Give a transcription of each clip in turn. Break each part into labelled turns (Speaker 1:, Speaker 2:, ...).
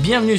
Speaker 1: Bienvenue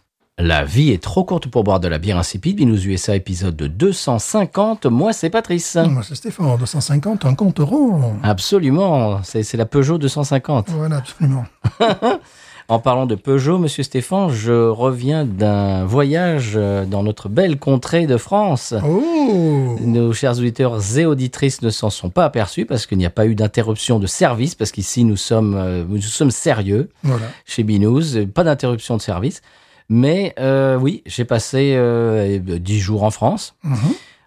Speaker 1: La vie est trop courte pour boire de la bière insipide. Binous USA épisode 250. Moi, c'est Patrice.
Speaker 2: Moi, c'est Stéphane. 250, un compte rond.
Speaker 1: Absolument, c'est c'est la Peugeot 250.
Speaker 2: Voilà, absolument.
Speaker 1: En parlant de Peugeot, monsieur Stéphane, je reviens d'un voyage euh, dans notre belle contrée de France.
Speaker 2: Oh
Speaker 1: Nos chers auditeurs et auditrices ne s'en sont pas aperçus parce qu'il n'y a pas eu d'interruption de service, parce qu'ici nous sommes, euh, nous sommes sérieux
Speaker 2: Voilà.
Speaker 1: chez Binous, euh, pas d'interruption de service. Mais euh, oui, j'ai passé euh, eh ben, 10 jours en France.
Speaker 2: Mhm.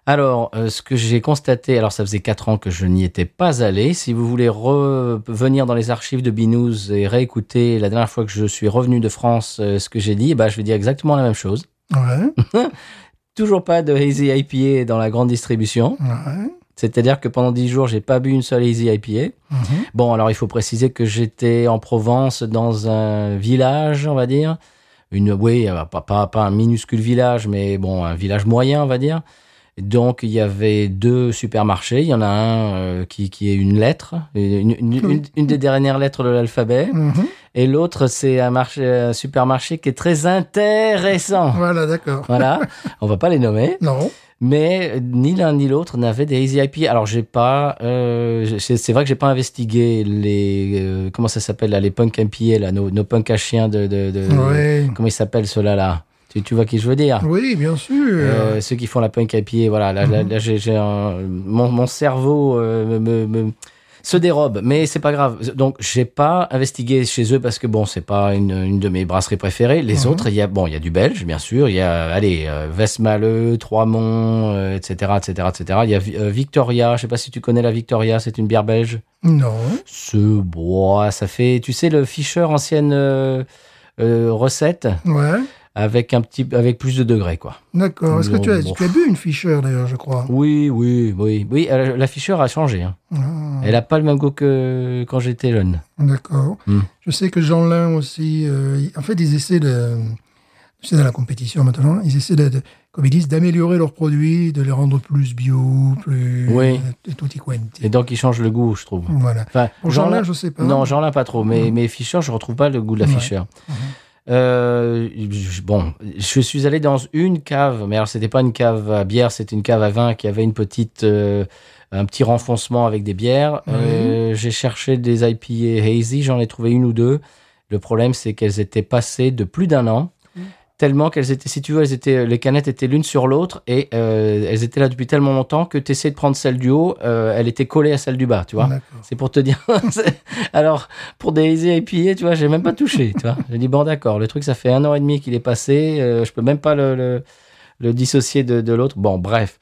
Speaker 1: Alors, euh, ce que j'ai constaté, alors ça faisait 4 ans que je n'y étais pas allé. Si vous voulez revenir dans les archives de Binous et réécouter la dernière fois que je suis revenu de France, euh, ce que j'ai dit, bah, je vais dire exactement la même chose.
Speaker 2: Ouais,
Speaker 1: Toujours pas de Easy IPA dans la grande distribution.
Speaker 2: ouais.
Speaker 1: C'est-à-dire que pendant 10 jours, j'ai pas bu une seule Easy IPA.
Speaker 2: Mhm.
Speaker 1: Bon, alors il faut préciser que j'étais en Provence, dans un village, on va dire. Une, oui, euh, pas, pas, pas un minuscule village, mais bon, un village moyen, on va dire. Donc, il y avait deux supermarchés. Il y en a un euh, qui, qui est une lettre, une, une- une- une des dernières lettres de l'alphabet.
Speaker 2: Mhm.
Speaker 1: Et l'autre, c'est un, marché, un supermarché qui est très intéressant.
Speaker 2: Voilà, d'accord.
Speaker 1: Voilà, on va pas les nommer.
Speaker 2: Non.
Speaker 1: Mais euh, ni l'un ni l'autre n'avait des Easy IP. Alors j'ai pas, euh, c'est c'est vrai que j'ai pas investigué les, euh, comment ça s'appelle là, les punk MPA là, nos, nos punks à chiens de, de, de-
Speaker 2: Ouais.
Speaker 1: comment ils s'appellent ceux-là là. Tu, tu vois qui je veux dire.
Speaker 2: Oui, bien sûr.
Speaker 1: Euh, ceux qui font la punk IPA, voilà. Là, là, là, j'ai, j'ai un- mon, mon cerveau euh, me, me- se dérobe, mais c'est pas grave. Donc, j'ai pas investigué chez eux parce que bon, c'est pas une, une de mes brasseries préférées. Les
Speaker 2: Mhm.
Speaker 1: autres, il y a bon, il y a du belge, bien sûr. Il y a, allez, euh, Vesmaleux, Trois-Monts, euh, etc., etc., etc. Il y a Vi- euh, Victoria. Je sais pas si tu connais la Victoria. C'est une bière belge.
Speaker 2: Non.
Speaker 1: Ce bois, ça fait, tu sais, le Fischer ancienne euh, euh, recette
Speaker 2: Ouais.
Speaker 1: avec un petit, avec plus de degrés, quoi.
Speaker 2: D'accord. Est-ce que tu as,
Speaker 1: Non.
Speaker 2: tu as bu une Fischer, d'ailleurs, je crois
Speaker 1: Oui, oui, oui. Oui, euh, l'afficheur a changé. hein.
Speaker 2: Ah,
Speaker 1: Elle a pas le même goût que quand j'étais jeune.
Speaker 2: D'accord.
Speaker 1: Hmm.
Speaker 2: Je sais que Jean Lin aussi... euh, il- en fait, ils essaient de... C'est dans la compétition maintenant. Ils essaient, de, de- comme ils disent, d'améliorer leurs produits, de les rendre plus bio, plus...
Speaker 1: Oui.
Speaker 2: Et tutti quanti.
Speaker 1: Et donc, il change le goût, je trouve.
Speaker 2: Voilà.
Speaker 1: Enfin,
Speaker 2: Pour
Speaker 1: Jean
Speaker 2: Jean-Là,
Speaker 1: Lin-
Speaker 2: je sais pas.
Speaker 1: Non, Jean-Lin, pas trop. Mais, mais Fischer, je retrouve pas le goût de la
Speaker 2: Ouais.
Speaker 1: Fischer. Euh, je- bon, je suis allé dans une cave, mais alors c'était pas une cave à bière, c'était une cave à vin qui avait une petite, euh, un petit renfoncement avec des bières. Euh, J'ai cherché des IPA hazy, j'en ai trouvé une ou deux. Le problème, c'est qu'elles étaient passées de plus d'un an, tellement qu'elles étaient, si tu veux, elles étaient, les canettes étaient l'une sur l'autre et euh, elles étaient là depuis tellement longtemps que tu essayais de prendre celle du haut, euh, elle était collée à celle du bas, tu vois.
Speaker 2: D'accord.
Speaker 1: C'est pour te dire. c'est- Alors, pour des Easy IPA, tu vois, j'ai même pas touché. Tu vois, j'ai dit bon, d'accord. Le truc, ça fait un an et demi qu'il est passé. euh, je peux même pas le, le, le dissocier de, de l'autre. Bon, bref.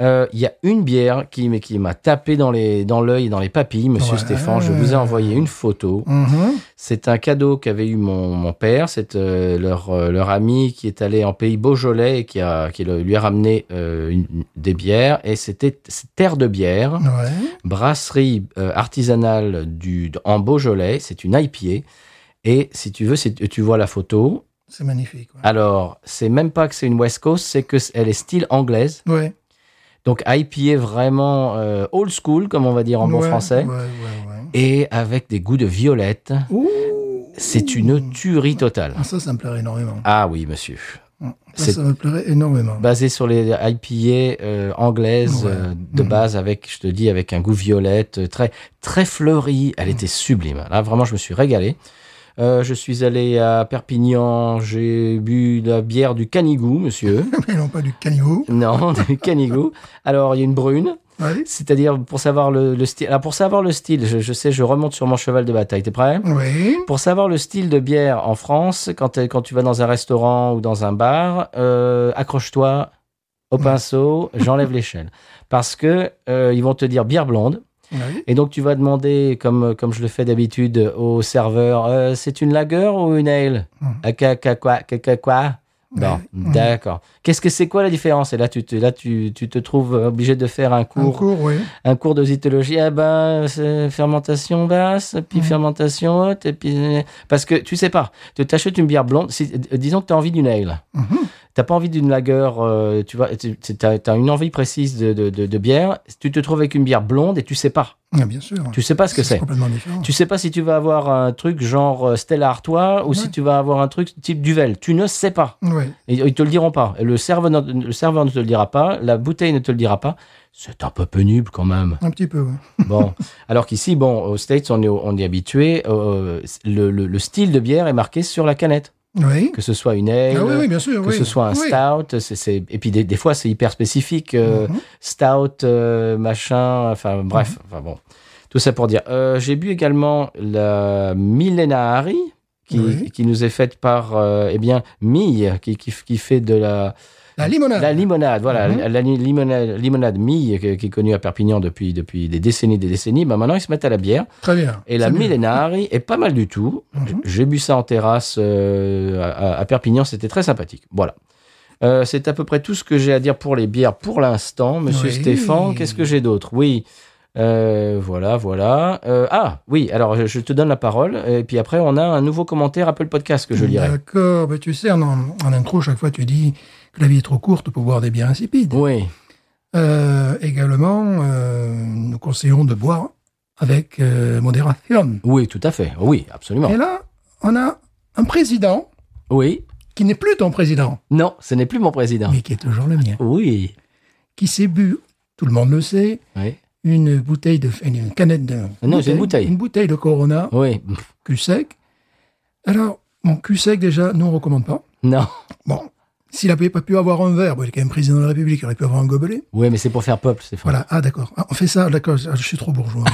Speaker 1: Euh, Il y a une bière qui, mais qui m'a tapé dans les dans l'œil, et dans les papilles, Monsieur
Speaker 2: Ouais.
Speaker 1: Stéphane. Je vous ai envoyé une photo.
Speaker 2: Mhm.
Speaker 1: C'est un cadeau qu'avait eu mon, mon père. C'est euh, leur, euh, leur ami qui est allé en pays Beaujolais et qui, a, qui le- lui a ramené euh, une- des bières. Et c'était c'est Terre de bière
Speaker 2: Ouais.
Speaker 1: brasserie euh, artisanale du, d- en Beaujolais. C'est une IPA. Et si tu veux, c'est- tu vois la photo.
Speaker 2: C'est magnifique. Ouais.
Speaker 1: Alors, c'est même pas que c'est une West Coast, c'est que c- elle est style anglaise.
Speaker 2: Ouais.
Speaker 1: Donc IPA vraiment euh, old school, comme on va dire en bon
Speaker 2: Ouais,
Speaker 1: français.
Speaker 2: Ouais, ouais, ouais.
Speaker 1: Et avec des goûts de violette.
Speaker 2: Ouh.
Speaker 1: C'est une tuerie totale.
Speaker 2: Ah, ça, ça me plairait énormément.
Speaker 1: Ah oui, monsieur.
Speaker 2: Ça,
Speaker 1: c'est- Bah
Speaker 2: ça me plairait énormément.
Speaker 1: Basé sur les IPA euh, anglaises
Speaker 2: Ouais.
Speaker 1: euh, de
Speaker 2: Mhm.
Speaker 1: base, avec, je te dis, avec un goût violette, euh, très, très fleuri. Elle était sublime. Là, vraiment, je me suis régalé. Euh, je suis allé à Perpignan, j'ai bu de la bière du Canigou, monsieur.
Speaker 2: Mais non, pas du caniveau.
Speaker 1: non, du Canigou. Alors, il y a une brune,
Speaker 2: Ouais.
Speaker 1: c'est-à-dire pour savoir le, le style. Alors, pour savoir le style, je, je sais, je remonte sur mon cheval de bataille. T'es prêt
Speaker 2: Oui.
Speaker 1: pour savoir le style de bière en France, quand, t'es- quand tu vas dans un restaurant ou dans un bar, euh, accroche-toi au pinceau, j'enlève l'échelle. Parce que euh, ils vont te dire bière blonde.
Speaker 2: Ouais.
Speaker 1: Et donc tu vas demander, comme, comme je le fais euh, d'habitude au serveur, Euh, c'est une lager ou une ale
Speaker 2: Mhm.
Speaker 1: Ah, qu'à- qu'à quoi Qu'à- qu'à quoi Bon,
Speaker 2: Ouais.
Speaker 1: d'accord. Qu'est-ce que c'est quoi la différence Et là, tu te, là, tu, tu te trouves obligé de faire un
Speaker 2: Un
Speaker 1: cours,
Speaker 2: cours, oui.
Speaker 1: un cours de zytologie. Ah ben, c'est fermentation basse, puis
Speaker 2: Mhm.
Speaker 1: fermentation haute, et puis parce que tu sais pas. Tu t'achètes une bière blonde. si- euh, disons que tu as envie d'une ale.
Speaker 2: Mhm.
Speaker 1: T'as pas envie d'une lagueur, euh, tu vois, tu- tu- t'as as une envie précise de, de, de- de bière. Tu te trouves avec une bière blonde et tu sais pas.
Speaker 2: Ah, bien sûr.
Speaker 1: Tu sais pas ce que c'est.
Speaker 2: complètement différent.
Speaker 1: Tu sais pas si tu vas avoir un truc genre euh, Stella Artois ou
Speaker 2: Ouais.
Speaker 1: si tu vas avoir un truc type Duvel. Tu ne sais pas.
Speaker 2: Ouais.
Speaker 1: Et Ils te le diront pas. Et Le serveur, ne- le serveur ne te le dira pas. La bouteille ne te le dira pas. C'est un peu pénible quand même.
Speaker 2: un petit peu. ouais.
Speaker 1: Bon. Alors qu'ici, bon, aux States, on est, on est habitué. euh, le, le- le style de bière est marqué sur la canette.
Speaker 2: Oui.
Speaker 1: Que ce soit une ale,
Speaker 2: Ah oui, oui, bien sûr.
Speaker 1: que
Speaker 2: oui.
Speaker 1: ce soit un
Speaker 2: Oui.
Speaker 1: stout. c'est- c'est- Et puis des, des fois, c'est hyper spécifique. euh,
Speaker 2: Mhm.
Speaker 1: Stout, euh, machin. Enfin, bref. Enfin bon. Tout ça pour dire. Euh, J'ai bu également la Milena Hari. Qui,
Speaker 2: Oui.
Speaker 1: qui nous est faite par, euh, eh bien, Mille, qui, qui, qui fait de la,
Speaker 2: La limonade.
Speaker 1: la limonade, voilà,
Speaker 2: Mhm.
Speaker 1: la, la li- limonade, limonade mille que- qui est connue à Perpignan depuis, depuis des décennies, des décennies. Ben maintenant, ils se mettent à la bière.
Speaker 2: Très bien.
Speaker 1: Et la
Speaker 2: C'est mieux.
Speaker 1: millénari est pas mal du tout.
Speaker 2: Mhm.
Speaker 1: J'ai bu ça en terrasse euh, à, à Perpignan, c'était très sympathique. Voilà. Euh, c'est à peu près tout ce que j'ai à dire pour les bières pour l'instant, Monsieur
Speaker 2: Oui.
Speaker 1: Stéphane. Qu'est-ce que j'ai d'autre Oui. Euh, voilà, voilà. Euh, ah, oui, alors je, je te donne la parole. Et puis après, on a un nouveau commentaire Apple Podcast que je lirai.
Speaker 2: D'accord. Ben, tu sais, en, en intro, chaque fois, tu dis que la vie est trop courte pour boire des bières insipides.
Speaker 1: Oui,
Speaker 2: Euh, également, euh, nous conseillons de boire avec euh, modération.
Speaker 1: oui, tout à fait. Oui, absolument.
Speaker 2: Et là, on a un président
Speaker 1: Oui.
Speaker 2: qui n'est plus ton président,
Speaker 1: Non, ce n'est plus mon président.
Speaker 2: mais qui est toujours le mien,
Speaker 1: Oui.
Speaker 2: qui s'est bu, tout le monde le sait,
Speaker 1: Oui.
Speaker 2: une bouteille de, enfin, une canette de,
Speaker 1: non, c'est une bouteille.
Speaker 2: une bouteille de Corona
Speaker 1: Oui.
Speaker 2: cul sec. Alors, mon cul sec déjà, nous on recommande pas.
Speaker 1: Non.
Speaker 2: Bon, s'il n'avait pas pu avoir un verre, bon, il est quand même président de la République, il aurait pu avoir un gobelet.
Speaker 1: Oui, mais c'est pour faire peuple, Stéphane.
Speaker 2: Voilà, ah d'accord, Ah, on fait ça, d'accord, Ah, je suis trop bourgeois.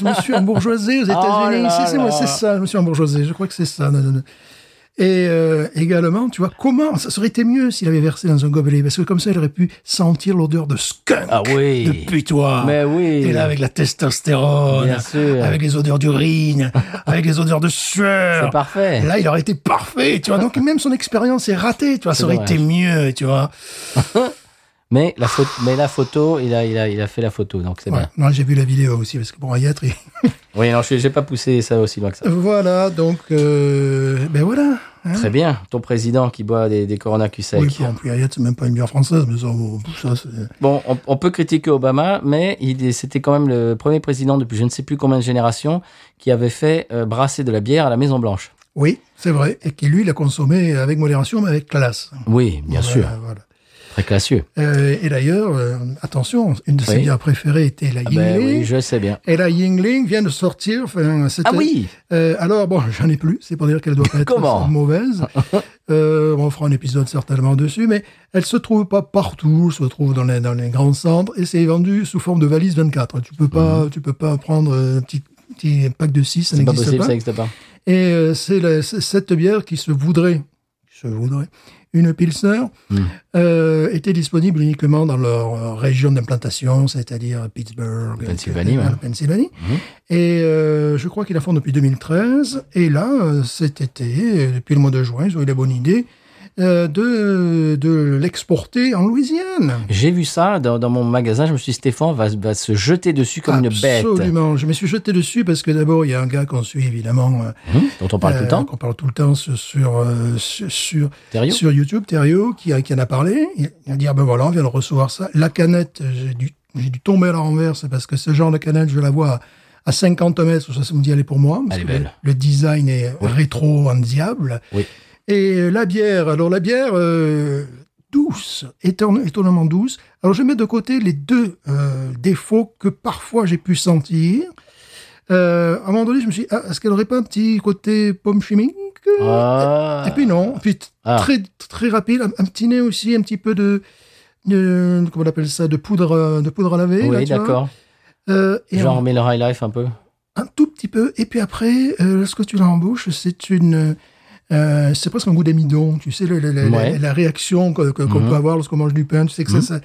Speaker 2: je me suis embourgeoisé aux États-Unis,
Speaker 1: Oh là
Speaker 2: c'est c'est moi,
Speaker 1: là.
Speaker 2: c'est ça, je me suis embourgeoisé, je crois que c'est ça. Non, non, non. Et euh, également, tu vois, comment ça aurait été mieux s'il avait versé dans un gobelet, parce que comme ça, il aurait pu sentir l'odeur de skunk,
Speaker 1: Ah oui.
Speaker 2: de putois.
Speaker 1: Mais oui.
Speaker 2: Et là, avec la testostérone,
Speaker 1: Bien sûr.
Speaker 2: avec les odeurs d'urine, avec les odeurs de sueur.
Speaker 1: C'est parfait.
Speaker 2: Là, il aurait été parfait, tu vois. Donc, même son expérience est ratée, tu vois. Ça
Speaker 1: C'est
Speaker 2: aurait
Speaker 1: dommage.
Speaker 2: été mieux, tu vois.
Speaker 1: Mais la photo, mais la photo, il a, il a, il a fait la photo, donc c'est
Speaker 2: Ouais.
Speaker 1: bien.
Speaker 2: Non, j'ai vu la vidéo aussi, parce que pour y être. il-
Speaker 1: Oui, non, je j'ai pas poussé ça aussi loin que ça.
Speaker 2: voilà, donc, euh, ben voilà. hein.
Speaker 1: Très bien. Ton président qui boit des, des Corona q
Speaker 2: Oui, bon, pour y être, c'est même pas une bière française, mais ça, bon, ça, c'est.
Speaker 1: Bon, on, on peut critiquer Obama, mais il est- c'était quand même le premier président depuis je ne sais plus combien de générations qui avait fait euh, brasser de la bière à la Maison Blanche.
Speaker 2: Oui, c'est vrai. Et qui, lui, l'a consommé avec modération, mais avec classe.
Speaker 1: Oui, bien
Speaker 2: Voilà,
Speaker 1: sûr.
Speaker 2: voilà.
Speaker 1: Très classieux.
Speaker 2: Euh, et d'ailleurs, euh, attention, une de ses
Speaker 1: Oui.
Speaker 2: bières préférées était la
Speaker 1: Ah
Speaker 2: Yingling.
Speaker 1: ben oui, je sais bien.
Speaker 2: Et la Yingling vient de sortir. Enfin, c'était-
Speaker 1: Ah oui.
Speaker 2: Euh, alors, bon, j'en ai plus. C'est pour dire qu'elle doit pas être
Speaker 1: Comment
Speaker 2: mauvaise. Euh, on fera un épisode certainement dessus, mais elle se trouve pas partout. Elle se trouve dans les, dans les grands centres et c'est vendu sous forme de valise 24. Tu peux pas, tu peux pas prendre euh, un petit, petit pack de 6, ça
Speaker 1: Mhm. C'est pas
Speaker 2: n'existe
Speaker 1: possible,
Speaker 2: pas.
Speaker 1: ça n'existe pas.
Speaker 2: Et euh, c'est la- c'est cette bière qui se voudrait, qui se voudrait, une Pilsner,
Speaker 1: Hmm.
Speaker 2: euh, était disponible uniquement dans leur euh, région d'implantation, c'est-à-dire Pittsburgh,
Speaker 1: Pennsylvanie,
Speaker 2: euh,
Speaker 1: ouais. Hmm.
Speaker 2: la Pennsylvanie. Et euh, je crois qu'ils la font depuis 2013. Et là, euh, cet été, euh, depuis le mois de juin, ils ont eu la bonne idée euh, de, de l'exporter en Louisiane.
Speaker 1: J'ai vu ça dans, dans mon magasin. Je me suis dit, Stéphane va, se- va se jeter dessus comme une bête.
Speaker 2: Absolument. Je me suis jeté dessus parce que d'abord, il y a un gars qu'on suit évidemment. euh,
Speaker 1: Hum, dont on parle tout le
Speaker 2: euh,
Speaker 1: temps.
Speaker 2: Qu'on parle tout le temps sur sur euh, sur, sur-
Speaker 1: Thériault.
Speaker 2: sur YouTube, Thériault, qui, a- qui en a parlé. Il il a dit ah ben voilà, on vient de recevoir ça. La canette, euh, j'ai dû j'ai dû tomber à la renverse parce que ce genre de canette, je la vois à 50 mètres, ça me dit elle est pour moi. parce
Speaker 1: Elle est
Speaker 2: que le-
Speaker 1: belle.
Speaker 2: Le, design est rétro en diable.
Speaker 1: Oui.
Speaker 2: Et euh, la bière, alors la bière euh, douce, éton- étonnamment douce. Alors je mets de côté les deux euh, défauts que parfois j'ai pu sentir. Euh, à un moment donné, je me suis dit, ah, est-ce qu'elle aurait pas un petit côté pomme chimique
Speaker 1: Ah.
Speaker 2: Et puis non, Et puis t-
Speaker 1: Ah.
Speaker 2: très très rapide, un, un petit nez aussi, un petit peu de, de- comment on appelle ça, de poudre, euh, de poudre à laver. là,
Speaker 1: oui,
Speaker 2: tu vois.
Speaker 1: d'accord.
Speaker 2: Euh, et
Speaker 1: Genre
Speaker 2: un-
Speaker 1: mais le High Life un peu.
Speaker 2: un tout petit peu. Et puis après, euh, lorsque tu l'embauches, c'est une, euh, c'est presque un goût d'amidon. Tu sais, le- le- le-
Speaker 1: Ouais.
Speaker 2: la, la réaction que- que- qu'on
Speaker 1: Mhm.
Speaker 2: peut avoir lorsqu'on mange du pain, tu sais que ça, ça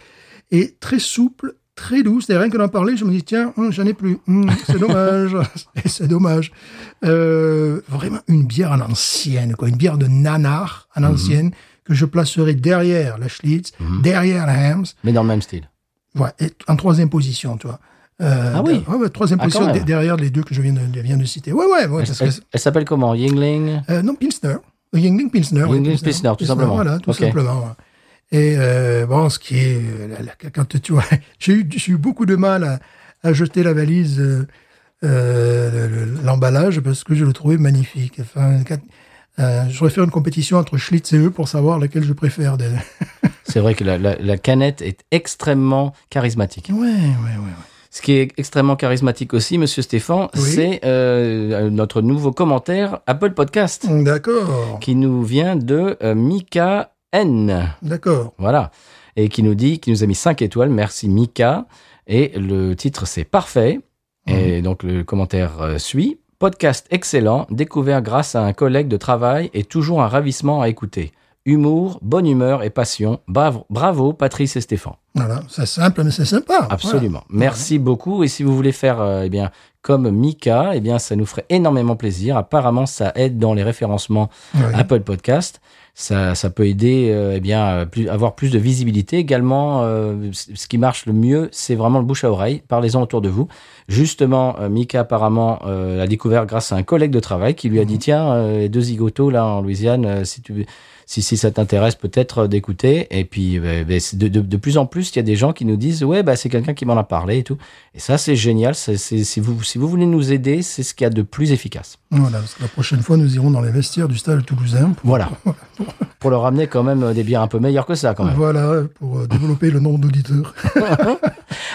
Speaker 2: est très souple, très douce. Et rien que d'en parler, je me dis tiens, hum, j'en ai plus. Hum, c'est dommage. Et c'est dommage.
Speaker 1: Mhm.
Speaker 2: Euh, vraiment une bière à l'ancienne, quoi. Une bière de nanar à l'ancienne. que je placerai derrière la Schlitz, derrière la Hams,
Speaker 1: mais dans le même style.
Speaker 2: Ouais, et en troisième position, tu vois. Euh,
Speaker 1: Ah oui.
Speaker 2: ouais, ouais, troisième
Speaker 1: Ah, quand
Speaker 2: position
Speaker 1: même.
Speaker 2: de- derrière les deux que je viens de, je viens de citer. Ouais, ouais, ouais.
Speaker 1: Elle,
Speaker 2: parce que-
Speaker 1: elle- elle s'appelle comment Yingling
Speaker 2: euh, non, Pilsner. Le Yingling Pilsner. oui,
Speaker 1: Yingling Pilsner, tout simplement.
Speaker 2: Voilà, tout
Speaker 1: Ok.
Speaker 2: simplement. ouais. Et euh, bon, ce qui est... euh, la- la- quand tu vois... J'ai eu, j'ai eu beaucoup de mal à, à jeter la valise, euh, euh, le- le- l'emballage, parce que je le trouvais magnifique. Enfin, quand- euh, je voudrais faire une compétition entre Schlitz et eux pour savoir laquelle je préfère. Des...
Speaker 1: C'est vrai que la, la- la canette est extrêmement charismatique.
Speaker 2: Ouais, ouais, ouais.
Speaker 1: Ce qui est extrêmement charismatique aussi, Monsieur Stéphane,
Speaker 2: Oui.
Speaker 1: c'est euh, notre nouveau commentaire Apple Podcast
Speaker 2: ouais. D'accord,
Speaker 1: qui nous vient de euh, Mika N.
Speaker 2: d'accord.
Speaker 1: Voilà. Et qui nous dit, qui nous a mis 5 étoiles. Merci Mika. Et le titre, c'est parfait. Et donc le commentaire euh, suit. Podcast excellent, découvert grâce à un collègue de travail et toujours un ravissement à écouter. Humour, bonne humeur et passion. Bravo, bravo Patrice et Stéphane.
Speaker 2: Voilà, c'est simple, mais c'est sympa.
Speaker 1: Absolument. Merci beaucoup. Et si vous voulez faire, euh, eh bien, comme Mika, eh bien, ça nous ferait énormément plaisir. Apparemment, ça aide dans les référencements
Speaker 2: Voilà. Oui.
Speaker 1: Apple Podcast. Ça, ça peut aider euh, eh bien, euh, plus, avoir plus de visibilité. Également, euh, c- ce qui marche le mieux, c'est vraiment le bouche à oreille. Parlez-en autour de vous. Justement, euh, Mika apparemment euh, l'a découvert grâce à un collègue de travail qui lui a dit tiens, euh, les deux zigotos là en Louisiane, euh, si tu si, si ça t'intéresse peut-être euh, d'écouter. Et puis, euh, ben, c'est de, de- de plus en plus, il y a des gens qui nous disent ouais, bah, c'est quelqu'un qui m'en a parlé et tout. Et ça, c'est génial. C'est- c'est- si, vous, si vous voulez nous aider, c'est ce qu'il y a de plus efficace.
Speaker 2: Voilà, parce que la prochaine fois, nous irons dans les vestiaires du stade toulousain
Speaker 1: Voilà. Pour leur ramener quand même euh, des bières un peu meilleures que ça, quand même.
Speaker 2: Voilà, pour euh, développer le nombre d'auditeurs.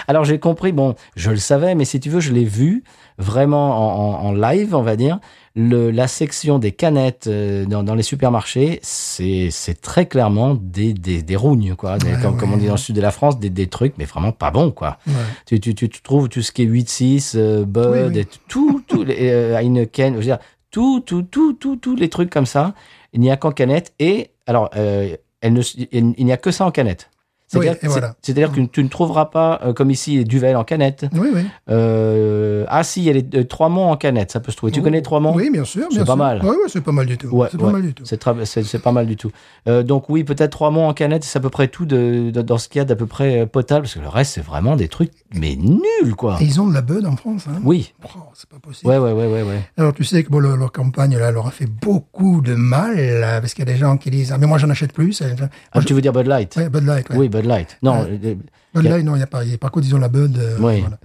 Speaker 1: Alors j'ai compris, bon, je le savais, mais si tu veux, je l'ai vu vraiment en, en- en live, on va dire. Le, la section des canettes euh, dans, dans les supermarchés, c'est c'est très clairement des, des, des rougnes, quoi. Des-
Speaker 2: Ouais,
Speaker 1: comme, comme on
Speaker 2: ouais.
Speaker 1: dit dans le sud de la France, des, des trucs, mais vraiment pas bons, quoi.
Speaker 2: Ouais.
Speaker 1: Tu, tu, tu, tu trouves tout ce qui est 8-6, euh, Bud,
Speaker 2: Oui, oui.
Speaker 1: et tout, tout, les, euh, Heineken, je veux dire, tout, tout, tout, tout, tous les trucs comme ça. Il n'y a qu'en canette. Et alors, euh, elle ne, s- il il n'y a que ça en canette. C'est-à-dire
Speaker 2: Oui, et
Speaker 1: c'est-
Speaker 2: voilà.
Speaker 1: c'est-à-dire que tu ne trouveras pas, euh, comme ici, les Duvel en canette.
Speaker 2: Oui, oui.
Speaker 1: Euh, ah si, il y a les euh, trois monts en canette, ça peut se trouver. Tu
Speaker 2: Oh.
Speaker 1: connais trois monts
Speaker 2: Oui, bien sûr.
Speaker 1: C'est
Speaker 2: bien
Speaker 1: pas
Speaker 2: sûr.
Speaker 1: mal.
Speaker 2: Ouais, ouais, c'est pas mal du tout.
Speaker 1: Ouais,
Speaker 2: c'est pas
Speaker 1: ouais.
Speaker 2: mal du tout.
Speaker 1: C'est tra- C'est c'est pas mal du tout. Euh, donc oui, peut-être trois mois en canette, c'est à peu près tout de, de- dans ce qu'il y a d'à peu près euh, potable, parce que le reste, c'est vraiment des trucs, mais nuls, quoi.
Speaker 2: Et ils ont de la bud en France. Hein.
Speaker 1: Oui,
Speaker 2: Oh, c'est pas possible.
Speaker 1: ouais, ouais, ouais, ouais. ouais.
Speaker 2: Alors, tu sais que bon, leur, leur campagne là, leur a fait beaucoup de mal, euh, parce qu'il y a des gens qui disent Ah, mais moi, j'en achète plus. Et-
Speaker 1: Ah, tu veux dire Bud Light
Speaker 2: Ouais, Bud Light. ouais.
Speaker 1: Oui, Bud Light. Non,
Speaker 2: Ouais.
Speaker 1: euh, euh,
Speaker 2: Bud
Speaker 1: Y a-
Speaker 2: Light, non, il n'y a pas. y a- Par contre, ils ont la Bud. euh,
Speaker 1: Oui.
Speaker 2: voilà.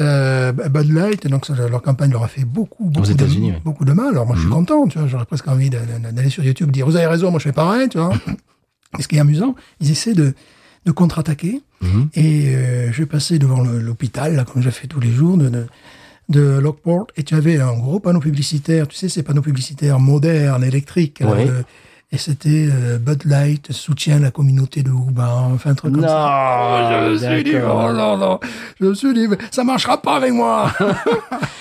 Speaker 2: Euh, Bud Light, donc ça, leur campagne leur a fait beaucoup, beaucoup, de,
Speaker 1: États-Unis, Mhm. oui.
Speaker 2: beaucoup de mal. Alors moi, je suis content, tu vois, j'aurais presque envie de- de- d'aller sur YouTube dire vous avez raison, moi je fais pareil, tu vois. Et ce qui est amusant, ils essaient de, de contre-attaquer.
Speaker 1: Mhm.
Speaker 2: Et euh, je passais devant le- l'hôpital, là, comme je le fais tous les jours, de, de, de Lockport, et tu avais un gros panneau publicitaire, tu sais, ces panneaux publicitaires modernes, électriques. là,
Speaker 1: Oui.
Speaker 2: de- et c'était euh, Bud Light soutient la communauté de Houba, enfin un truc comme
Speaker 1: Non,
Speaker 2: ça. Oh, je me suis dit,
Speaker 1: d'accord.
Speaker 2: oh là là, je me suis dit, mais ça marchera pas avec moi.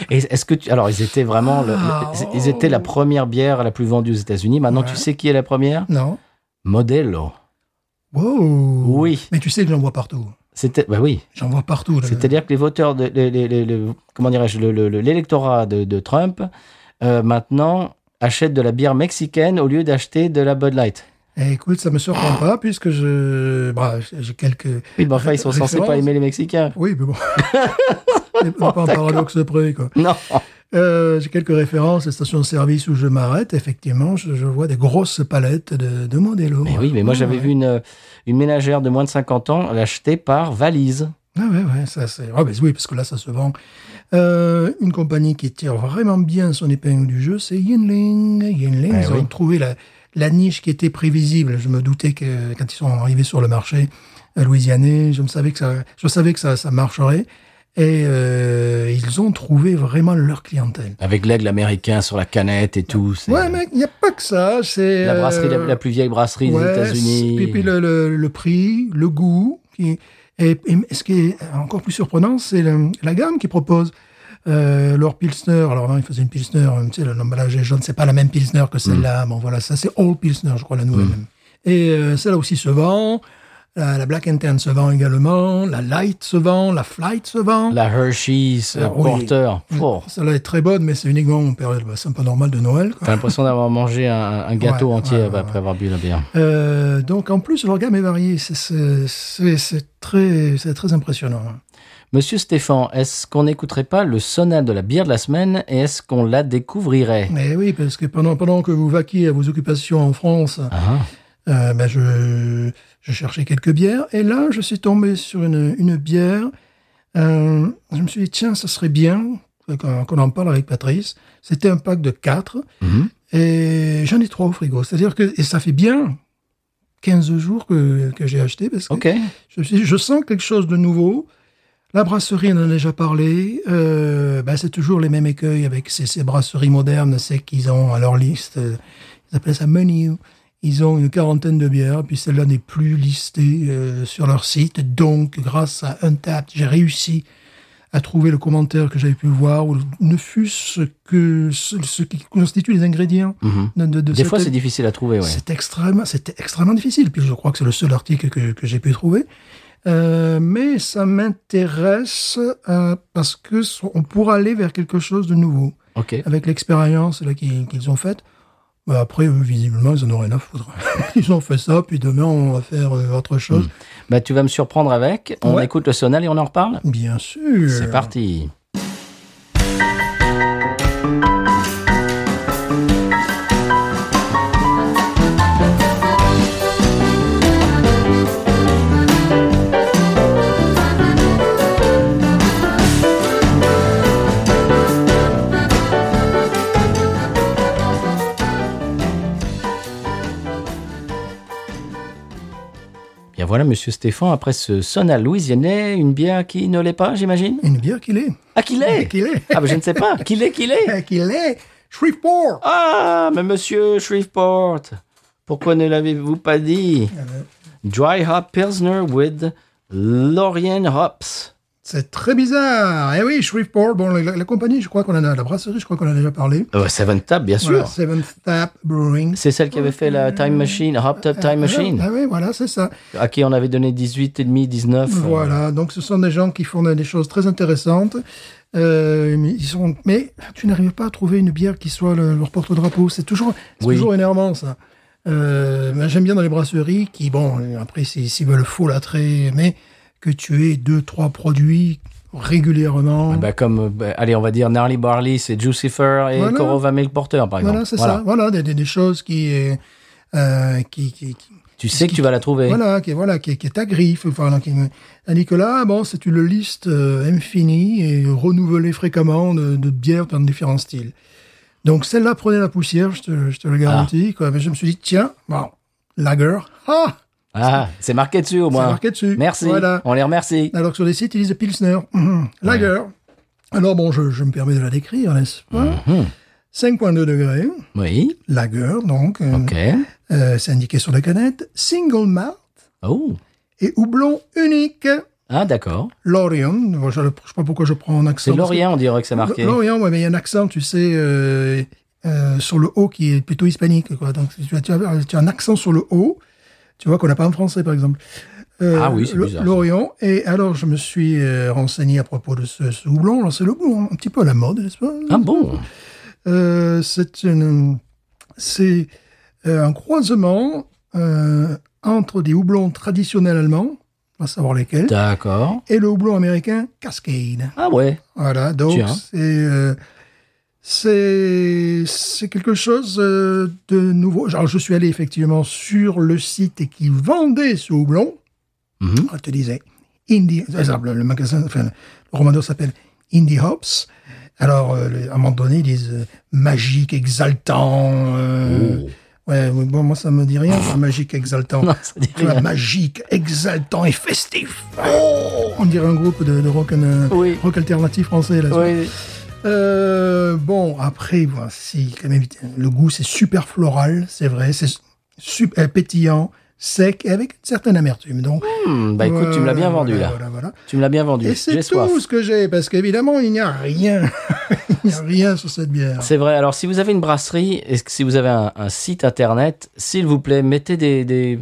Speaker 1: Et Est-ce que tu... alors ils étaient vraiment le- le-
Speaker 2: Ah,
Speaker 1: ils- ils étaient la
Speaker 2: oh.
Speaker 1: première bière la plus vendue aux États-Unis. Maintenant
Speaker 2: Ouais.
Speaker 1: tu sais qui est la première
Speaker 2: non.
Speaker 1: Modelo.
Speaker 2: Wow.
Speaker 1: Oui.
Speaker 2: Mais tu sais que j'en vois partout.
Speaker 1: C'était bah oui.
Speaker 2: J'en vois partout. là.
Speaker 1: C'est-à-dire que les voteurs de les- les- les- les- comment dirais-je le- le- le- l'électorat de, de Trump euh, maintenant achète de la bière mexicaine au lieu d'acheter de la Bud Light.
Speaker 2: Eh, écoute, ça me surprend pas puisque je, bah, j'ai quelques.
Speaker 1: Oui, mais enfin ils sont censés
Speaker 2: Référence.
Speaker 1: pas aimer les Mexicains.
Speaker 2: Oui, mais bon. C'est pas un paradoxe près, quoi.
Speaker 1: Non.
Speaker 2: Euh, j'ai quelques références, les stations-service où je m'arrête. Effectivement, je, je vois des grosses palettes de, de Modelo.
Speaker 1: Mais oui, mais moi
Speaker 2: Ouais,
Speaker 1: j'avais
Speaker 2: ouais.
Speaker 1: vu une euh, une ménagère de moins de 50 ans l'acheter par valise.
Speaker 2: Ah ouais, ouais, ça c'est. Ah, ben oui, parce que là, ça se vend. Euh, une compagnie qui tire vraiment bien son épingle du jeu, c'est Yinling. Yinling,
Speaker 1: Eh
Speaker 2: ils
Speaker 1: oui.
Speaker 2: ont trouvé la, la niche qui était prévisible. Je me doutais que quand ils sont arrivés sur le marché euh, louisianais, je me savais que ça, je savais que ça, ça marcherait. Et euh, ils ont trouvé vraiment leur clientèle.
Speaker 1: Avec l'aigle américain sur la canette et tout. c'est-
Speaker 2: Ouais, mec, il n'y a pas que ça. C'est
Speaker 1: La brasserie, la,
Speaker 2: euh,
Speaker 1: la plus vieille brasserie
Speaker 2: Ouais,
Speaker 1: des États-Unis.
Speaker 2: Et puis le, le- le prix, le goût. Qui, et, et ce qui est encore plus surprenant, c'est le- la gamme qu'ils proposent. Euh, leur Pilsner, alors avant ils faisaient une Pilsner, euh, tu sais, l'emballage est jaune, c'est pas la même Pilsner
Speaker 1: Mm.
Speaker 2: que celle-là. Bon voilà, ça c'est All Pilsner, je crois, la nouvelle. Et euh, celle-là aussi se vend. La, la Black and Tan se vend également, la Light se vend, la Flight se vend.
Speaker 1: La Hershey's euh,
Speaker 2: Ah, oui.
Speaker 1: Porter. Pour.
Speaker 2: Celle-là est très bonne, mais c'est uniquement en période bah, sympa normale de Noël. quoi.
Speaker 1: T'as l'impression d'avoir mangé un, un gâteau
Speaker 2: Ouais,
Speaker 1: entier
Speaker 2: ouais,
Speaker 1: après
Speaker 2: ouais,
Speaker 1: avoir bu la bière.
Speaker 2: Euh, donc en plus, leur gamme est variée. C'est- C'est c'est- c'est très, c'est très impressionnant. hein.
Speaker 1: Monsieur Stéphane, est-ce qu'on n'écouterait pas le sonat de la bière de la semaine et est-ce qu'on la découvrirait
Speaker 2: Mais oui, parce que pendant, pendant que vous vaquiez à vos occupations en France,
Speaker 1: Ah,
Speaker 2: euh, ben, je, je cherchais quelques bières. Et là, je suis tombé sur une, une bière. Euh, je me suis dit, tiens, ça serait bien qu'on qu'on en parle avec Patrice. C'était un pack de quatre.
Speaker 1: Mhm.
Speaker 2: Et j'en ai trois au frigo. C'est-à-dire que et ça fait bien 15 jours que, que j'ai acheté. Parce que
Speaker 1: ok.
Speaker 2: je, me suis dit, je sens quelque chose de nouveau. La brasserie, on en a déjà parlé. Euh, ben, c'est toujours les mêmes écueils avec ces, ces brasseries modernes. C'est qu'ils ont à leur liste, euh, ils appellent ça menu. Ils ont une quarantaine de bières, puis celle-là n'est plus listée euh, sur leur site. Donc, grâce à Untapped, j'ai réussi à trouver le commentaire que j'avais pu voir, ou ne fût-ce que ce, ce qui constitue les ingrédients
Speaker 1: Mhm.
Speaker 2: de, de, de
Speaker 1: Des
Speaker 2: cette
Speaker 1: fois, c'est difficile à trouver, ouais.
Speaker 2: c'est extrêmement, c'était extrêmement difficile. Puis je crois que c'est le seul article que, que j'ai pu trouver. Euh, mais ça m'intéresse euh, parce que so- on pourra aller vers quelque chose de nouveau
Speaker 1: Ok.
Speaker 2: avec l'expérience là qu'ils qu'ils ont faite. Bah, après, eux, visiblement, ils en ont rien à foutre. ils ont fait ça, puis demain, on va faire euh, autre chose.
Speaker 1: Bah, tu vas me surprendre avec. On
Speaker 2: Ouais. Euh.
Speaker 1: écoute le sonal et on en reparle
Speaker 2: Bien sûr.
Speaker 1: Mm. C'est parti. Bien voilà, monsieur Stéphane, après ce sonal louisianais, une bière qui ne l'est pas, j'imagine
Speaker 2: Une bière qu'il est.
Speaker 1: Ah, qu'il est
Speaker 2: Qu'il est.
Speaker 1: Ah, ben je ne sais pas. Qu'il est, qu'il est
Speaker 2: qu'il est. Shreveport.
Speaker 1: Ah, mais monsieur Shreveport, pourquoi ne l'avez-vous pas dit
Speaker 2: Euh,
Speaker 1: Dry Hop Pilsner with Lorien Hops.
Speaker 2: C'est très bizarre. Eh oui, Shreveport. Bon, la, la compagnie, je crois qu'on en a. La brasserie, je crois qu'on en a déjà parlé.
Speaker 1: Euh, Seven Tap, bien sûr.
Speaker 2: Voilà, Seventh Tap Brewing.
Speaker 1: C'est celle qui avait fait la Time Machine, Hop Top Time Machine,
Speaker 2: Ah oui, voilà, c'est ça.
Speaker 1: à qui on avait donné 18,5, 19. euh,
Speaker 2: Voilà, donc ce sont des gens qui font des choses très intéressantes. Euh, mais ils sont... Mais tu n'arrives pas à trouver une bière qui soit le- leur porte-drapeau. C'est toujours, c'est
Speaker 1: Oui.
Speaker 2: toujours énervant, ça. Euh, mais J'aime bien dans les brasseries qui, bon, après, s'ils s'ils veulent faux l'attrait, mais que tu aies deux, trois produits régulièrement.
Speaker 1: Ah bah, comme, euh, bah, allez, on va dire Gnarly Barley, c'est Jucifer et
Speaker 2: Voilà.
Speaker 1: Corova Milk Porter, par exemple.
Speaker 2: voilà, c'est ça. Voilà, des, des- des choses qui, euh, qui, qui, qui-
Speaker 1: Tu sais que tu vas la trouver.
Speaker 2: Voilà, qui est, voilà, qui est, qui est à griffe. Voilà, qui, tandis que là, bon, c'est une liste euh, infinie et renouvelée fréquemment de, de bières dans différents styles. Donc celle-là prenait la poussière, je te, je te le garantis. Quoi. Mais je me suis dit, tiens, bon, lager, ah,
Speaker 1: Ah, c'est marqué dessus au
Speaker 2: c'est
Speaker 1: moins.
Speaker 2: marqué dessus.
Speaker 1: Merci.
Speaker 2: Voilà.
Speaker 1: On les remercie.
Speaker 2: Alors que sur les sites, ils disent Pilsner, Mhm. lager. Alors bon, je, je me permets de la décrire, n'est-ce pas
Speaker 1: Hum,
Speaker 2: 5.2 degrés,
Speaker 1: Oui.
Speaker 2: lager, donc, euh,
Speaker 1: Ok.
Speaker 2: euh, c'est indiqué sur la canette, single malt
Speaker 1: Oh.
Speaker 2: et houblon unique.
Speaker 1: Ah, d'accord.
Speaker 2: Lorient. Bon, Je ne sais pas pourquoi je prends un accent.
Speaker 1: C'est Lorient, on dirait que c'est
Speaker 2: parce que-
Speaker 1: marqué.
Speaker 2: Lorient, ouais, mais il y a un accent, tu sais, euh, euh, sur le haut qui est plutôt hispanique. Quoi. Donc, tu as, tu as- tu as un accent sur le haut, tu vois, qu'on n'a pas en français, par exemple. Euh,
Speaker 1: Ah oui, c'est
Speaker 2: le-
Speaker 1: bizarre, ça.
Speaker 2: Lorient. Et alors, je me suis euh, renseigné à propos de ce, ce houblon. Alors, C'est le houblon, un petit peu à la mode, n'est-ce pas
Speaker 1: Ah bon
Speaker 2: Euh, C'est une- c'est, euh, un croisement euh, entre des houblons traditionnels allemands, à savoir lesquels,
Speaker 1: D'accord.
Speaker 2: et le houblon américain Cascade.
Speaker 1: Ah ouais.
Speaker 2: Voilà, donc
Speaker 1: Tiens.
Speaker 2: c'est euh, c'est c'est quelque chose euh, de nouveau. Genre, je suis allé effectivement sur le site et qui vendait ce houblon.
Speaker 1: Mhm.
Speaker 2: On te disait Indie. par exemple, le magasin, enfin, le romano s'appelle Indie Hops. Alors, euh, le- à un moment donné, ils disent euh, magique, exaltant. euh, ouais, ouais, bon, moi ça me dit rien, ça, magique, exaltant.
Speaker 1: Oh. Non, ça dit
Speaker 2: Tu vois,
Speaker 1: rien.
Speaker 2: magique, exaltant et festif. Oh, On dirait un groupe de, de rock, and- euh,
Speaker 1: Oui.
Speaker 2: rock alternatif français. Là,
Speaker 1: Oui.
Speaker 2: euh, bon, après, voici quand même, le goût, c'est super floral, c'est vrai, c'est su- euh, pétillant, sec et avec une certaine amertume. Donc,
Speaker 1: Hmm, bah écoute, tu me l'as bien
Speaker 2: voilà,
Speaker 1: vendu là.
Speaker 2: voilà, voilà.
Speaker 1: Tu me l'as bien vendu.
Speaker 2: Et c'est
Speaker 1: J'ai
Speaker 2: tout
Speaker 1: soif.
Speaker 2: ce que j'ai, parce qu'évidemment, il n'y a rien. il n'y a rien sur cette bière.
Speaker 1: C'est vrai. Alors, si vous avez une brasserie et que si vous avez un, un site internet, s'il vous plaît, mettez des, des,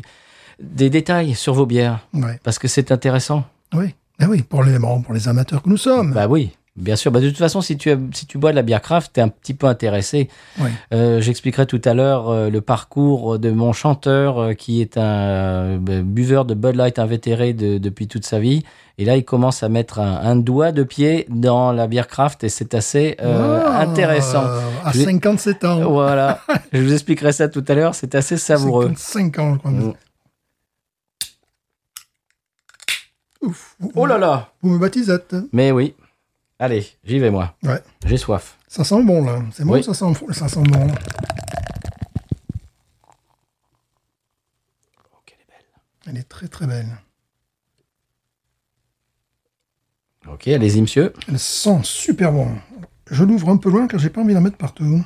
Speaker 1: des détails sur vos bières,
Speaker 2: Ouais.
Speaker 1: parce que c'est intéressant.
Speaker 2: Oui. Ah oui, pour les membres, pour les amateurs que nous sommes.
Speaker 1: Bah oui, bien sûr. Bah, de toute façon, si tu, aimes- si tu bois de la bière craft, t'es un petit peu intéressé.
Speaker 2: Oui.
Speaker 1: Euh, J'expliquerai tout à l'heure euh, le parcours de mon chanteur euh, qui est un euh, bah, buveur de Bud Light invétéré de- depuis toute sa vie. Et là, il commence à mettre un, un doigt de pied dans la bière craft et c'est assez euh,
Speaker 2: Ah,
Speaker 1: intéressant.
Speaker 2: À
Speaker 1: Je-
Speaker 2: 57 ans.
Speaker 1: Voilà, je vous expliquerai ça tout à l'heure, c'est assez savoureux.
Speaker 2: 55 ans, quoi.
Speaker 1: Mm.
Speaker 2: Ouf. Vous-
Speaker 1: Oh là là
Speaker 2: Vous me baptisez. hein.
Speaker 1: Mais oui. Allez, j'y vais moi.
Speaker 2: Ouais.
Speaker 1: J'ai soif.
Speaker 2: Ça sent bon, là. C'est bon,
Speaker 1: Oui.
Speaker 2: ça, sent, ça sent bon.
Speaker 1: Oh, qu'elle est belle.
Speaker 2: Elle est très, très belle.
Speaker 1: Ok, allez-y, monsieur.
Speaker 2: Elle sent super bon. Je l'ouvre un peu loin car j'ai pas envie de la mettre partout.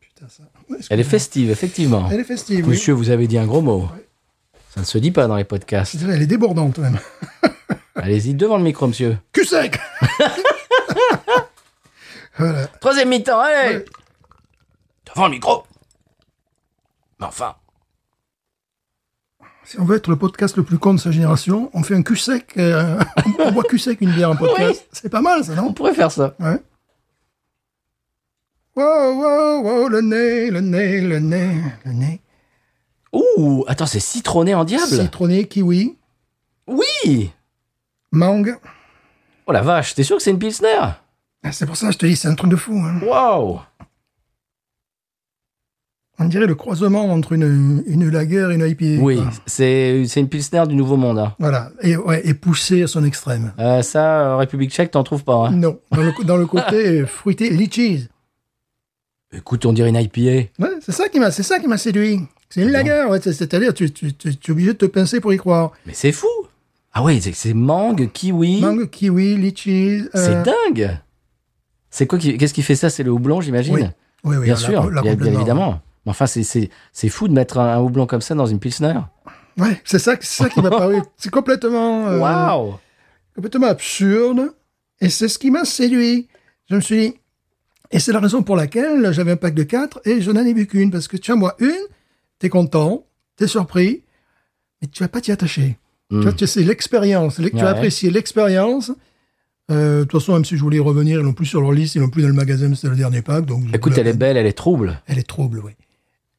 Speaker 2: Putain, ça. Ouais,
Speaker 1: Elle est
Speaker 2: excusez-moi.
Speaker 1: festive, effectivement.
Speaker 2: Elle est festive, oui.
Speaker 1: Monsieur, vous avez dit un gros mot. Ça ne se dit pas dans les
Speaker 2: Je
Speaker 1: podcasts.
Speaker 2: dirais, Elle est débordante, même.
Speaker 1: Allez-y devant le micro, monsieur.
Speaker 2: Cul sec Voilà.
Speaker 1: Troisième mi-temps, allez Devant le micro Mais enfin
Speaker 2: Si on veut être le podcast le plus con de sa génération, on fait un cul sec. euh, on boit cul sec une bière en podcast. C'est pas mal, ça,
Speaker 1: On
Speaker 2: non
Speaker 1: pourrait faire ça.
Speaker 2: Ouais. Wow, wow, wow, le nez, le nez, le nez, le nez.
Speaker 1: Ouh Attends, c'est citronné en diable
Speaker 2: Citronné, kiwi,
Speaker 1: Oui
Speaker 2: mangue.
Speaker 1: Oh la vache, t'es sûr que c'est une pilsner
Speaker 2: Ah, C'est pour ça, je te dis, c'est un truc de fou. hein.
Speaker 1: Waouh
Speaker 2: On dirait le croisement entre une, une lager et une IPA.
Speaker 1: Oui,
Speaker 2: quoi.
Speaker 1: c'est c'est une pilsner du Nouveau Monde. hein.
Speaker 2: Voilà. Et, ouais, et poussé à son extrême.
Speaker 1: Euh, ça, en République tchèque, t'en trouves pas. hein.
Speaker 2: Non. Dans le, dans le côté euh, fruité, litchis.
Speaker 1: Écoute, on dirait une IPA.
Speaker 2: Ouais, c'est ça qui m'a, c'est ça qui m'a séduit. C'est une lagueur, ouais, c'est- c'est-à-dire tu, tu, tu, tu es obligé de te pincer pour y croire.
Speaker 1: Mais c'est fou Ah ouais, c'est- c'est mangue, kiwi...
Speaker 2: Mangue, kiwi, litchi. euh,
Speaker 1: C'est dingue C'est quoi qui- Qu'est-ce qui fait ça C'est le houblon, j'imagine
Speaker 2: Oui, oui, oui,
Speaker 1: Bien
Speaker 2: là,
Speaker 1: sûr, bien,
Speaker 2: là,
Speaker 1: bien
Speaker 2: complètement.
Speaker 1: évidemment. Mais enfin, c'est- c'est c'est fou de mettre un, un houblon comme ça dans une pilsner.
Speaker 2: Ouais, c'est ça, c'est ça qui m'a paru. C'est complètement, euh,
Speaker 1: Waouh
Speaker 2: complètement absurde. Et c'est ce qui m'a séduit. Je me suis dit, et c'est la raison pour laquelle j'avais un pack de 4 et je n'en ai bu qu'une. Parce que tiens, moi, une, t'es content, t'es surpris, mais tu vas pas t'y attacher. Tu vois,
Speaker 1: Mm.
Speaker 2: tu- c'est l'expérience. l'e- Tu
Speaker 1: Ouais.
Speaker 2: as apprécié l'expérience. Euh, de toute façon, même si je voulais y revenir, ils l'ont plus sur leur liste, ils l'ont plus dans le magasin, c'était le dernier pack. Donc
Speaker 1: Écoute, elle est belle, elle est trouble.
Speaker 2: Elle est trouble, oui.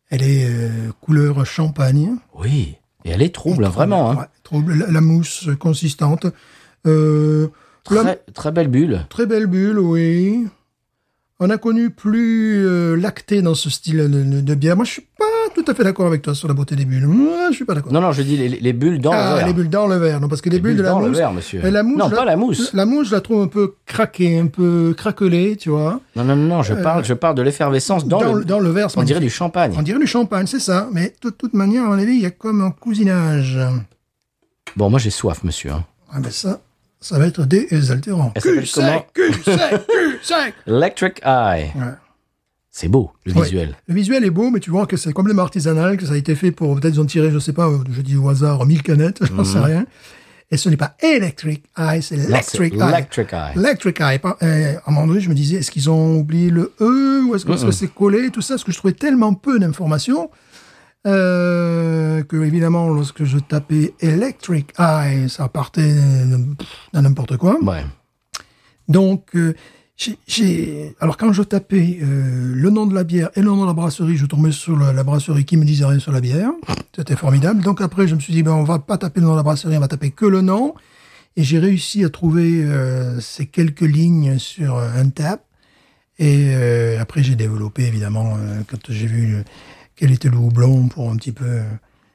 Speaker 2: Elle est euh, couleur champagne.
Speaker 1: Oui, et elle est trouble, hein,
Speaker 2: Trouble,
Speaker 1: vraiment. hein.
Speaker 2: ouais, trouble. La, la mousse consistante. Euh, la-
Speaker 1: Très, très belle bulle.
Speaker 2: très belle bulle, oui. On a connu plus euh, lacté dans ce style de, de- de bière. Moi, je suis pas tout à fait d'accord avec toi sur la beauté des bulles. Moi, je suis pas d'accord.
Speaker 1: Non, non, je dis les, les bulles dans
Speaker 2: ah,
Speaker 1: le verre.
Speaker 2: les bulles dans le verre. Non, parce que les,
Speaker 1: Les
Speaker 2: bulles, de la
Speaker 1: dans le
Speaker 2: mousse,
Speaker 1: verre, monsieur.
Speaker 2: Et la mousse,
Speaker 1: non,
Speaker 2: là-
Speaker 1: pas la mousse.
Speaker 2: La mousse, je la trouve un peu craquée, un peu craquelée, tu vois.
Speaker 1: Non, non, non, non, je parle, je parle de l'effervescence dans, le...
Speaker 2: Euh, dans le verre, c'est
Speaker 1: On dirait du
Speaker 2: magnifique.
Speaker 1: champagne.
Speaker 2: On dirait du champagne, c'est ça. Mais de toute manière, à mon avis, il y a comme un cousinage.
Speaker 1: Bon, moi j'ai soif, monsieur. hein.
Speaker 2: Ah ben ça, ça va être désaltérant.
Speaker 1: Elle s'appelle comment
Speaker 2: cul sec, cul sec.
Speaker 1: Electric Eye.
Speaker 2: Ouais.
Speaker 1: C'est beau, le
Speaker 2: Ouais.
Speaker 1: visuel.
Speaker 2: Le visuel est beau, mais tu vois que c'est complètement artisanal, que ça a été fait pour, peut-être ils ont tiré, je sais pas, euh, je dis au hasard, 1000 canettes, j'en sais rien. Et ce n'est pas Electric Eye, c'est
Speaker 1: Mhm. Là, c'est
Speaker 2: Electric ah, Eye.
Speaker 1: Electric Eye.
Speaker 2: Electric Eye. Par- euh, à un moment donné, je me disais, est-ce qu'ils ont oublié le E ou est-ce que est-ce que c'est collé et tout ça Parce que je trouvais tellement peu d'informations euh, que, évidemment, lorsque je tapais Electric Eye, ça partait euh, pff, dans n'importe quoi.
Speaker 1: Ouais.
Speaker 2: Donc, euh, j'ai- j'ai- alors quand je tapais euh, le nom de la bière et le nom de la brasserie, je tombais sur la, la brasserie qui me disait rien sur la bière. C'était formidable. Donc après, je me suis dit, ben, on va pas taper le nom de la brasserie, on va taper que le nom. Et j'ai réussi à trouver euh, ces quelques lignes sur euh, un tap. Et euh, après, j'ai développé, évidemment, euh, quand j'ai vu euh, quel était le houblon pour un petit peu euh,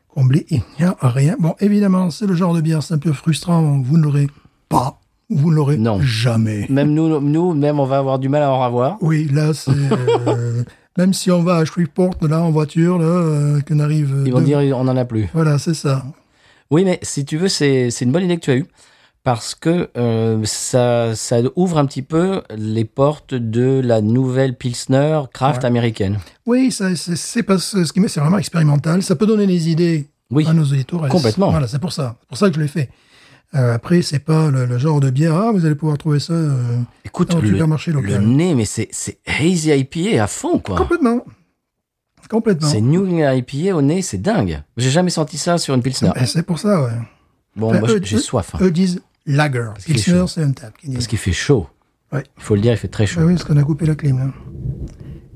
Speaker 2: combler. Il n'y a rien. Bon, évidemment, c'est le genre de bière, c'est un peu frustrant. Vous ne l'aurez pas. Vous ne l'aurez
Speaker 1: Non.
Speaker 2: jamais.
Speaker 1: Même nous, nous, même on va avoir du mal à en avoir.
Speaker 2: Oui, là, c'est. euh, même si on va à Shreveport, là, en voiture, là, euh, qu'on arrive. euh,
Speaker 1: Ils vont
Speaker 2: de-
Speaker 1: dire, on en a plus.
Speaker 2: Voilà, c'est ça.
Speaker 1: Oui, mais si tu veux, c'est c'est une bonne idée que tu as eue. Parce que euh, ça, ça ouvre un petit peu les portes de la nouvelle Pilsner craft
Speaker 2: Ouais.
Speaker 1: américaine.
Speaker 2: Oui, ça, c'est c'est pas ce ce qui m'est- c'est vraiment expérimental. Ça peut donner des idées
Speaker 1: Oui.
Speaker 2: à nos auditeurs.
Speaker 1: Complètement.
Speaker 2: Voilà, c'est pour ça. C'est pour ça que je l'ai fait. Euh, après, c'est pas le, le genre de bière. Ah, vous allez pouvoir trouver ça euh,
Speaker 1: Écoute,
Speaker 2: dans le
Speaker 1: le,
Speaker 2: supermarché
Speaker 1: le
Speaker 2: local.
Speaker 1: nez, mais c'est c'est hazy IPA à fond, quoi.
Speaker 2: Complètement. Complètement.
Speaker 1: C'est New England IPA au nez, c'est dingue. J'ai jamais senti ça sur une Pilsner.
Speaker 2: Ben, c'est pour ça, ouais.
Speaker 1: Bon,
Speaker 2: Ben,
Speaker 1: moi,
Speaker 2: eux-
Speaker 1: j'ai
Speaker 2: eux-
Speaker 1: soif. hein,
Speaker 2: Eux disent lager.
Speaker 1: qu'il est
Speaker 2: Pilsner,
Speaker 1: chaud.
Speaker 2: c'est un tap.
Speaker 1: parce qu'il fait chaud.
Speaker 2: Ouais.
Speaker 1: Il faut le dire, il fait très chaud.
Speaker 2: Ah oui, parce qu'on a coupé la clim. hein.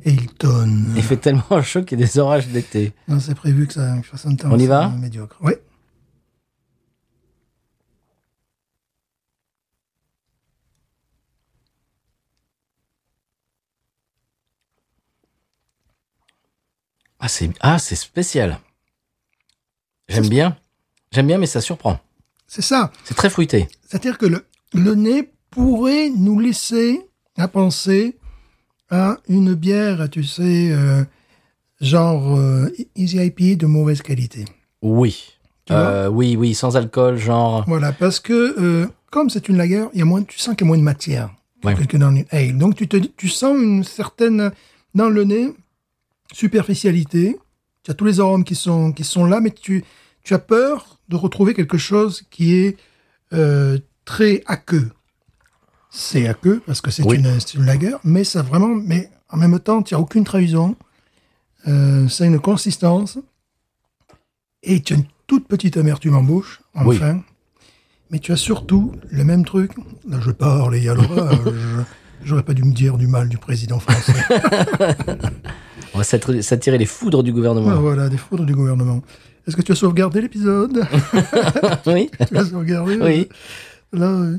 Speaker 2: Et il tonne.
Speaker 1: Il fait tellement chaud qu'il y a des orages d'été.
Speaker 2: Non, c'est prévu que ça que fasse un temps.
Speaker 1: On y
Speaker 2: aussi
Speaker 1: va
Speaker 2: Médiocre. Oui.
Speaker 1: Ah, c'est ah, c'est spécial. J'aime bien. J'aime bien, mais ça surprend.
Speaker 2: C'est ça.
Speaker 1: C'est très fruité.
Speaker 2: C'est-à-dire que le, le nez pourrait nous laisser à penser à une bière, tu sais, euh, genre euh, Easy IPA de mauvaise qualité.
Speaker 1: Oui.
Speaker 2: Tu vois
Speaker 1: Euh, oui, oui, sans alcool, genre.
Speaker 2: Voilà, parce que euh, comme c'est une lager, il y a moins, tu sens qu'il y a moins de matière que-
Speaker 1: Ouais.
Speaker 2: que dans une ale. Donc tu, te, dis- tu sens une certaine, dans le nez, superficialité. Tu as tous les arômes qui sont, qui sont là, mais tu, tu as peur de retrouver quelque chose qui est euh, très aqueux. C'est aqueux parce que c'est
Speaker 1: Oui.
Speaker 2: une, c'est une lager, mais ça vraiment, mais en même temps, tu n'as aucune trahison. Euh, ça a une consistance. Et tu as une toute petite amertume en bouche,
Speaker 1: Oui.
Speaker 2: enfin. Mais tu as surtout le même truc. Là, je parle et il y a l'orage. J'aurais pas dû me dire du mal du président français.
Speaker 1: On va s'attri- s'attirer les foudres du
Speaker 2: Ah,
Speaker 1: gouvernement.
Speaker 2: voilà, des foudres du gouvernement. Est-ce que tu as sauvegardé l'épisode Ah
Speaker 1: oui.
Speaker 2: Tu l'as sauvegardé
Speaker 1: Oui.
Speaker 2: Là, euh,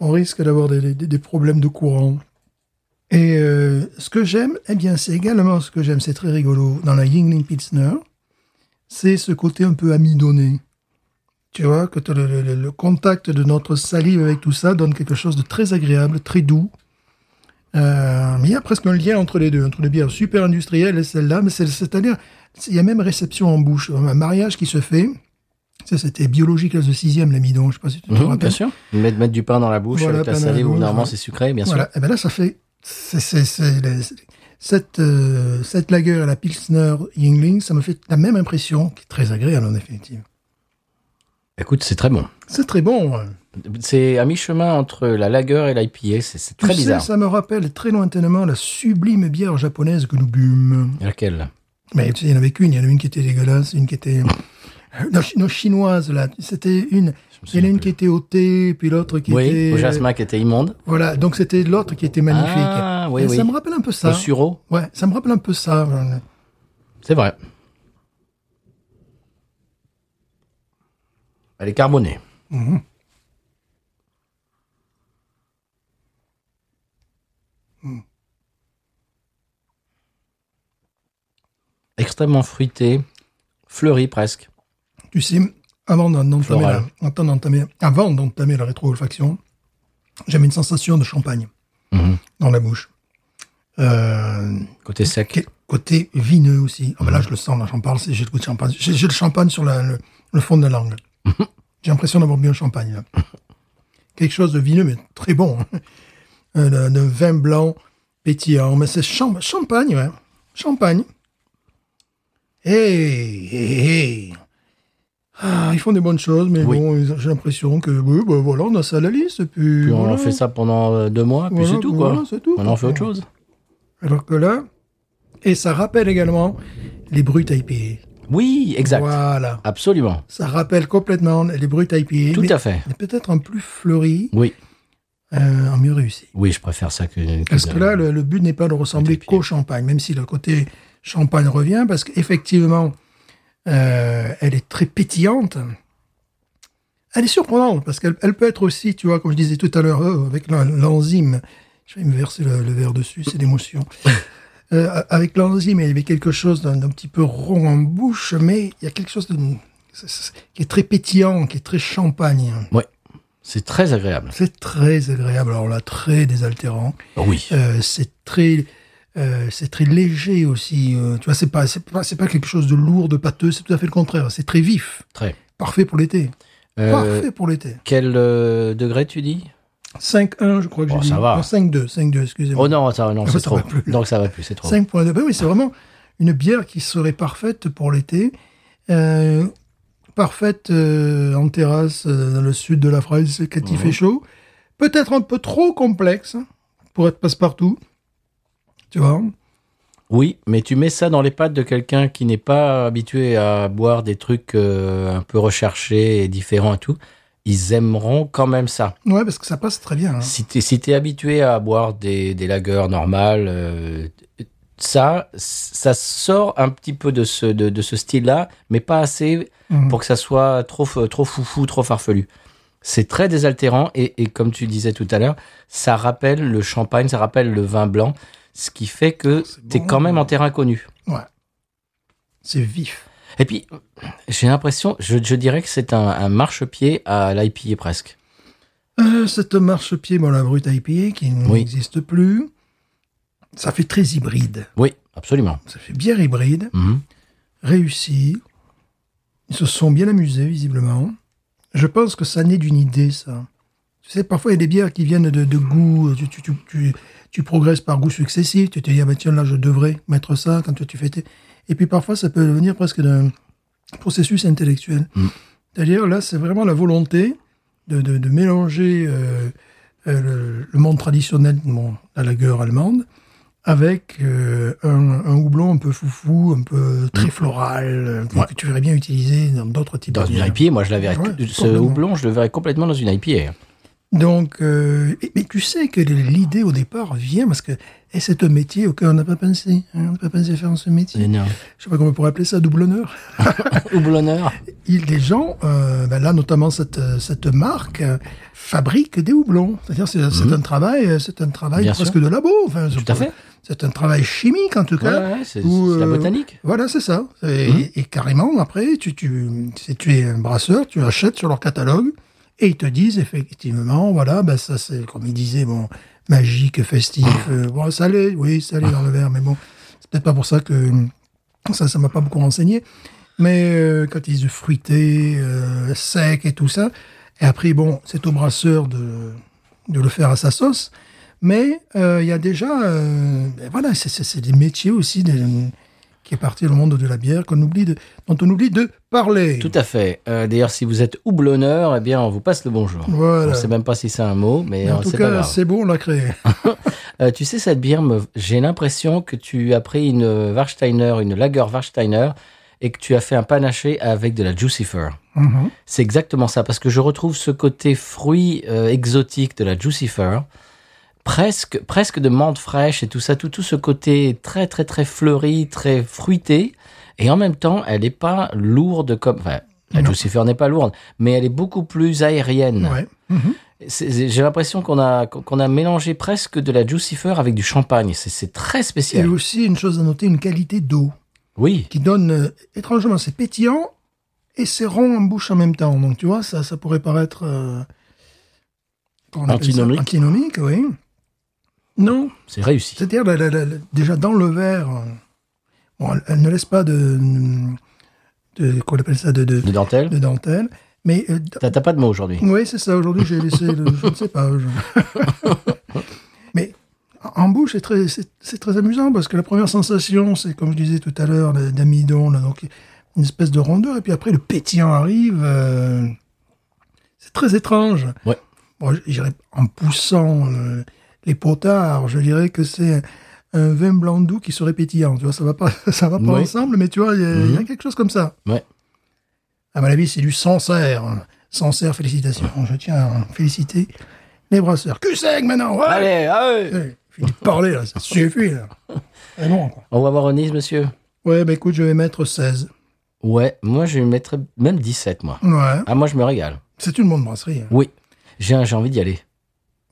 Speaker 2: on risque d'avoir des, des- des problèmes de courant. Et euh, ce que j'aime, eh bien, c'est également ce que j'aime, c'est très rigolo, dans la Yingling Pilsner, c'est ce côté un peu amidonné. Tu vois, que t'as le, le- le- le contact de notre salive avec tout ça donne quelque chose de très agréable, très doux. Euh, mais il y a presque un lien entre les deux, entre les bières super industrielles et celle-là, mais c'est- c'est-à-dire, il y a même réception en bouche, un mariage qui se fait. Ça, c'était biologique, classe de sixième, l'amidon, je sais pas si tu te
Speaker 1: Mhm,
Speaker 2: rappelles.
Speaker 1: bien sûr. Mettre, mettre du pain dans la bouche
Speaker 2: Voilà,
Speaker 1: avec la
Speaker 2: pain dans la
Speaker 1: salive, ou
Speaker 2: bouche,
Speaker 1: normalement
Speaker 2: ouais.
Speaker 1: c'est sucré, bien
Speaker 2: Voilà.
Speaker 1: sûr.
Speaker 2: Et ben là, ça fait. c'est- c'est- c'est la- cette, euh, cette lager à la Pilsner Yingling, ça me fait la même impression, qui est très agréable en définitive.
Speaker 1: Écoute, c'est très bon.
Speaker 2: C'est très bon. ouais.
Speaker 1: C'est à mi-chemin entre la lager et l'IPA. C'est c'est
Speaker 2: Tu
Speaker 1: très
Speaker 2: sais,
Speaker 1: bizarre.
Speaker 2: ça me rappelle très lointainement la sublime bière japonaise que nous bûmes.
Speaker 1: Laquelle
Speaker 2: Mais tu sais, il y en avait qu'une. Il y en avait une qui était dégueulasse, une qui était. Non, chi- non, chinoise, là. C'était une.
Speaker 1: Je me
Speaker 2: Il y en a
Speaker 1: souviens
Speaker 2: une
Speaker 1: plus.
Speaker 2: qui était au thé, puis l'autre qui
Speaker 1: Oui,
Speaker 2: était.
Speaker 1: au jasmin qui était immonde.
Speaker 2: Voilà. Donc c'était l'autre qui était magnifique.
Speaker 1: Ah, oui,
Speaker 2: Et
Speaker 1: oui.
Speaker 2: Ça me rappelle un peu
Speaker 1: Au
Speaker 2: ça.
Speaker 1: sureau,
Speaker 2: Ouais, ça me rappelle un peu ça.
Speaker 1: c'est vrai. Elle est carbonée.
Speaker 2: Mm-hmm.
Speaker 1: Mm. Extrêmement fruitée, fleurie presque.
Speaker 2: Tu sais, avant d'en- d'entamer
Speaker 1: Floral.
Speaker 2: la, avant d'entamer- avant d'entamer la rétro-olfaction, j'avais une sensation de champagne
Speaker 1: Mhm.
Speaker 2: dans la bouche. Euh,
Speaker 1: Côté sec.
Speaker 2: quel- côté vineux aussi. Ah ben là, je le sens, là, j'en parle, c'est- j'ai le goût de champagne. J'ai j'ai le champagne sur la- le, le fond de la langue. J'ai l'impression d'avoir bu un champagne, là. Quelque chose de vineux, mais très bon. Euh, de- de vin blanc pétillant, mais c'est cham- champagne, ouais. Champagne. Hey, hey, hey. Ah, ils font des bonnes choses, mais
Speaker 1: Oui.
Speaker 2: bon, ils- j'ai l'impression que, oui, bah, voilà, on a ça à la liste, puis...
Speaker 1: Puis
Speaker 2: voilà.
Speaker 1: on fait ça pendant euh, deux mois, puis
Speaker 2: Voilà,
Speaker 1: c'est tout quoi.
Speaker 2: voilà, c'est tout.
Speaker 1: on en fait autre chose.
Speaker 2: Alors que là, et ça rappelle également les brutes IPA.
Speaker 1: Oui, exact.
Speaker 2: Voilà.
Speaker 1: Absolument.
Speaker 2: Ça rappelle complètement les brutes IPA.
Speaker 1: Tout
Speaker 2: mais,
Speaker 1: à fait.
Speaker 2: mais peut-être en plus fleuri,
Speaker 1: Oui,
Speaker 2: euh, en mieux réussi.
Speaker 1: oui, je préfère ça que.
Speaker 2: Parce que
Speaker 1: de-
Speaker 2: là, le, le but n'est pas de ressembler
Speaker 1: Brut IPA.
Speaker 2: qu'au champagne, même si le côté champagne revient, parce qu'effectivement, euh, elle est très pétillante. Elle est surprenante, parce qu'elle elle peut être aussi, tu vois, comme je disais tout à l'heure, euh, avec l'en- l'enzyme. Je vais me verser le, le verre dessus, c'est l'émotion. Euh, a- avec l'enzyme, il y avait quelque chose d'un d'un petit peu rond en bouche, mais il y a quelque chose de, c'est- c'est- qui est très pétillant, qui est très champagne.
Speaker 1: C'est très agréable.
Speaker 2: C'est très agréable, alors là, très désaltérant.
Speaker 1: Oui.
Speaker 2: Euh, c'est très euh, c'est très léger aussi euh, tu vois c'est pas c'est pas c'est pas quelque chose de lourd de pâteux c'est tout à fait le contraire c'est très vif
Speaker 1: Très.
Speaker 2: parfait pour l'été
Speaker 1: Euh,
Speaker 2: parfait pour l'été
Speaker 1: Quel euh, degré tu dis
Speaker 2: 5-1 je crois que
Speaker 1: Oh,
Speaker 2: j'ai
Speaker 1: ça
Speaker 2: dit
Speaker 1: va.
Speaker 2: Non, 5-2 5-2 excusez-moi
Speaker 1: Oh non, attends, non,
Speaker 2: Ah,
Speaker 1: c'est
Speaker 2: ça
Speaker 1: trop.
Speaker 2: va plus.
Speaker 1: Donc ça va plus, c'est trop.
Speaker 2: 5.2 ben oui c'est vraiment une bière qui serait parfaite pour l'été Euh, parfaite euh, en terrasse euh, dans le sud de la France quand
Speaker 1: Mhm.
Speaker 2: il fait chaud hein, peut-être un peu trop complexe pour être passe-partout tu vois
Speaker 1: Oui, mais tu mets ça dans les pattes de quelqu'un qui n'est pas habitué à boire des trucs euh, un peu recherchés et différents et tout. Ils aimeront quand même ça.
Speaker 2: Ouais, parce que ça passe très bien. hein.
Speaker 1: Si t'es si t'es habitué à boire des, des lagers normales, euh, ça, ça sort un petit peu de ce, de, de ce style-là, mais pas assez
Speaker 2: Mhm.
Speaker 1: pour que ça soit trop, f- trop foufou, trop farfelu. C'est très désaltérant et, et comme tu disais tout à l'heure, ça rappelle le champagne, ça rappelle le vin blanc, ce qui fait que
Speaker 2: Ah, C'est
Speaker 1: t'es
Speaker 2: bon.
Speaker 1: quand même en terrain connu.
Speaker 2: C'est vif.
Speaker 1: Et puis, j'ai l'impression, je, je dirais que c'est un, un marchepied à l'IPA presque.
Speaker 2: Euh, cette marche-pied, bon, la brute IPA qui
Speaker 1: Oui.
Speaker 2: n'existe plus, ça fait très hybride.
Speaker 1: Oui, absolument.
Speaker 2: Ça fait bien hybride,
Speaker 1: Mhm.
Speaker 2: réussi. Ils se sont bien amusés, visiblement. Je pense que ça naît d'une idée, ça. Tu sais, parfois, il y a des bières qui viennent de, de goût. Tu, tu, tu, tu, tu progresses par goût successif. Tu te dis, ah ben tiens, là, je devrais mettre ça quand tu, tu fais tes... Et puis, parfois, ça peut venir presque d'un processus intellectuel.
Speaker 1: Mm.
Speaker 2: C'est-à-dire, là, c'est vraiment la volonté de, de, de mélanger euh, euh, le, le monde traditionnel, bon, la lagueur allemande, avec euh, un, un houblon un peu foufou, un peu très floral, euh, que-
Speaker 1: Mm. Ouais.
Speaker 2: que tu verrais bien utiliser dans d'autres types
Speaker 1: Dans
Speaker 2: de
Speaker 1: une
Speaker 2: bières.
Speaker 1: IPA, moi je la verrais,
Speaker 2: Ouais,
Speaker 1: ce
Speaker 2: complètement.
Speaker 1: houblon, je le verrais complètement dans une IPA.
Speaker 2: Donc, euh, et- mais tu sais que l'idée au départ vient parce que et c'est un métier auquel on n'a pas pensé. hein, on n'a pas pensé faire ce métier. Je sais pas comment on pourrait appeler ça, double honneur.
Speaker 1: Houblonneur.
Speaker 2: Il, les gens, euh, ben là notamment cette, cette marque, euh, fabriquent des houblons. C'est-à-dire c'est c'est un travail, euh, c'est un travail
Speaker 1: Mhm. Bien
Speaker 2: presque
Speaker 1: sûr.
Speaker 2: de labo. Enfin,
Speaker 1: Tout
Speaker 2: c'est-
Speaker 1: à fait.
Speaker 2: C'est un travail chimique en tout cas.
Speaker 1: Ouais, ouais, c'est
Speaker 2: où,
Speaker 1: c'est la
Speaker 2: euh,
Speaker 1: botanique. Mhm.
Speaker 2: Voilà, c'est ça. Et, et carrément, après, tu, tu, si tu es un brasseur, tu achètes sur leur catalogue et ils te disent effectivement, voilà, ben ça c'est, comme ils disaient, bon, magique, festif, euh, bon, salé, oui, salé dans le verre, mais bon, c'est peut-être pas pour ça que ça, ça m'a pas beaucoup renseigné. Mais euh, quand ils disent fruité, euh, sec et tout ça, et après, bon, c'est au brasseur de, de le faire à sa sauce. Mais euh, il y a déjà, euh, ben voilà, c'est- c'est c'est des métiers aussi des- qui est parti le monde de la bière qu'on oublie de, dont on oublie de parler.
Speaker 1: Tout à fait. Euh, D'ailleurs, si vous êtes houblonneur, eh bien, on vous passe le bonjour.
Speaker 2: Voilà.
Speaker 1: On ne sait même pas si c'est un mot, mais,
Speaker 2: Mais
Speaker 1: euh,
Speaker 2: en tout
Speaker 1: c'est pas
Speaker 2: cas,
Speaker 1: grave.
Speaker 2: c'est bon, on l'a créé.
Speaker 1: Euh, tu sais, cette bière, me- j'ai l'impression que tu as pris une euh, Warsteiner, une Lager Warsteiner, et que tu as fait un panaché avec de la Jucifer.
Speaker 2: Mhm.
Speaker 1: C'est exactement ça, parce que je retrouve ce côté fruit euh, exotique de la Jucifer, presque, presque de menthe fraîche et tout ça, tout, tout ce côté très, très, très fleuri, très fruité, et en même temps, elle n'est pas lourde comme. Enfin, la
Speaker 2: Non.
Speaker 1: Jucifer n'est pas lourde, mais elle est beaucoup plus aérienne.
Speaker 2: Ouais. Mhm.
Speaker 1: C'est- c'est- J'ai l'impression qu'on a, qu'on a mélangé presque de la Jucifer avec du champagne. C'est- C'est très
Speaker 2: Et
Speaker 1: spécial.
Speaker 2: aussi, une chose à noter, une qualité d'eau
Speaker 1: Oui,
Speaker 2: qui donne, euh, étrangement, c'est pétillant et c'est rond en bouche en même temps. Donc, tu vois, ça, ça pourrait paraître... euh, comment on appelle ça
Speaker 1: Antinomique.
Speaker 2: Antinomique, oui. Non,
Speaker 1: c'est réussi.
Speaker 2: C'est-à-dire, la- la- la- la- déjà dans le verre, euh, bon, elle, elle ne laisse pas de... de qu'on appelle ça de, de,
Speaker 1: De dentelle
Speaker 2: de dentelle. Mais euh, d-
Speaker 1: T'as t'as pas de mots aujourd'hui.
Speaker 2: oui, c'est ça. Aujourd'hui, j'ai laissé le- Je ne sais pas. je- Mais en bouche, c'est très, c'est- c'est très amusant parce que la première sensation, c'est comme je disais tout à l'heure, le- d'amidon, là, donc une espèce de rondeur. Et puis après, le pétillant arrive. euh, c'est très étrange.
Speaker 1: Ouais.
Speaker 2: Bon, je- j'irais- en poussant euh, les potards, je dirais que c'est un vin blanc doux qui serait pétillant. Tu vois, ça va pas, ça va pas
Speaker 1: Ouais. Mhm.
Speaker 2: ensemble, mais tu vois, il y a- il y a quelque chose comme ça. À mon avis, c'est du Sancerre. Sancerre, félicitations. Je tiens à féliciter les brasseurs. Cuseg, maintenant ouais
Speaker 1: Allez, allez
Speaker 2: Ouais, Fini de parler, là. Ça suffit, là. C'est bon, quoi.
Speaker 1: On va voir Onise, monsieur
Speaker 2: Ouais, bah écoute, je vais mettre 16.
Speaker 1: Ouais, moi je mettrais même 17, moi.
Speaker 2: Ouais.
Speaker 1: Ah, moi je me régale.
Speaker 2: C'est une bonne brasserie. hein.
Speaker 1: Oui, j'ai un- j'ai envie d'y aller.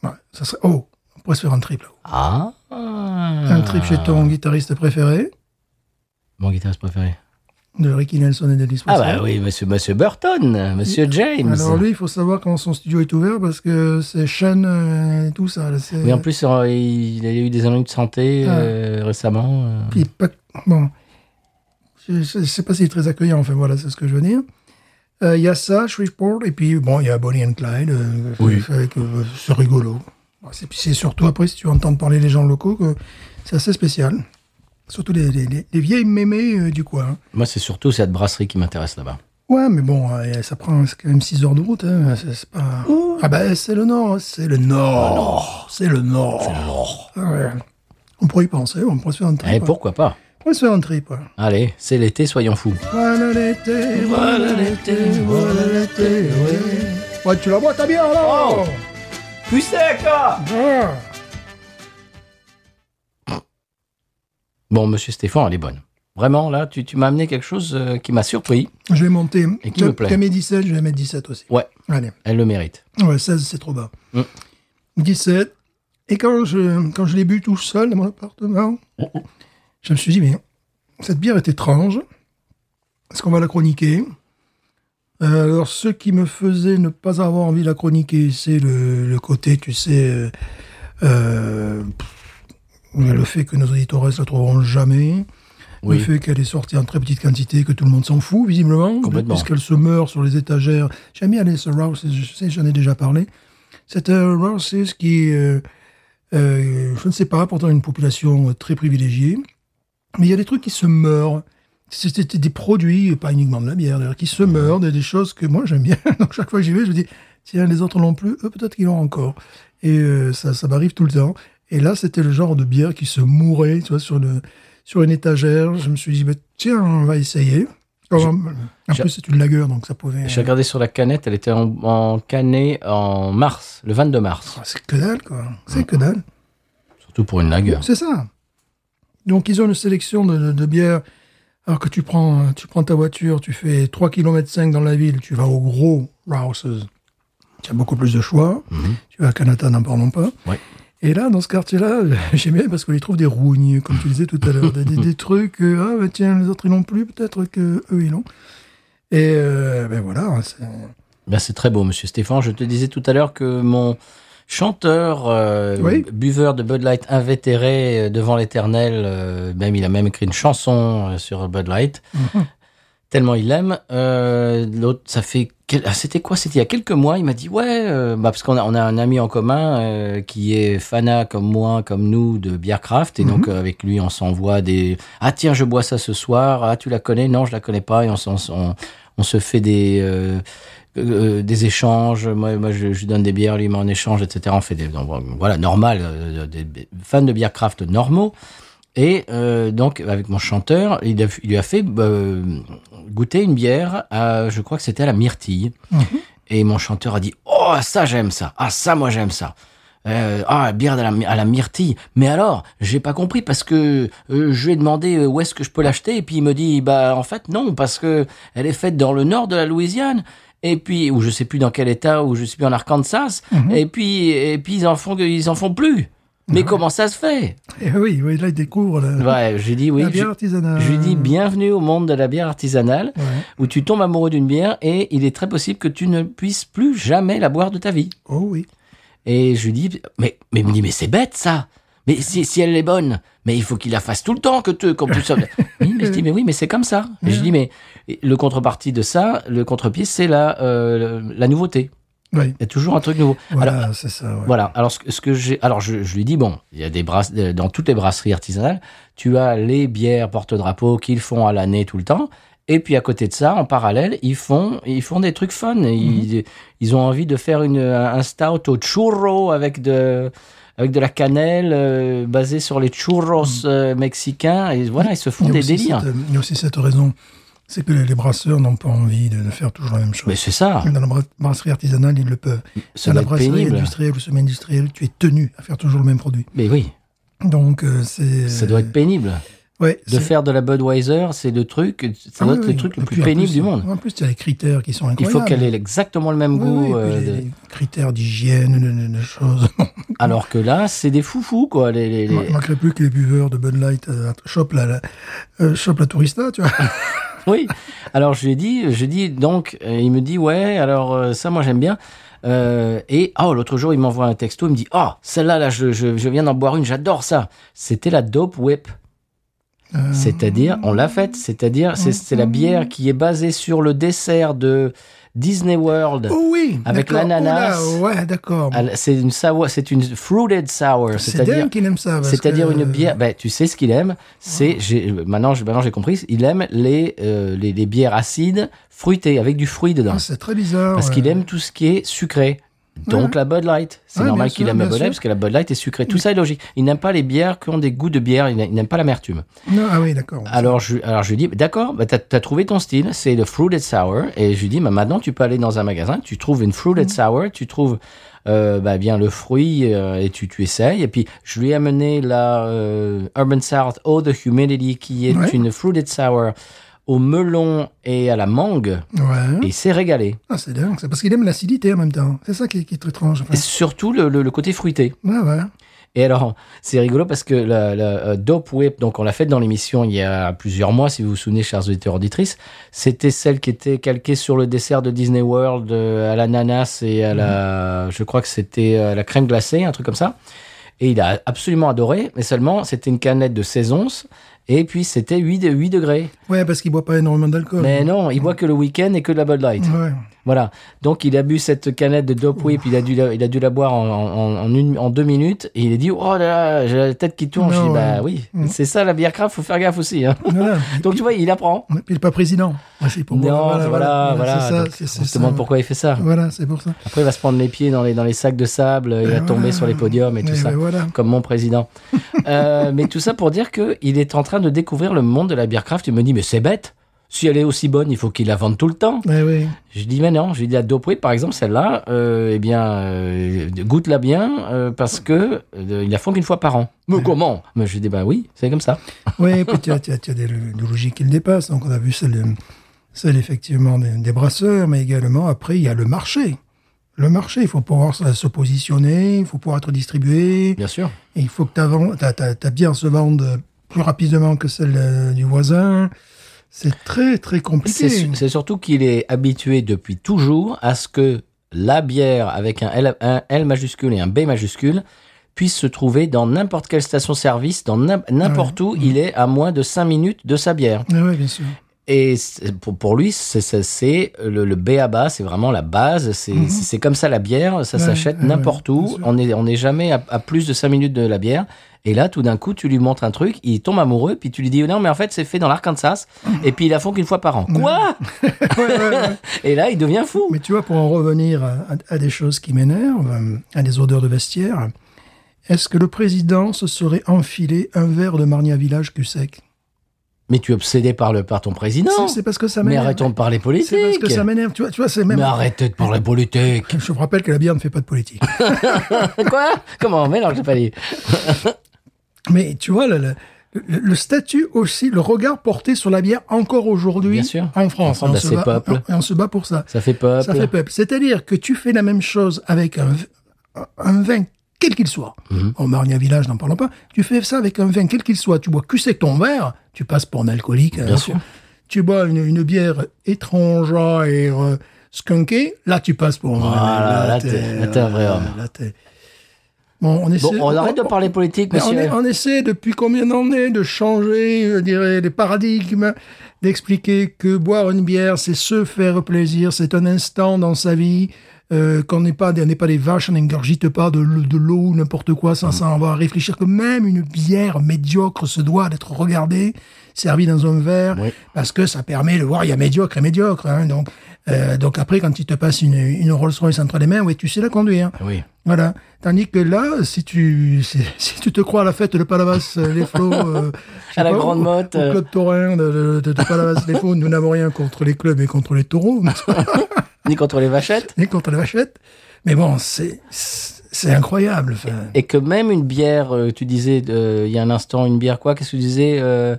Speaker 2: Ouais, ça serait... Oh, on pourrait se faire un triple.
Speaker 1: Ah
Speaker 2: Un
Speaker 1: Un
Speaker 2: triple chez ton guitariste préféré,
Speaker 1: Mon guitariste préféré.
Speaker 2: de Ricky Nelson et d'Elvis
Speaker 1: Ah
Speaker 2: Presley.
Speaker 1: bah oui, monsieur, monsieur Burton, monsieur James.
Speaker 2: Alors lui, il faut savoir quand son studio est ouvert parce que c'est chaîne euh, et tout ça. là, c'est-
Speaker 1: Oui, en plus, euh, il a eu des ennuis de santé
Speaker 2: Ah.
Speaker 1: euh, récemment. euh.
Speaker 2: Puis pas- bon, je, je- je sais pas s'il est très accueillant. Enfin voilà, c'est ce que je veux dire. Euh, Il y a ça, Shreveport, et puis bon, il y a Bonnie and Clyde. euh,
Speaker 1: Oui.
Speaker 2: avec, euh, c'est rigolo. Bon, C'est puis c'est surtout après si tu entends parler les gens locaux que c'est assez spécial. Surtout les, les- les- les vieilles mémés euh, du coin.
Speaker 1: Moi, c'est surtout cette brasserie qui m'intéresse là-bas.
Speaker 2: Ouais, mais bon, euh, ça prend c'est quand même 6 heures de route. hein, c'est- c'est pas- Ah ben, c'est le nord, c'est le nord, c'est le nord. Ouais. On pourrait y penser, on pourrait se faire un trip.
Speaker 1: Eh,
Speaker 2: ouais.
Speaker 1: pourquoi pas
Speaker 2: On pourrait se faire un trip. ouais.
Speaker 1: Allez, c'est l'été, soyons fous.
Speaker 2: Voilà l'été, voilà l'été, voilà l'été, ouais. Ouais, tu la bois ta bière là
Speaker 1: Oh Plus sec,
Speaker 2: Ah.
Speaker 1: Bon, monsieur Stéphane, elle est bonne. Vraiment, là, tu, tu m'as amené quelque chose euh, qui m'a surpris.
Speaker 2: Je vais monter.
Speaker 1: Et qui me plaît.
Speaker 2: T'as mis 17, je vais mettre 17 aussi.
Speaker 1: Ouais,
Speaker 2: Allez.
Speaker 1: elle le mérite.
Speaker 2: Ouais, 16, c'est trop bas.
Speaker 1: Mm.
Speaker 2: 17. Et quand je, quand je l'ai bu tout seul dans mon appartement, je me suis dit, mais cette bière est étrange. Est-ce qu'on va la chroniquer Euh, Alors, ce qui me faisait ne pas avoir envie de la chroniquer, c'est le, le côté, tu sais, euh, euh, pff, le fait que nos auditeurs la trouveront jamais.
Speaker 1: Oui.
Speaker 2: Le fait qu'elle est sortie en très petite quantité, que tout le monde s'en fout, visiblement.
Speaker 1: Complètement.
Speaker 2: Puisqu'elle se meurt sur les étagères. J'aime bien Alice Rouses, je sais, j'en ai déjà parlé. Cette euh, Rouses qui, euh, euh, je ne sais pas, pourtant une population euh, très privilégiée. Mais il y a des trucs qui se meurent. C'était des produits, et pas uniquement de la bière, d'ailleurs, qui se meurent, des, des choses que moi j'aime bien. Donc chaque fois que j'y vais, je dis, tiens, les autres l'ont plus, eux peut-être qu'ils l'ont encore. Et euh, ça, ça m'arrive tout le temps. Et là, c'était le genre de bière qui se mourait, tu vois, sur, le, sur une étagère. Je me suis dit, bah, tiens, on va essayer. Alors, en
Speaker 1: je-
Speaker 2: plus, c'est une lagueur, donc ça pouvait.
Speaker 1: J'ai regardé sur la canette, elle était en, en canée en mars, le 22 mars.
Speaker 2: Ah, C'est que dalle, quoi. C'est que dalle.
Speaker 1: Surtout pour une lagueur.
Speaker 2: C'est ça. Donc, ils ont une sélection de, de- de bières. Alors que tu prends, euh, tu prends ta voiture, tu fais 3,5 km dans la ville, tu vas au gros Rouses. Tu as beaucoup plus de choix. Tu vas à Canada, n'en parlons pas.
Speaker 1: Mhm. Ouais.
Speaker 2: Et là, dans ce quartier-là, j'aime bien parce qu'on y trouve des rougnes, comme tu disais tout à l'heure. des, des- des trucs, euh, ah bah tiens, les autres ils l'ont plus, peut-être que eux ils l'ont. Et euh, ben voilà, c'est-
Speaker 1: Ben, c'est très beau, monsieur Stéphane. Je te disais tout à l'heure que mon chanteur, euh,
Speaker 2: Oui.
Speaker 1: buveur de Bud Light invétéré euh, devant l'éternel, euh, même il a même écrit une chanson euh, sur Bud Light, tellement il l'aime. Euh, L'autre, ça fait. quel- ah, C'était quoi C'était il y a quelques mois, il m'a dit Ouais, euh, bah, parce qu'on a, on a un ami en commun euh, qui est fanat comme moi, comme nous, de bière craft. Et donc, euh, avec lui, on s'envoie des. Ah, tiens, je bois ça ce soir. Ah, tu la connais Non, je la connais pas. Et on, s'en- on, on se fait des. euh, euh, des échanges, moi, moi je, je lui donne des bières, lui il m'en échange, etc. On fait des, donc, voilà, normal, euh, des fans de bière craft normaux. Et euh, donc, avec mon chanteur, il, a- il lui a fait euh, goûter une bière, à, je crois que c'était à la myrtille.
Speaker 2: Mhm.
Speaker 1: Et mon chanteur a dit Oh, ça, j'aime ça. Ah, ça, moi, j'aime ça. Euh, ah, bière à la, à la myrtille. Mais alors, j'ai pas compris parce que euh, je lui ai demandé euh, où est-ce que je peux l'acheter et puis il me dit bah en fait non parce que elle est faite dans le nord de la Louisiane et puis ou je sais plus dans quel état ou je sais plus en Arkansas
Speaker 2: Mhm.
Speaker 1: et puis et puis ils en font ils en font plus. Mais
Speaker 2: Ah
Speaker 1: comment ça se fait
Speaker 2: et oui, oui, là ils découvrent la,
Speaker 1: Ouais, j'ai dit Bah, oui.
Speaker 2: Mmh. la bière euh,
Speaker 1: je-
Speaker 2: artisanale.
Speaker 1: je lui dis bienvenue au monde de la bière artisanale
Speaker 2: Ouais.
Speaker 1: où tu tombes amoureux d'une bière et il est très possible que tu ne puisses plus jamais la boire de ta vie.
Speaker 2: Oh oui.
Speaker 1: Et je lui dis, mais, mais il me dit, mais c'est bête ça. Mais si, si elle est bonne, mais il faut qu'il la fasse tout le temps que tu, quand tu sors. Oui, mais je dis, mais oui, mais c'est comme ça. Et je dis, mais le contrepartie de ça, le contre-pied, c'est la, euh, la nouveauté.
Speaker 2: Oui.
Speaker 1: Il y a toujours un truc nouveau.
Speaker 2: Voilà,
Speaker 1: Alors,
Speaker 2: c'est ça. ouais.
Speaker 1: voilà. Alors, ce que, ce que j'ai, alors je, je lui dis bon, il y a des brasses euh, dans toutes les brasseries artisanales, tu as les bières porte-drapeau qu'ils font à l'année tout le temps. Et puis à côté de ça, en parallèle, ils font ils font des trucs fun. Ils,
Speaker 2: Mhm.
Speaker 1: ils ont envie de faire une un stout au churro avec de avec de la cannelle euh, basée sur les churros euh, mexicains. Et voilà, ils se font
Speaker 2: Mhm. Il y a
Speaker 1: des
Speaker 2: aussi
Speaker 1: délires.
Speaker 2: cette- il y a aussi cette raison, c'est que les, les brasseurs n'ont pas envie de, de faire toujours la même chose.
Speaker 1: Mais c'est ça.
Speaker 2: Dans la bra- brasserie artisanale, ils le peuvent.
Speaker 1: Ça
Speaker 2: Dans
Speaker 1: doit
Speaker 2: euh, la
Speaker 1: être
Speaker 2: brasserie
Speaker 1: pénible.
Speaker 2: industrielle ou semi-industrielle, tu es tenu à faire toujours le même produit.
Speaker 1: Mais oui,
Speaker 2: Donc, euh, c'est.
Speaker 1: ça doit être pénible.
Speaker 2: Ouais,
Speaker 1: De
Speaker 2: c'est-
Speaker 1: faire de la Budweiser, c'est le truc, ça
Speaker 2: Ah
Speaker 1: doit
Speaker 2: oui,
Speaker 1: être
Speaker 2: oui.
Speaker 1: le truc le
Speaker 2: Et
Speaker 1: plus
Speaker 2: puis, en
Speaker 1: pénible
Speaker 2: plus,
Speaker 1: du monde.
Speaker 2: En plus, tu as les critères qui sont
Speaker 1: Il
Speaker 2: incroyables.
Speaker 1: faut qu'elle ait exactement le même
Speaker 2: Oui,
Speaker 1: goût.
Speaker 2: oui, et puis
Speaker 1: euh,
Speaker 2: les,
Speaker 1: de-
Speaker 2: les critères d'hygiène, de, de- de choses.
Speaker 1: Alors que là, c'est des foufous, quoi. Les, les- les-
Speaker 2: Il ne manquerait plus que les buveurs de Bud Light euh, chopent la, la, euh, chopent la tourista, tu vois.
Speaker 1: Ah, Oui. Alors, je lui ai dit, je lui ai dit, donc, euh, il me dit, ouais, alors, euh, ça, moi, j'aime bien. Euh, et, oh, l'autre jour, il m'envoie un texto, il me dit, oh, celle-là, là, je, je- je viens d'en boire une, j'adore ça. C'était la Dope Whip.
Speaker 2: Euh, Mhm.
Speaker 1: C'est-à-dire, on l'a faite, c'est-à-dire, c'est- c'est la bière qui est basée sur le dessert de Disney World.
Speaker 2: Oh oui
Speaker 1: Avec
Speaker 2: d'accord.
Speaker 1: l'ananas.
Speaker 2: Oh là, ouais, d'accord.
Speaker 1: Ah, C'est une sour, c'est une fruited sour,
Speaker 2: C'est
Speaker 1: c'est-à-dire
Speaker 2: dingue qu'il aime ça. parce
Speaker 1: C'est-à-dire
Speaker 2: que-
Speaker 1: une
Speaker 2: euh,
Speaker 1: bière. Ben, tu sais ce qu'il aime. C'est j'ai- euh, maintenant, j'ai- maintenant j'ai compris. Il aime les, euh, les les bières acides, fruitées, avec du fruit dedans.
Speaker 2: Ah, c'est très bizarre.
Speaker 1: parce
Speaker 2: ouais.
Speaker 1: qu'il aime tout ce qui est sucré. Donc la Bud Light. C'est
Speaker 2: Ouais,
Speaker 1: normal
Speaker 2: bien
Speaker 1: qu'il
Speaker 2: sûr,
Speaker 1: aime la Bud
Speaker 2: bien
Speaker 1: Light
Speaker 2: sûr. Mm.
Speaker 1: parce que la Bud Light est sucrée. Tout ça est logique. Il n'aime pas les bières qui ont des goûts de bière. Il n'a- il n'aime pas l'amertume.
Speaker 2: Non, ah oui, d'accord.
Speaker 1: Alors je, alors je lui dis, d'accord, bah, t'as as trouvé ton style, c'est le fruited sour. Et je lui dis, bah, maintenant tu peux aller dans un magasin, tu trouves une fruited sour, tu trouves euh, bah, bien le fruit euh, et tu, tu essayes. Et puis je lui ai amené la euh, Urban South Oh the Humidity qui est
Speaker 2: Ouais.
Speaker 1: une fruited sour au melon et à la mangue.
Speaker 2: Ouais.
Speaker 1: Et il s'est régalé.
Speaker 2: Ah, c'est dingue, c'est parce qu'il aime l'acidité en même temps. C'est ça qui, qui est très étrange. enfin.
Speaker 1: Et surtout le- le- le côté fruité.
Speaker 2: Ouais, ouais.
Speaker 1: Et alors, c'est rigolo parce que la, la, euh, Dope Whip, donc on l'a faite dans l'émission il y a plusieurs mois, si vous vous souvenez, chers auditeurs auditrices, c'était celle qui était calquée sur le dessert de Disney World euh, à l'ananas et à la, je crois que c'était euh, la crème glacée, un truc comme ça. Et il a absolument adoré, mais seulement c'était une canette de 16 onces et puis c'était 8, de- 8 degrés.
Speaker 2: Ouais, parce qu'il boit pas énormément d'alcool.
Speaker 1: Mais non, il boit que le week-end et que de la Bud Light.
Speaker 2: Ouais.
Speaker 1: Voilà. Donc il a bu cette canette de Dope Whip, il a dû la, il a dû la boire en, en, en une, en deux minutes et il a dit Oh là là, j'ai la tête qui tourne. Je dis
Speaker 2: Non,
Speaker 1: Bah
Speaker 2: ouais. Mm.
Speaker 1: oui, c'est ça la bière craft, faut faire gaffe aussi. hein.
Speaker 2: Voilà.
Speaker 1: Donc tu vois, il apprend.
Speaker 2: Et puis le pas président. Ouais, c'est pour
Speaker 1: non,
Speaker 2: moi.
Speaker 1: voilà, voilà. Donc,
Speaker 2: c'est ça. c'est-
Speaker 1: on se
Speaker 2: c'est ça.
Speaker 1: demande pourquoi il fait ça.
Speaker 2: Voilà, c'est pour ça.
Speaker 1: Après, il va se prendre les pieds dans les, dans les sacs de sable, il va
Speaker 2: voilà.
Speaker 1: tomber sur les podiums et tout
Speaker 2: Eh
Speaker 1: ça.
Speaker 2: ben voilà.
Speaker 1: Comme mon président. Euh, mais tout ça pour dire qu'il est en train de découvrir le monde de la bière craft. Il me dit Mais c'est bête. Si elle est aussi bonne, il faut qu'il la vende tout le temps.
Speaker 2: Ouais, ouais.
Speaker 1: Je dis mais non, je lui dis la dope whip, par exemple celle-là, euh, eh bien euh, goûte-la bien euh, parce que euh, ils la font qu'une fois par an. Mais comment Mais je lui dis bah oui, c'est comme ça.
Speaker 2: Oui, puis tu as, tu as- tu as des, des logiques qui le dépassent. Donc, on a vu celle, celle effectivement des, des brasseurs, mais également, après, il y a le marché. Le marché, il faut pouvoir se se positionner, il faut pouvoir être distribué,
Speaker 1: Bien sûr.
Speaker 2: et il faut que ta, vend- ta, ta- ta bière se vende plus rapidement que celle euh, du voisin. C'est très, très
Speaker 1: C'est
Speaker 2: compliqué.
Speaker 1: su- c'est surtout qu'il est habitué depuis toujours à ce que la bière avec un L, un L majuscule et un B majuscule puisse se trouver dans n'importe quelle station-service, dans n'im- n'importe où, il est à moins de 5 minutes de sa bière.
Speaker 2: Ah ouais, bien sûr.
Speaker 1: Et c'est- pour, pour lui, c'est- c'est c'est le, le B à bas, c'est vraiment la base. C'est c'est- c'est comme ça la bière, ça
Speaker 2: Mhm. Ouais,
Speaker 1: s'achète
Speaker 2: ouais,
Speaker 1: n'importe
Speaker 2: ouais, bien
Speaker 1: où.
Speaker 2: sûr.
Speaker 1: On n'est on est jamais à, à plus de 5 minutes de la bière. Et là, tout d'un coup, tu lui montres un truc, il tombe amoureux, puis tu lui dis Non, mais en fait, c'est fait dans l'Arkansas, et puis ils la font qu'une fois par an. Quoi
Speaker 2: Ouais, ouais, ouais.
Speaker 1: Et là, il devient fou.
Speaker 2: Mais tu vois, pour en revenir à, à- à des choses qui m'énervent, euh, à des odeurs de vestiaire, est-ce que le président se serait enfilé un verre de Marnia Village cul sec
Speaker 1: Mais tu es obsédé par, le, par ton président.
Speaker 2: C'est- C'est parce que ça
Speaker 1: Mais
Speaker 2: m'énerve.
Speaker 1: arrêtons de parler politique.
Speaker 2: C'est parce que ça m'énerve. Tu vois, tu vois c'est même.
Speaker 1: Mais arrêtez de parler politique.
Speaker 2: Je vous rappelle que la bière ne fait pas de politique.
Speaker 1: Quoi Comment Mais non, j'ai pas dit.
Speaker 2: Mais tu vois, le, le- le- le statut aussi, le regard porté sur la bière encore aujourd'hui
Speaker 1: Bien sûr.
Speaker 2: en France.
Speaker 1: On ressemble
Speaker 2: Et
Speaker 1: à
Speaker 2: se
Speaker 1: ces
Speaker 2: bat-
Speaker 1: peuples.
Speaker 2: et on se bat pour ça.
Speaker 1: Ça fait peuple.
Speaker 2: Ça fait peuple. C'est-à-dire que tu fais la même chose avec un, un vin quel qu'il soit.
Speaker 1: Mhm.
Speaker 2: Au Marnia Village, n'en parlons pas. Tu fais ça avec un vin quel qu'il soit. Tu bois que sec ton verre, tu passes pour un alcoolique. Bien
Speaker 1: sûr.
Speaker 2: Tu bois une, une bière étrangère et euh, skunkée, là tu passes pour un vrai-
Speaker 1: Voilà, là,
Speaker 2: t'es-
Speaker 1: t'es- là, t'es un vrai homme.
Speaker 2: là, t'es- Bon, on
Speaker 1: Bon,
Speaker 2: essaie,
Speaker 1: on arrête de parler politique,
Speaker 2: mais on,
Speaker 1: monsieur.
Speaker 2: est- on essaie depuis combien d'années de changer, je dirais, les paradigmes, d'expliquer que boire une bière, c'est se faire plaisir, c'est un instant dans sa vie, euh, qu'on n'est pas, des- on n'est pas des vaches, on n'ingurgite pas de, l- de l'eau ou n'importe quoi
Speaker 1: Mm.
Speaker 2: sans, sans avoir à réfléchir que même une bière médiocre se doit d'être regardée, servie dans un verre,
Speaker 1: Oui.
Speaker 2: parce que ça permet de voir, il y a médiocre et médiocre. hein, donc, euh, donc après, quand il te passe une, une Rolls-Royce entre les mains, ouais, tu sais la conduire.
Speaker 1: Ah Oui.
Speaker 2: Voilà. Tandis que là, si tu, si, si tu te crois à la fête de Palavas, euh, les flots, euh, je sais
Speaker 1: À la
Speaker 2: pas,
Speaker 1: Grande
Speaker 2: ou-
Speaker 1: Motte,
Speaker 2: ou
Speaker 1: euh.
Speaker 2: Claude Taurin de, de, de Palavas, les flots, nous n'avons rien contre les clubs et contre les taureaux,
Speaker 1: Ni contre les vachettes.
Speaker 2: ni contre les vachettes. Mais bon, c'est, c'est c'est incroyable. Enfin,
Speaker 1: Et que même une bière, euh, tu disais euh, il y a un instant, une bière quoi Qu'est-ce que tu disais euh,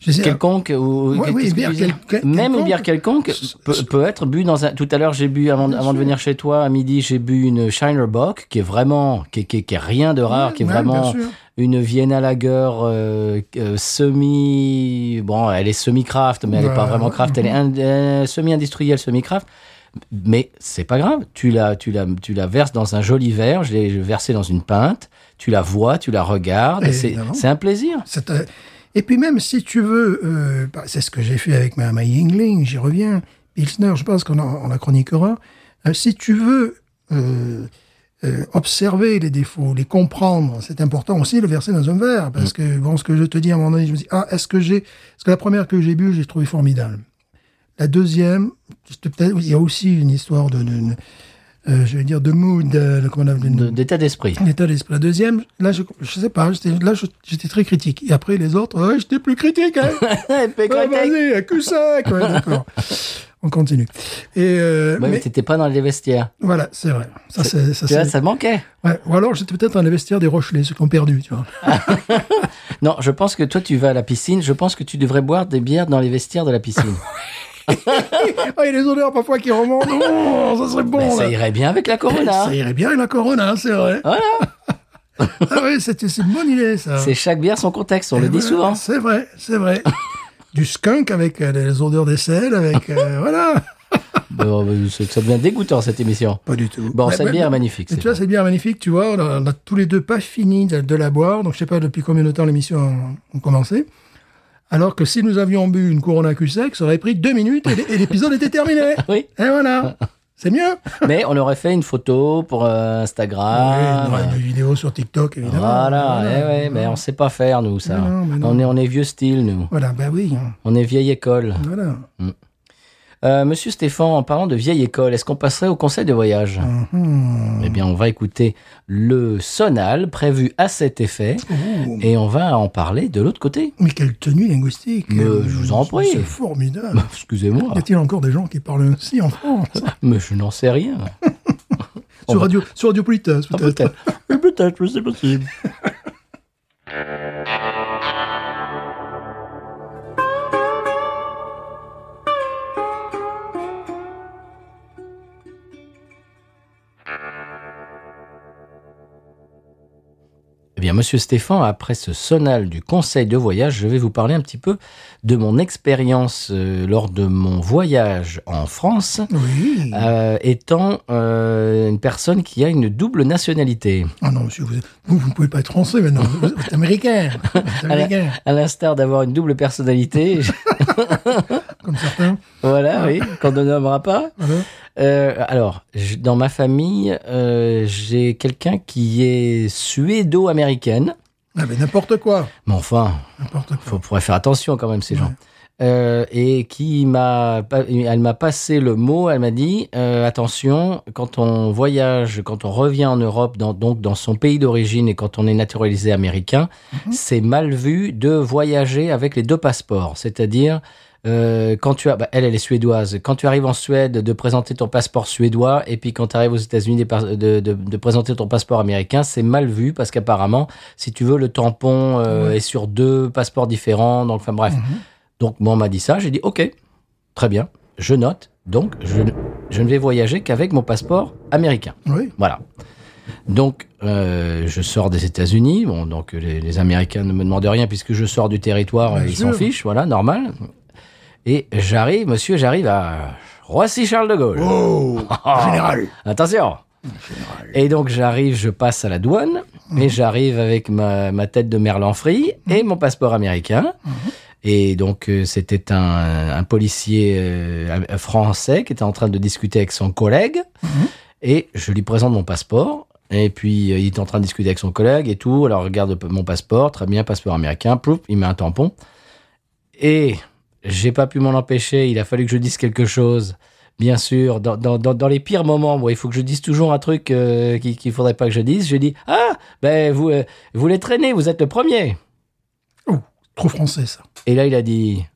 Speaker 2: je sais,
Speaker 1: Quelconque ou,
Speaker 2: Ouais,
Speaker 1: qu'est-ce
Speaker 2: oui,
Speaker 1: que tu
Speaker 2: bière
Speaker 1: disais
Speaker 2: quel- quel-
Speaker 1: Même une
Speaker 2: quelconque.
Speaker 1: bière quelconque peut, peut être bu dans un. Tout à l'heure, j'ai bu, avant, avant de venir chez toi, à midi, j'ai bu une Shiner Bock, qui est vraiment. qui, est- qui, est- qui est rien de rare,
Speaker 2: Ouais,
Speaker 1: qui est
Speaker 2: ouais,
Speaker 1: vraiment
Speaker 2: bien sûr.
Speaker 1: une Vienna Lager euh, euh, semi. Bon, elle est semi-craft, mais elle n'est pas
Speaker 2: Ouais.
Speaker 1: vraiment craft, elle est ind- euh, semi-industrielle, semi-craft. Mais c'est pas grave, tu la, tu, la, tu la verses dans un joli verre, je l'ai versée dans une pinte, tu la vois, tu la regardes, et c'est
Speaker 2: Évidemment.
Speaker 1: c'est un plaisir.
Speaker 2: C'est, euh, et puis même si tu veux, euh, bah, c'est ce que j'ai fait avec ma, ma Yingling, j'y reviens, Pilsner, je pense qu'on en- on la chroniquera. Euh, si tu veux euh, euh, observer les défauts, les comprendre, c'est important aussi de le verser dans un verre, parce que bon, ce que je te dis à un moment donné, je me dis, ah, est-ce que j'ai, est-ce que la première que j'ai bu, j'ai trouvé formidable. La deuxième, c'est peut-être- il y a aussi une histoire de, de- de- euh, je vais dire, de mood, euh, comment on appelle-
Speaker 1: de- d'état d'esprit.
Speaker 2: l'état d'esprit. La deuxième, là, je, je sais pas, j'étais- là, je- j'étais très critique. Et après, les autres, ouais, j'étais plus critique, hein. Ah, vas-y, à Cussac, ouais, d'accord. On continue. Et, euh,
Speaker 1: Ouais, mais
Speaker 2: mais,
Speaker 1: t'étais pas dans les vestiaires.
Speaker 2: voilà, c'est vrai. Ça, c'est, ça,
Speaker 1: Tu vois,
Speaker 2: c'est-
Speaker 1: ça manquait.
Speaker 2: ouais. Ou alors, j'étais peut-être dans les vestiaires des Rochelais, ceux qui ont perdu, tu vois.
Speaker 1: Non, je pense que toi, tu vas à la piscine. Je pense que tu devrais boire des bières dans les vestiaires de la piscine.
Speaker 2: Ah, il y a les odeurs parfois qui remontent. Oh, ça serait bon,
Speaker 1: Ben, ça
Speaker 2: là.
Speaker 1: irait bien avec la Corona.
Speaker 2: Ça irait bien avec la Corona, c'est vrai. ah oui, c'est c'est une bonne idée, ça.
Speaker 1: C'est chaque bière son contexte. On le dit
Speaker 2: Ouais,
Speaker 1: souvent.
Speaker 2: C'est vrai, c'est vrai. du skunk avec euh, les odeurs des sels, avec... euh, voilà
Speaker 1: Bon, ben, c'est- ça devient dégoûtant cette émission.
Speaker 2: Pas du tout.
Speaker 1: Bon,
Speaker 2: Ouais,
Speaker 1: cette
Speaker 2: ouais,
Speaker 1: bière est
Speaker 2: mais-
Speaker 1: magnifique.
Speaker 2: mais
Speaker 1: c'est
Speaker 2: tu vois,
Speaker 1: vrai.
Speaker 2: cette bière est magnifique, tu vois, on a, on a tous les deux pas fini de, de la boire, donc je sais pas depuis combien de temps l'émission a, a commencé. Alors que si nous avions bu une Corona Q-Sec, ça aurait pris deux minutes et, l'é- et l'épisode était terminé.
Speaker 1: Oui.
Speaker 2: Et voilà. C'est mieux.
Speaker 1: Mais on aurait fait une photo pour euh, Instagram.
Speaker 2: Oui, on aurait
Speaker 1: euh,
Speaker 2: une vidéo sur TikTok, évidemment.
Speaker 1: Voilà, eh ouais, mais on sait pas faire, nous, ça.
Speaker 2: Ah, Mais non, mais non.
Speaker 1: On, est, on est vieux style, nous.
Speaker 2: Voilà, ben oui. hein.
Speaker 1: On est vieille école.
Speaker 2: Voilà.
Speaker 1: Euh, Monsieur Stéphane, en parlant de vieille école, est-ce qu'on passerait au conseil de voyage
Speaker 2: Mhm.
Speaker 1: Eh bien, on va écouter le sonal prévu à cet effet
Speaker 2: Oh,
Speaker 1: et on va en parler de l'autre côté.
Speaker 2: mais quelle tenue linguistique.
Speaker 1: Mais je vous en
Speaker 2: C'est-
Speaker 1: prie.
Speaker 2: C'est formidable.
Speaker 1: Excusez-moi,
Speaker 2: Y a-t-il encore des gens qui parlent ainsi en France
Speaker 1: mais je n'en sais rien. On
Speaker 2: sur,
Speaker 1: va-
Speaker 2: radio, sur Radiopolitas,
Speaker 1: Ah,
Speaker 2: peut-être.
Speaker 1: Mais peut-être, mais c'est possible. Eh bien, monsieur Stéphane, après ce sonal du conseil de voyage, je vais vous parler un petit peu de mon expérience euh, lors de mon voyage en France,
Speaker 2: Oui.
Speaker 1: euh, étant euh, une personne qui a une double nationalité.
Speaker 2: Ah non, monsieur, vous vous, vous pouvez pas être français maintenant. Vous, vous êtes américain. Vous êtes américain,
Speaker 1: À l'instar d'avoir une double personnalité, je-
Speaker 2: comme certains.
Speaker 1: voilà, oui, qu'on ne nommera pas.
Speaker 2: Voilà.
Speaker 1: Euh, alors, je- dans ma famille, euh, j'ai quelqu'un qui est suédo-américaine.
Speaker 2: Ah mais n'importe quoi.
Speaker 1: Mais enfin,
Speaker 2: N'importe quoi.
Speaker 1: faut pourrait faire attention quand même ces gens.
Speaker 2: Ouais.
Speaker 1: Euh, et qui m'a, pa- elle m'a passé le mot. Elle m'a dit euh, attention quand on voyage, quand on revient en Europe, dans, donc dans son pays d'origine et quand on est naturalisé américain, c'est mal vu de voyager avec les deux passeports. C'est-à-dire euh, quand tu as, bah, elle, elle est suédoise. Quand tu arrives en Suède, de présenter ton passeport suédois, et puis quand tu arrives aux États-Unis, de, par- de- de- de présenter ton passeport américain, c'est mal vu parce qu'apparemment, si tu veux, le tampon euh, est sur deux passeports différents. Donc, enfin
Speaker 2: Mm.
Speaker 1: bref.
Speaker 2: Mhm.
Speaker 1: Donc, moi, on m'a dit ça. J'ai dit, ok, très bien, je note. Donc, je, ne- je ne vais voyager qu'avec mon passeport américain.
Speaker 2: Oui.
Speaker 1: Voilà. Donc, euh, je sors des États-Unis. Bon, donc les, les Américains ne me demandent rien puisque je sors du territoire,
Speaker 2: Bien
Speaker 1: euh, ils s'en
Speaker 2: sûr.
Speaker 1: fichent, voilà, normal. Et j'arrive, monsieur, j'arrive à Roissy Charles de Gaulle.
Speaker 2: Oh, général.
Speaker 1: Attention. Et donc j'arrive, je passe à la douane, et j'arrive avec ma, ma tête de merlan frit et mon passeport américain. Et donc euh, c'était un, un policier euh, am- français qui était en train de discuter avec son collègue, et je lui présente mon passeport. Et puis euh, il est en train de discuter avec son collègue et tout. Alors regarde p- mon passeport, très bien, passeport américain. Plouf, il met un tampon. Et j'ai pas pu m'en empêcher. Il a fallu que je dise quelque chose. Bien sûr, dans, dans, dans, dans les pires moments, moi, il faut que je dise toujours un truc euh, qui- qu'il faudrait pas que je dise. Je dis Ah, ben vous, euh, vous les traînez, vous êtes le premier.
Speaker 2: Trop français, ça.
Speaker 1: Et là, il a dit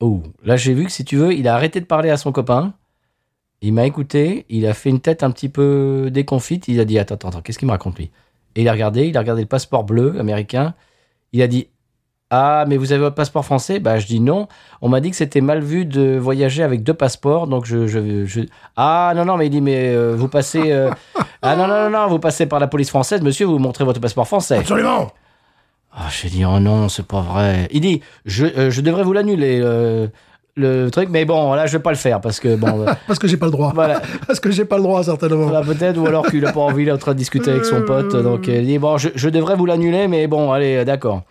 Speaker 1: Oh, là, j'ai vu que si tu veux, il a arrêté de parler à son copain. Il m'a écouté, il a fait une tête un petit peu déconfite. Il a dit Attends, attends, attends, qu'est-ce qu'il me raconte lui Et il a regardé, il a regardé le passeport bleu américain. Il a dit Ah, mais vous avez votre passeport français Bah, je dis non. On m'a dit que c'était mal vu de voyager avec deux passeports, donc je. je- je- Ah, non, non, mais il dit Mais euh, vous passez. euh, Ah, non, non, non, non, vous passez par la police française, monsieur, vous montrez votre passeport français.
Speaker 2: Absolument.
Speaker 1: Ah, j'ai dit, oh non, c'est pas vrai. Il dit, je, euh, je devrais vous l'annuler, euh, le truc, mais bon, là, je vais pas le faire parce que, bon, euh,
Speaker 2: Parce que j'ai pas le droit.
Speaker 1: voilà,
Speaker 2: Parce que j'ai pas le droit, certainement.
Speaker 1: voilà, peut-être, ou alors qu'il a pas envie, il est en train de discuter avec son pote. Donc, euh, il dit, bon, je, je devrais vous l'annuler, mais bon, allez, euh, d'accord.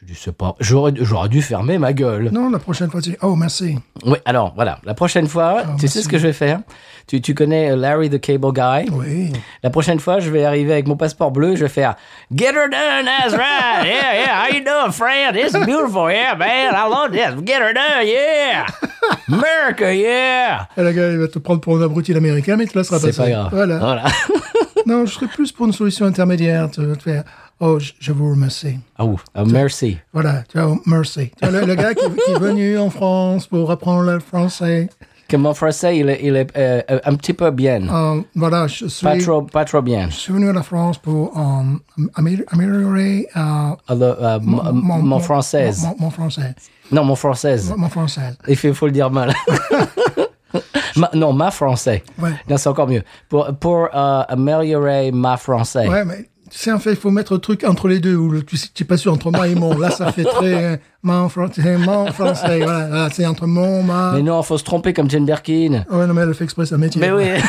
Speaker 1: Je dis, c'est pas. J'aurais j'aurais dû fermer ma gueule.
Speaker 2: Non, la prochaine fois, tu dis, oh, merci.
Speaker 1: Oui, alors, voilà, la prochaine fois,
Speaker 2: Ah,
Speaker 1: tu sais
Speaker 2: merci.
Speaker 1: ce que je vais faire tu, tu connais euh, Larry the Cable Guy
Speaker 2: Oui.
Speaker 1: La prochaine fois, je vais arriver avec mon passeport bleu, je vais faire Get her done, that's right, yeah, yeah, how you doing, friend? It's beautiful, yeah, man, I love this, get her done, yeah! America, yeah
Speaker 2: Ah, la gars, il va te prendre pour un abruti américain, mais il te laissera
Speaker 1: C'est
Speaker 2: passer.
Speaker 1: pas grave. Hein
Speaker 2: Voilà. Non, je serais plus pour une solution intermédiaire. Tu vas te faire, oh, je, je vous remercie.
Speaker 1: Ah ouh, ah, merci.
Speaker 2: Voilà, tu vois, merci. Tu vois, le, le gars qui, qui est venu en France pour apprendre le français.
Speaker 1: Que mon français, il est, il est, euh, un petit peu bien.
Speaker 2: Euh, voilà, je suis,
Speaker 1: Pas trop, pas trop bien.
Speaker 2: je suis venu à la France pour euh, amé- améliorer euh,
Speaker 1: Alors, euh, mon- mon, français.
Speaker 2: Mon, mon français.
Speaker 1: Non, mon français.
Speaker 2: Mon, mon français.
Speaker 1: Il fait, faut le dire mal. Ma- non, ma français.
Speaker 2: Ouais.
Speaker 1: Non, c'est encore mieux. Pour, pour euh, améliorer ma français.
Speaker 2: Ouais, mais c'est un fait, il faut mettre le truc entre les deux. Ou le, tu sais, tu es pas sûr entre moi et mon. Là, ça fait très. euh, Mon français, mon français. Voilà, voilà, c'est entre mon, ma. Ah
Speaker 1: Mais non, faut se tromper comme Jane Birkin.
Speaker 2: Ouais, non, mais elle le fait exprès, c'est un métier.
Speaker 1: Mais oui.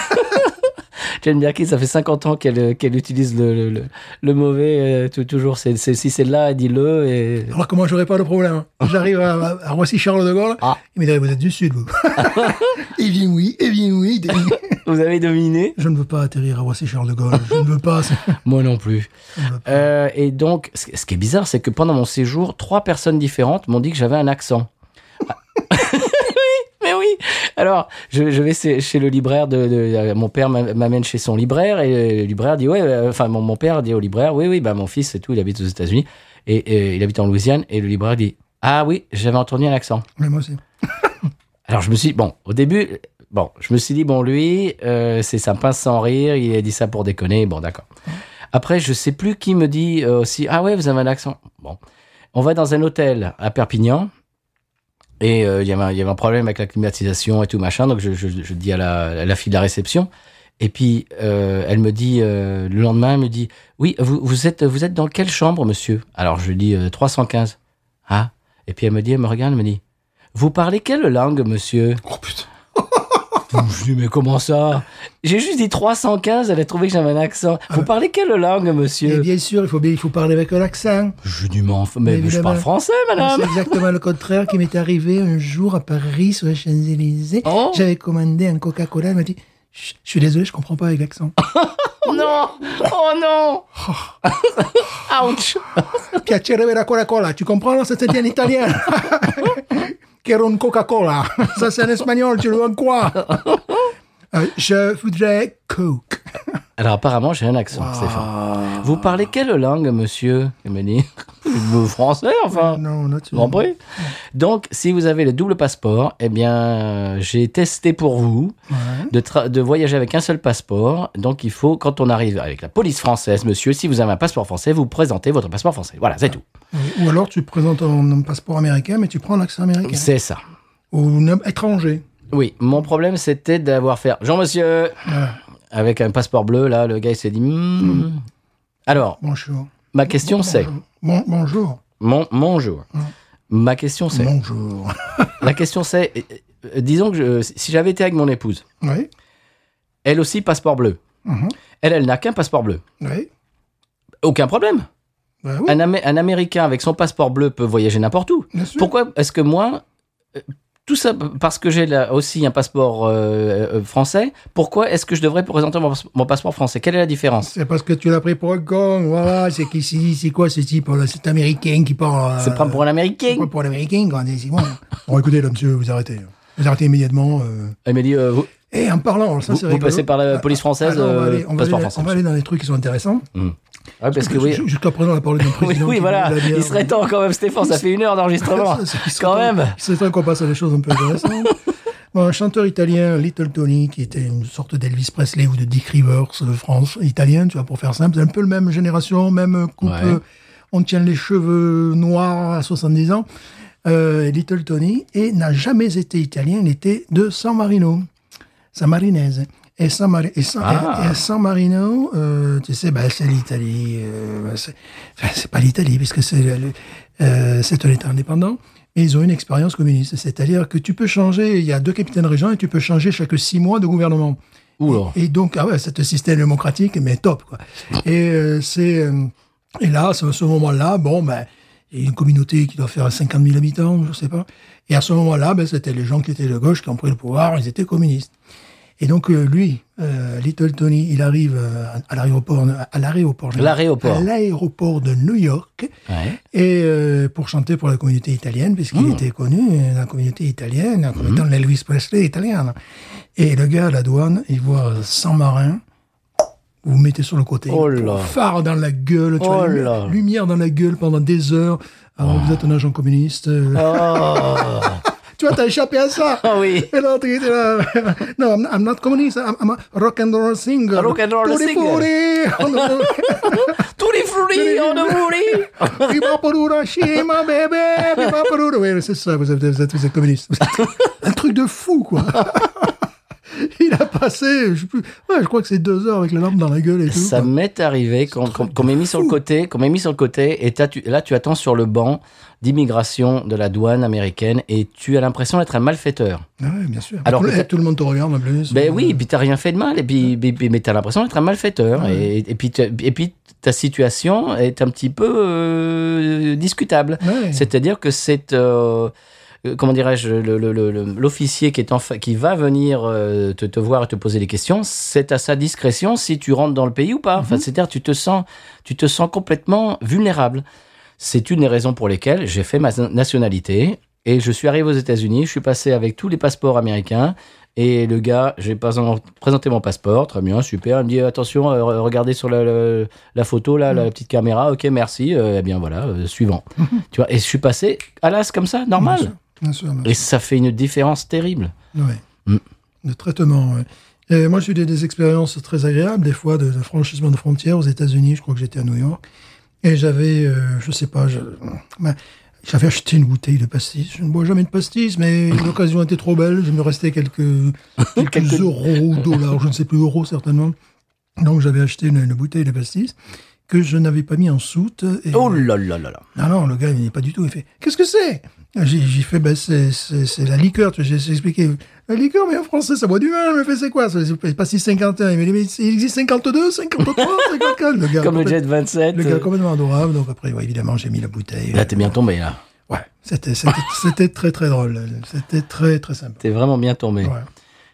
Speaker 1: Jane Birkin, ça fait 50 ans qu'elle euh, qu'elle utilise le, le, le- le mauvais. euh, tou- toujours, c'est c'est- si c'est là, dis-le. Et...
Speaker 2: Alors que moi, j'aurais pas le problème. J'arrive à, à- à Roissy-Charles de Gaulle.
Speaker 1: Ah.
Speaker 2: Il me dirait, vous êtes du Sud, vous. eh bien oui, eh bien oui. eh bien-
Speaker 1: Vous avez dominé
Speaker 2: Je ne veux pas atterrir à Roissy-Charles de Gaulle. Je ne veux pas. c'est-
Speaker 1: Moi non plus. Euh, et donc, ce ce qui est bizarre, c'est que pendant mon séjour, trois personnes différentes m'ont dit que j'avais un accent. Ah. oui, mais oui. Alors, je, je vais chez chez le libraire de, de- euh, mon père m'a- m'amène chez son libraire et le libraire dit ouais, euh, enfin mon, mon père dit au libraire oui oui bah mon fils et tout il habite aux États-Unis et, et il habite en Louisiane et le libraire dit ah oui j'avais entendu un accent.
Speaker 2: Mais moi aussi.
Speaker 1: Alors je me suis bon au début bon je me suis dit bon lui euh, c'est sa pince sans rire il a dit ça pour déconner bon d'accord après je sais plus qui me dit euh, aussi ah ouais vous avez un accent bon on va dans un hôtel à Perpignan et euh, il y avait un- il y avait un problème avec la climatisation et tout machin donc je, je, je dis à la, à la fille de la réception et puis euh, elle me dit euh, le lendemain elle me dit oui vous, vous êtes vous êtes dans quelle chambre monsieur alors je lui dis euh, 315 ah et puis elle me dit elle me regarde elle me dit vous parlez quelle langue, monsieur
Speaker 2: Oh putain.
Speaker 1: Je lui dis, mais comment ça J'ai juste dit 315, elle a trouvé que j'avais un accent. Vous parlez quelle langue,
Speaker 2: Et
Speaker 1: monsieur
Speaker 2: Euh, eh bien sûr, il faut, bien- il faut parler avec un accent.
Speaker 1: Je lui dis, mais, enfin- mais je
Speaker 2: Évidemment.
Speaker 1: parle français,
Speaker 2: C'est
Speaker 1: madame
Speaker 2: exactement le contraire qui m'est arrivé un jour à Paris sur les Champs-Élysées.
Speaker 1: Oh.
Speaker 2: J'avais commandé un Coca-Cola. Elle m'a dit Chut, Je suis désolé, je comprends pas avec l'accent.
Speaker 1: Non Oh non Ouch
Speaker 2: Piacerebbe la Coca-Cola. Tu comprends là, Ça, c'était un italien. Quiero un Coca-Cola. Ça, c'est un espagnol. Tu le vois quoi Euh, Je voudrais Coke.
Speaker 1: Alors apparemment, j'ai un accent, Stéphane. Vous parlez quelle langue, monsieur Elle me dit, vous français, enfin
Speaker 2: Non,
Speaker 1: Vous
Speaker 2: naturellement.
Speaker 1: comprenez Donc, si vous avez le double passeport, eh bien, euh, j'ai testé pour vous de, tra- de voyager avec un seul passeport. Donc, il faut, quand on arrive avec la police française, monsieur, si vous avez un passeport français, vous présentez votre passeport français. Voilà,
Speaker 2: Ah,
Speaker 1: c'est tout.
Speaker 2: Euh, Ou alors, tu présentes un, un passeport américain, mais tu prends l'accent américain.
Speaker 1: C'est ça.
Speaker 2: Ou un homme étranger.
Speaker 1: Oui, mon problème, c'était d'avoir fait Jean-Monsieur
Speaker 2: Euh,
Speaker 1: avec un passeport bleu. Là, le gars, il s'est dit. Hmm. Alors,
Speaker 2: Bonjour.
Speaker 1: ma question, c'est.
Speaker 2: Bon, bonjour.
Speaker 1: Mon, bonjour. Ma question, c'est.
Speaker 2: Bonjour.
Speaker 1: La question, c'est. euh, euh, Disons que je- si j'avais été avec mon épouse.
Speaker 2: Oui,
Speaker 1: Elle aussi, passeport bleu.
Speaker 2: Mhm.
Speaker 1: Elle, elle n'a qu'un passeport bleu.
Speaker 2: oui.
Speaker 1: Aucun problème.
Speaker 2: Ben oui,
Speaker 1: Un, Amé- un Américain avec son passeport bleu peut voyager n'importe où.
Speaker 2: bien sûr.
Speaker 1: Pourquoi est-ce que moi, euh, tout ça parce que j'ai là aussi un passeport euh, euh, français, pourquoi est-ce que je devrais présenter mon, mon passeport français Quelle est la différence
Speaker 2: C'est parce que tu l'as pris pour un con, voilà, c'est qui, c'est c'est quoi ce type, là, c'est américain qui parle. euh,
Speaker 1: C'est pas pour un
Speaker 2: c'est
Speaker 1: Américain.
Speaker 2: pas pour l'américain quand il dit, bon. bon, écoutez, là, monsieur, vous arrêtez. Vous arrêtez immédiatement. euh.
Speaker 1: Elle m'a dit, euh, vous-
Speaker 2: Et Eh, en parlant, alors ça,
Speaker 1: Vous-
Speaker 2: c'est
Speaker 1: vous
Speaker 2: rigolo. Ah,
Speaker 1: passez par la police française,
Speaker 2: alors, on va
Speaker 1: euh,
Speaker 2: aller, on va
Speaker 1: passeport
Speaker 2: aller-
Speaker 1: français,
Speaker 2: on va aller dans les trucs qui sont intéressants.
Speaker 1: Ouais, parce que
Speaker 2: Jus-
Speaker 1: oui.
Speaker 2: Jusqu'à présent, on a parlé d'un
Speaker 1: Oui,
Speaker 2: président.
Speaker 1: oui,
Speaker 2: qui
Speaker 1: voilà,
Speaker 2: boit de la bière.
Speaker 1: il serait temps quand même, Stéphane, ça fait une heure d'enregistrement.
Speaker 2: Ça, c'est- c'est
Speaker 1: Quand
Speaker 2: temps-
Speaker 1: même.
Speaker 2: C'est temps qu'on passe à des choses un peu intéressantes. Bon, un chanteur italien, Little Tony, qui était une sorte d'Elvis Presley ou de Dick Rivers euh, France, italien, tu vois, pour faire simple. C'est un peu la même génération, même coupe.
Speaker 1: Ouais.
Speaker 2: euh, on tient les cheveux noirs à 70 ans. Euh, Little Tony, et n'a jamais été italien, il était de San Marino, San Marinese. Et San, Mari- et San-
Speaker 1: Ah.
Speaker 2: et- et San Marino, euh, tu sais, bah, c'est l'Italie. euh, bah, c'est enfin, c'est pas l'Italie, puisque c'est le- le- euh, c'est un État indépendant. Et ils ont une expérience communiste. C'est-à-dire que tu peux changer, il y a deux capitaines régents, et tu peux changer chaque six mois de gouvernement.
Speaker 1: Ouh là.
Speaker 2: Et donc, ah ouais, c'est un système démocratique, mais top, quoi. Et euh, c'est, euh, et là, à ce ce moment-là, bon, ben, il y a une communauté qui doit faire 50 000 habitants, je sais pas. Et à ce moment-là, ben, c'était les gens qui étaient de gauche qui ont pris le pouvoir, ils étaient communistes. Et donc, euh, lui, euh, Little Tony, il arrive euh, à l'aéroport, à l'aéroport, je-
Speaker 1: L'aéroport.
Speaker 2: à l'aéroport de New York,
Speaker 1: Ouais. Hmm.
Speaker 2: et euh, pour chanter pour la communauté italienne, puisqu'il était connu euh, dans la communauté italienne, comme étant l'Elvis Presley italien. Et le gars à la douane, il voit 100 marins, vous mettez sur le côté,
Speaker 1: Oh là.
Speaker 2: phare dans la gueule, tu
Speaker 1: Oh
Speaker 2: vois, lumi-
Speaker 1: là.
Speaker 2: lumière dans la gueule pendant des heures. Alors, vous êtes un agent communiste. euh,
Speaker 1: Oh,
Speaker 2: tu vois, t'as échappé à ça.
Speaker 1: Ah oui.
Speaker 2: Et l'autre, il était là. Non, I'm, I'm not communist. I'm, I'm a rock and roll singer.
Speaker 1: A rock and roll
Speaker 2: Tutti
Speaker 1: singer.
Speaker 2: frutti. On the-
Speaker 1: tous les fruits, on a voulu.
Speaker 2: Viva pour Hiroshima, bébé. Viva pour Hiroshima. Oui, c'est ça. Vous êtes, vous êtes, vous êtes communiste. Vous êtes- Un truc de fou, quoi. Il a passé, je, sais plus- ouais, je crois que c'est deux heures avec la lampe dans la gueule et tout.
Speaker 1: Ça
Speaker 2: quoi.
Speaker 1: m'est arrivé qu'on qu'on- qu'on m'ait mis sur le côté, qu'on m'ait mis sur le côté, et t'as- tu- là tu attends sur le banc d'immigration de la douane américaine, et tu as l'impression d'être un malfaiteur.
Speaker 2: Ouais, bien sûr.
Speaker 1: Alors
Speaker 2: tout,
Speaker 1: que-
Speaker 2: et tout le monde te regarde en plus.
Speaker 1: Ben oui, et puis t'as rien fait de mal, et puis puis- puis- mais t'as l'impression d'être un malfaiteur, et, et puis t'as- et puis ta situation est un petit peu euh, discutable.
Speaker 2: Ouais.
Speaker 1: C'est-à-dire que c'est euh, euh, comment dirais-je le- le- le- le- l'officier qui est en fa- qui va venir euh, te, te voir et te poser des questions, c'est à sa discrétion si tu rentres dans le pays ou pas. Enfin, c'est-à-dire tu te sens tu te sens complètement vulnérable. C'est une des raisons pour lesquelles j'ai fait ma nationalité et je suis arrivé aux États-Unis, je suis passé avec tous les passeports américains et le gars, j'ai pas en- présenté mon passeport, très bien, super, il me dit attention, euh, re- regardez sur la, la- la photo là, la petite caméra, OK, merci, euh, eh bien voilà, euh, suivant. tu vois, et je suis passé à l'as comme ça,
Speaker 2: Bien sûr,
Speaker 1: normal.
Speaker 2: bien sûr, bien
Speaker 1: Et ça fait une différence terrible.
Speaker 2: Oui.
Speaker 1: Mm.
Speaker 2: De traitement, oui. Et moi, j'ai eu des, des expériences très agréables, des fois, de, de franchissement de frontières aux États-Unis. Je crois que j'étais à New York. Et j'avais, euh, je sais pas, je- ben, j'avais acheté une bouteille de pastis. Je ne bois jamais de pastis, mais l'occasion était trop belle. Je me restais quelques, quelques,
Speaker 1: Quelques-
Speaker 2: euros, dollars, je ne sais plus, euros certainement. Donc, j'avais acheté une, une bouteille de pastis que je n'avais pas mis en soute. Et,
Speaker 1: Oh là là là là.
Speaker 2: non, non, le gars, il n'est pas du tout. Il fait Qu'est-ce que c'est J'ai j'ai fait ben, c'est- C'est c'est la liqueur. tu vois, J'ai j'ai expliqué La liqueur, mais en français, ça boit du vin. Je me fais C'est quoi C'est c'est pas 651. Il me dit Mais il existe 52, 53, 54. Le gars,
Speaker 1: Comme le
Speaker 2: complète-
Speaker 1: Jet 27.
Speaker 2: le gars
Speaker 1: euh,
Speaker 2: complètement adorable. Donc après, ouais, évidemment, j'ai mis la bouteille.
Speaker 1: Là, t'es bien tombé là.
Speaker 2: Ouais, c'était c'était- c'était très, très drôle. C'était très, très sympa.
Speaker 1: T'es vraiment bien tombé.
Speaker 2: Ouais.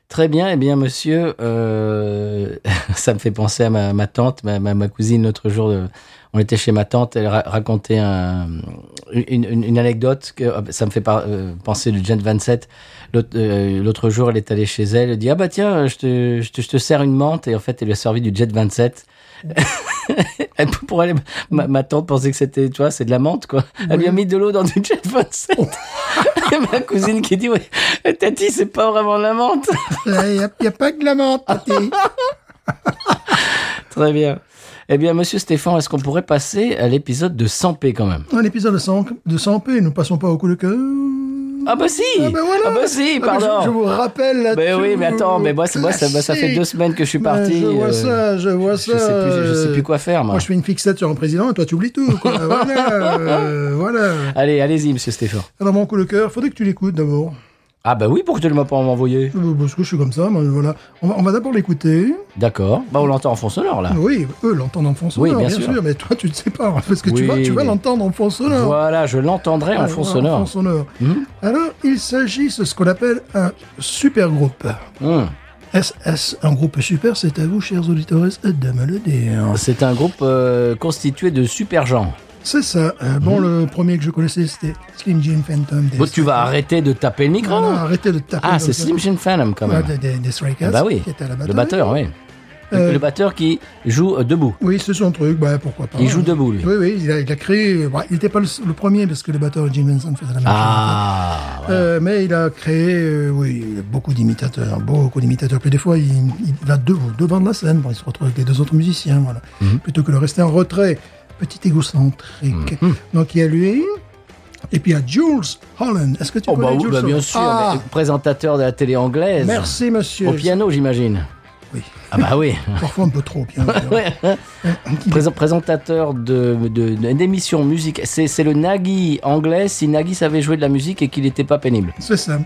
Speaker 1: Très bien, eh bien, monsieur, euh, ça me fait penser à ma, ma tante, ma, ma, ma cousine, l'autre jour, euh, on était chez ma tante, elle ra- racontait un- une, une- une anecdote, que, ah, ça me fait par- euh, penser du Gen 27. L'autre euh, l'autre jour, elle est allée chez elle, elle dit Ah bah tiens, je te, je te, je te sers une menthe, et en fait, elle lui a servi du Jet 27. Elle- Pour elle, ma, ma tante pensait que c'était, tu vois, c'est de la menthe, quoi. Elle lui a mis de l'eau dans du Jet 27. Et ma cousine qui dit Ouais, Tati, c'est pas vraiment de la menthe.
Speaker 2: Là, Il n'y a, il y a pas que de la menthe, Tati.
Speaker 1: Très bien. Eh bien, monsieur Stéphane, est-ce qu'on pourrait passer à l'épisode de 100p quand même
Speaker 2: Dans l'épisode de 100 de 100p, nous passons pas au coup de cœur.
Speaker 1: Ah bah si
Speaker 2: Ah ben voilà.
Speaker 1: bah si,
Speaker 2: Ah ben,
Speaker 1: pardon
Speaker 2: je, je vous rappelle là
Speaker 1: Ben oui, mais attends, mais moi, c'est- moi, ça, moi, ça fait deux semaines que je suis parti.
Speaker 2: Bah, Je vois
Speaker 1: euh,
Speaker 2: ça, je vois
Speaker 1: je
Speaker 2: ça. euh,
Speaker 1: sais plus- je sais plus quoi faire, moi.
Speaker 2: Moi, je fais une fixette sur un président et toi, tu oublies tout. quoi. voilà, euh, voilà.
Speaker 1: Allez, allez-y, monsieur Stéphane.
Speaker 2: Alors, mon coup de cœur, faudrait que tu l'écoutes d'abord.
Speaker 1: Ah bah oui, pourquoi tu ne m'as pas envoyé
Speaker 2: Euh, Parce que je suis comme ça, moi, voilà. On va, on va d'abord l'écouter.
Speaker 1: D'accord. Bah on l'entend en fond sonore, là.
Speaker 2: Oui, eux l'entendent en fond sonore,
Speaker 1: Oui, bien sûr.
Speaker 2: Mais toi, tu ne sais pas, hein, parce que tu
Speaker 1: Oui,
Speaker 2: vas, tu vas
Speaker 1: mais-
Speaker 2: l'entendre en fond sonore.
Speaker 1: Voilà, je l'entendrai en
Speaker 2: Ouais,
Speaker 1: fond
Speaker 2: voilà,
Speaker 1: sonore. Hum.
Speaker 2: fond sonore. Alors, il s'agit de ce qu'on appelle un super groupe.
Speaker 1: Hum.
Speaker 2: SS, un groupe super, c'est à vous, chers auditeurs, de me le dire.
Speaker 1: C'est un groupe euh, constitué de super gens.
Speaker 2: C'est ça. Euh, bon, le premier que je connaissais, c'était Slim Jim Phantom. Des
Speaker 1: Mhm. Bon, tu vas arrêter de taper le micro
Speaker 2: Non, non, arrêtez de taper.
Speaker 1: Ah,
Speaker 2: comme
Speaker 1: c'est
Speaker 2: ça.
Speaker 1: Slim Jim Phantom, quand
Speaker 2: Ouais,
Speaker 1: même.
Speaker 2: Des, des, des Stray Cats,
Speaker 1: Ah bah oui,
Speaker 2: qui était à la
Speaker 1: le batteur, oui.
Speaker 2: Euh,
Speaker 1: Le batteur qui joue euh, debout.
Speaker 2: Oui, c'est son truc, bah, pourquoi pas.
Speaker 1: Il joue debout, lui.
Speaker 2: Oui, oui, il a, il a créé. bah, il n'était pas le, le premier parce que le batteur Jim Henson faisait la même chose.
Speaker 1: Ah,
Speaker 2: Euh, mais il a créé, euh, oui, beaucoup d'imitateurs, beaucoup d'imitateurs. Puis des fois, il, il va de- devant de la scène, bon, il se retrouve avec les deux autres musiciens, voilà.
Speaker 1: Mhm.
Speaker 2: Plutôt que de rester en retrait. Petit égocentrique.
Speaker 1: Mhm.
Speaker 2: Donc il y a lui, et puis il y a Jules Holland. Est-ce que tu
Speaker 1: Oh bah,
Speaker 2: connais
Speaker 1: oui,
Speaker 2: Jules
Speaker 1: bah, bien
Speaker 2: Holland
Speaker 1: sûr,
Speaker 2: Ah,
Speaker 1: mais présentateur de la télé anglaise.
Speaker 2: Merci monsieur.
Speaker 1: Au piano, j'imagine.
Speaker 2: Oui.
Speaker 1: Ah bah oui.
Speaker 2: Parfois un peu trop bien.
Speaker 1: Prés- présentateur de, de, de- d'émissions musique. C'est, c'est le Nagui anglais si Nagui savait jouer de la musique et qu'il n'était pas pénible.
Speaker 2: C'est ça.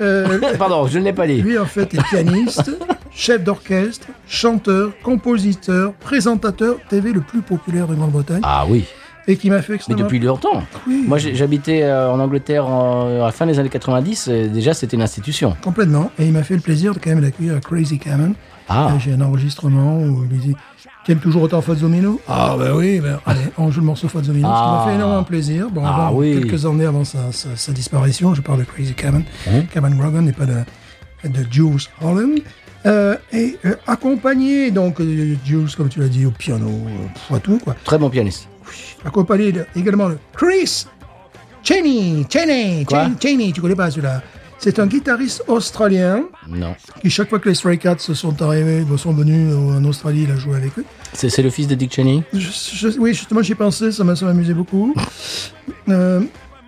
Speaker 2: Euh,
Speaker 1: Pardon, je ne l'ai pas dit.
Speaker 2: lui en fait est pianiste, chef d'orchestre, chanteur, compositeur, présentateur TV le plus populaire de Grande-Bretagne.
Speaker 1: Ah oui.
Speaker 2: et qui m'a fait
Speaker 1: Mais
Speaker 2: extrêmement.
Speaker 1: depuis longtemps.
Speaker 2: Oui,
Speaker 1: Moi, j'ai- j'habitais euh, en Angleterre en- à la fin des années 90. et déjà, c'était une institution.
Speaker 2: complètement. Et il m'a fait le plaisir de quand même d'accueillir Crazy Cameron.
Speaker 1: Ah.
Speaker 2: Euh, J'ai un enregistrement où il me dit T'aimes toujours autant Fats Domino Ah, bah oui, ben, allez, on joue le morceau Fats Domino, ce qui m'a
Speaker 1: Ah.
Speaker 2: fait énormément plaisir. Bon,
Speaker 1: Ah
Speaker 2: avant,
Speaker 1: oui.
Speaker 2: quelques années avant sa, sa- sa disparition, je parle de Crazy Cameron,
Speaker 1: Hein?
Speaker 2: Cameron Grogan et pas de, de Jules Holland. Euh, et euh, accompagné, donc, euh, Jules, comme tu l'as dit, au piano, euh, pff, à tout, quoi.
Speaker 1: Très bon pianiste.
Speaker 2: Accompagné de- également de Chris Cheney, Cheney,
Speaker 1: Quoi
Speaker 2: Cheney, Cheney, tu connais pas celui-là C'est un guitariste australien
Speaker 1: Non.
Speaker 2: qui chaque fois que les Stray Cats sont arrivés, sont venus en Australie, il a joué avec eux.
Speaker 1: C'est c'est le fils de Dick Cheney
Speaker 2: Je- je- oui, justement, j'y pensais, ça m'a ça m'a amusé beaucoup. Euh,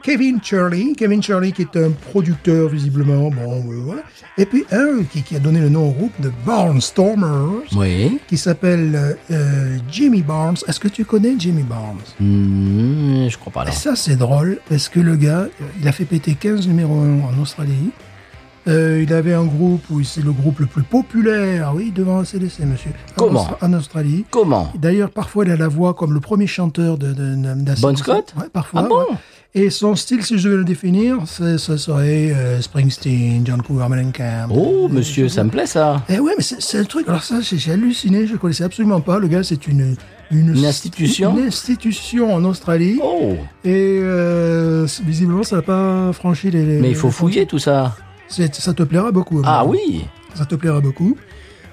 Speaker 2: Kevin Shirley, Kevin Shirley qui est un producteur visiblement, bon, euh, voilà. Et puis un qui, qui a donné le nom au groupe de Barnstormers,
Speaker 1: Oui.
Speaker 2: qui s'appelle euh, euh, Jimmy Barnes. Est-ce que tu connais Jimmy Barnes
Speaker 1: Hmm, je crois pas, non.
Speaker 2: ça, c'est drôle, parce que le gars, euh, il a fait péter 15 numéro 1 en Australie. Euh, il avait un groupe où c'est le groupe le plus populaire, oui, devant la CDC, monsieur. En
Speaker 1: Comment
Speaker 2: Austra- En Australie.
Speaker 1: Comment
Speaker 2: D'ailleurs, parfois, il a la voix comme le premier chanteur de, de, de- d'ACDC.
Speaker 1: Bon Scott
Speaker 2: Ouais, parfois.
Speaker 1: Ah bon
Speaker 2: ouais. Et son style, si je devais le définir, c'est- ce serait euh, Springsteen, John Cougar Mellencamp.
Speaker 1: Oh,
Speaker 2: Euh,
Speaker 1: monsieur, ça me plaît, ça.
Speaker 2: eh ouais, mais c'est c'est un truc. Alors ça, j'ai j'ai halluciné. Je connaissais absolument pas. Le gars, c'est une, une
Speaker 1: Une institution
Speaker 2: une institution en Australie.
Speaker 1: Oh
Speaker 2: Et euh, c'est- visiblement, ça n'a pas franchi les. les-
Speaker 1: Mais il faut
Speaker 2: les
Speaker 1: fouiller tout ça.
Speaker 2: C'est- Ça te plaira beaucoup. hein.
Speaker 1: Ah
Speaker 2: Bruno.
Speaker 1: oui
Speaker 2: Ça te plaira beaucoup.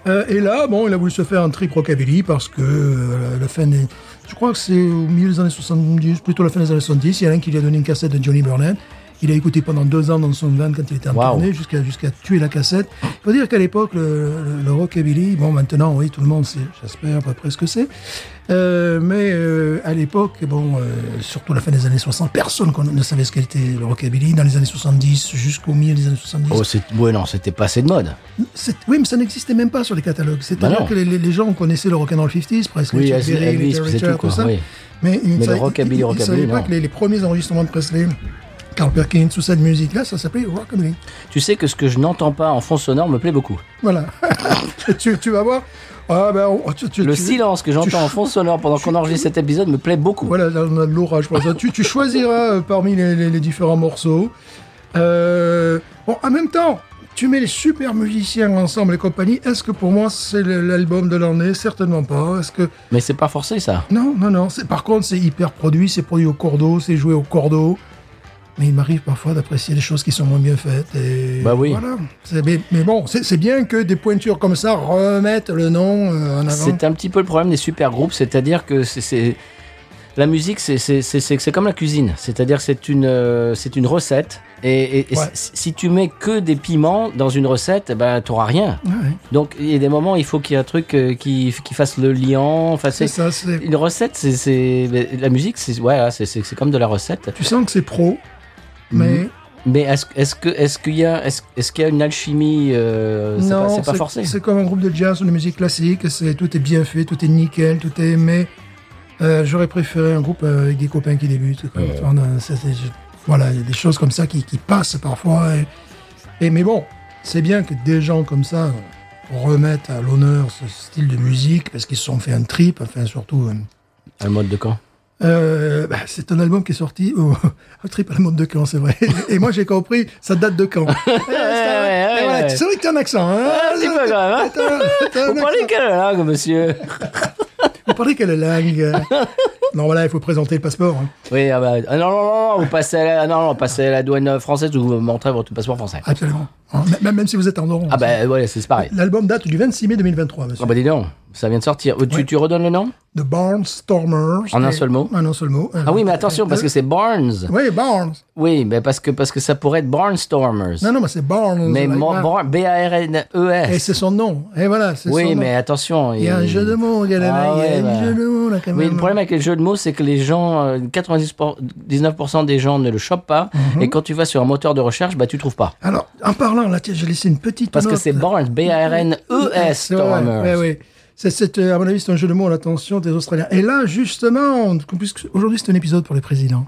Speaker 2: Euh, et là, bon, il a voulu se faire un trip rockabilly parce que euh, la fin des... Je crois que c'est au milieu des années 70, plutôt la fin des années 70, il y en a un qui lui a donné une cassette de Johnny Burnett. Il a écouté pendant deux ans dans son van quand il était en
Speaker 1: Wow.
Speaker 2: tournée jusqu'à jusqu'à tuer la cassette. Il faut dire qu'à l'époque, le, le- le rockabilly, bon, maintenant, oui, tout le monde sait, j'espère, à peu près ce que c'est. Euh, mais euh, à l'époque, bon, euh, surtout la fin des années 60, personne qu'on- ne savait ce qu'était le rockabilly. Dans les années 70, jusqu'au milieu des années 70,
Speaker 1: Oh, c'est... Ouais, non, c'était passé de mode.
Speaker 2: c'est- Oui, mais ça n'existait même pas sur les catalogues. C'est-à-dire
Speaker 1: Bah non.
Speaker 2: que les, les- les gens connaissaient le rock'n'roll 50s, presque.
Speaker 1: Oui,
Speaker 2: Chuck Berry,
Speaker 1: Elvis,
Speaker 2: Little
Speaker 1: c'est
Speaker 2: Richard,
Speaker 1: tout, quoi.
Speaker 2: ça.
Speaker 1: oui.
Speaker 2: Mais, ils
Speaker 1: Mais
Speaker 2: sa-
Speaker 1: le rockabilly,
Speaker 2: ils- ils
Speaker 1: rockabilly,
Speaker 2: savaient pas
Speaker 1: non.
Speaker 2: que les, les premiers enregistrements de Presley, Carl Perkins, toute cette musique-là, ça s'appelait rockabilly.
Speaker 1: Tu sais que ce que je n'entends pas en fond sonore me plaît beaucoup.
Speaker 2: Voilà. tu, tu vas voir. Ah, ben, on- tu- tu-
Speaker 1: Le
Speaker 2: tu-
Speaker 1: silence que j'entends en fond sonore pendant qu'on enregistre cet épisode me plaît beaucoup.
Speaker 2: Voilà, là, on a de l'orage pour ça. tu, tu choisiras euh, parmi les, les- les différents morceaux. Euh, bon, en même temps, tu mets les super musiciens ensemble et compagnie. Est-ce que pour moi, c'est le- l'album de l'année Certainement pas. Est-ce que.
Speaker 1: Mais c'est pas forcé, ça.
Speaker 2: Non, non, non. C'est, par contre, c'est hyper produit, c'est produit au cordeau, c'est joué au cordeau. Mais il m'arrive parfois d'apprécier des choses qui sont moins bien faites. Et
Speaker 1: Bah oui.
Speaker 2: Voilà. C'est- mais, mais bon, c'est, c'est bien que des pointures comme ça remettent le nom euh, en avant.
Speaker 1: C'est un petit peu le problème des super groupes, c'est-à-dire que c'est- c'est la musique, c'est- c'est- c'est c'est- c'est comme la cuisine, c'est-à-dire que c'est une euh, c'est une recette et, et- et
Speaker 2: Ouais.
Speaker 1: si si tu mets que des piments dans une recette, eh ben t'auras rien.
Speaker 2: Ouais, ouais.
Speaker 1: Donc il y a des moments, il faut qu'il y ait un truc euh, qui qui fasse le liant. Enfin,
Speaker 2: c'est
Speaker 1: c'est
Speaker 2: ça. c'est-
Speaker 1: une recette, c'est- c'est mais la musique, c'est ouais, c'est- c'est c'est comme de la recette.
Speaker 2: Tu sens que c'est pro, mais
Speaker 1: Mhm. Mais est-ce est-ce que est-ce qu'il y a est-ce est-ce qu'il y a une alchimie euh, C'est
Speaker 2: non,
Speaker 1: pas, c'est pas forcé.
Speaker 2: C'est comme un groupe de jazz ou de musique classique. C'est tout est bien fait, tout est nickel, tout est aimé. Euh, J'aurais préféré un groupe euh, avec des copains qui débutent. quoi.
Speaker 1: Ouais.
Speaker 2: Enfin, euh, c'est- c'est- je- voilà, il y a des choses comme ça qui, qui passent parfois. Et, et- mais bon, c'est bien que des gens comme ça euh, remettent à l'honneur ce style de musique parce qu'ils se sont fait un trip, enfin surtout. euh,
Speaker 1: Un mode de camp.
Speaker 2: euh, bah, c'est un album qui est sorti au, au Trip à la mode de Caen, c'est vrai. Et moi, j'ai compris, ça date de Caen. Eh, c'est
Speaker 1: ouais,
Speaker 2: vrai. Eh,
Speaker 1: ouais,
Speaker 2: voilà,
Speaker 1: ouais.
Speaker 2: C'est vrai que t'as un accent. Hein
Speaker 1: Un petit peu, quand même, hein.
Speaker 2: T'as un- t'as un
Speaker 1: Vous parlez
Speaker 2: accent.
Speaker 1: quelle langue, monsieur
Speaker 2: Vous parlez quelle langue euh, Non, voilà, il faut présenter le passeport. hein.
Speaker 1: Oui, ah bah, ah non, non, non, non, vous passez à la, non, non, passez à la douane française ou vous montrez votre passeport français.
Speaker 2: Absolument. Hein, m- Même, même si vous êtes en Oran.
Speaker 1: Ah bah ouais, c'est c'est pareil.
Speaker 2: L'album date du 26 mai 2023, monsieur.
Speaker 1: Ah bah dis donc, ça vient de sortir. Euh, Tu,
Speaker 2: Ouais.
Speaker 1: tu redonnes le nom
Speaker 2: The Barnstormers.
Speaker 1: En un
Speaker 2: Et-
Speaker 1: seul mot
Speaker 2: En un seul mot. hein.
Speaker 1: Ah oui, mais attention, parce que c'est Barnes.
Speaker 2: Oui, Barnes.
Speaker 1: Oui, mais parce que, parce que ça pourrait être Barnstormers.
Speaker 2: Non, non, mais c'est Barnes.
Speaker 1: mais
Speaker 2: like
Speaker 1: mo-
Speaker 2: Barnes.
Speaker 1: Barn-
Speaker 2: Et
Speaker 1: B-A-R-N-E-s.
Speaker 2: c'est son nom. Et voilà, c'est son
Speaker 1: E Oui,
Speaker 2: nom.
Speaker 1: mais attention.
Speaker 2: Il y a un jeu de mots, il y a, la-
Speaker 1: Ah
Speaker 2: il y a
Speaker 1: ouais,
Speaker 2: un
Speaker 1: bah.
Speaker 2: jeu de mots, là, quand
Speaker 1: Oui,
Speaker 2: même.
Speaker 1: le problème avec les jeux de mots, c'est que les gens, euh, 99% des gens ne le chopent pas.
Speaker 2: Mhm.
Speaker 1: Et quand tu vas sur un moteur de recherche, bah tu trouves pas.
Speaker 2: Alors, en parlant, là, tiens, j'ai laissé une petite
Speaker 1: Parce que
Speaker 2: note,
Speaker 1: c'est
Speaker 2: là.
Speaker 1: Barnes, B-A-R-N-E-S,
Speaker 2: euh, C'est vrai,
Speaker 1: E Stormers.
Speaker 2: ouais, ouais. C'est, c'est, euh, à mon avis, c'est un jeu de mots à l'attention des Australiens. Et là, justement, puisque aujourd'hui, c'est un épisode pour les présidents.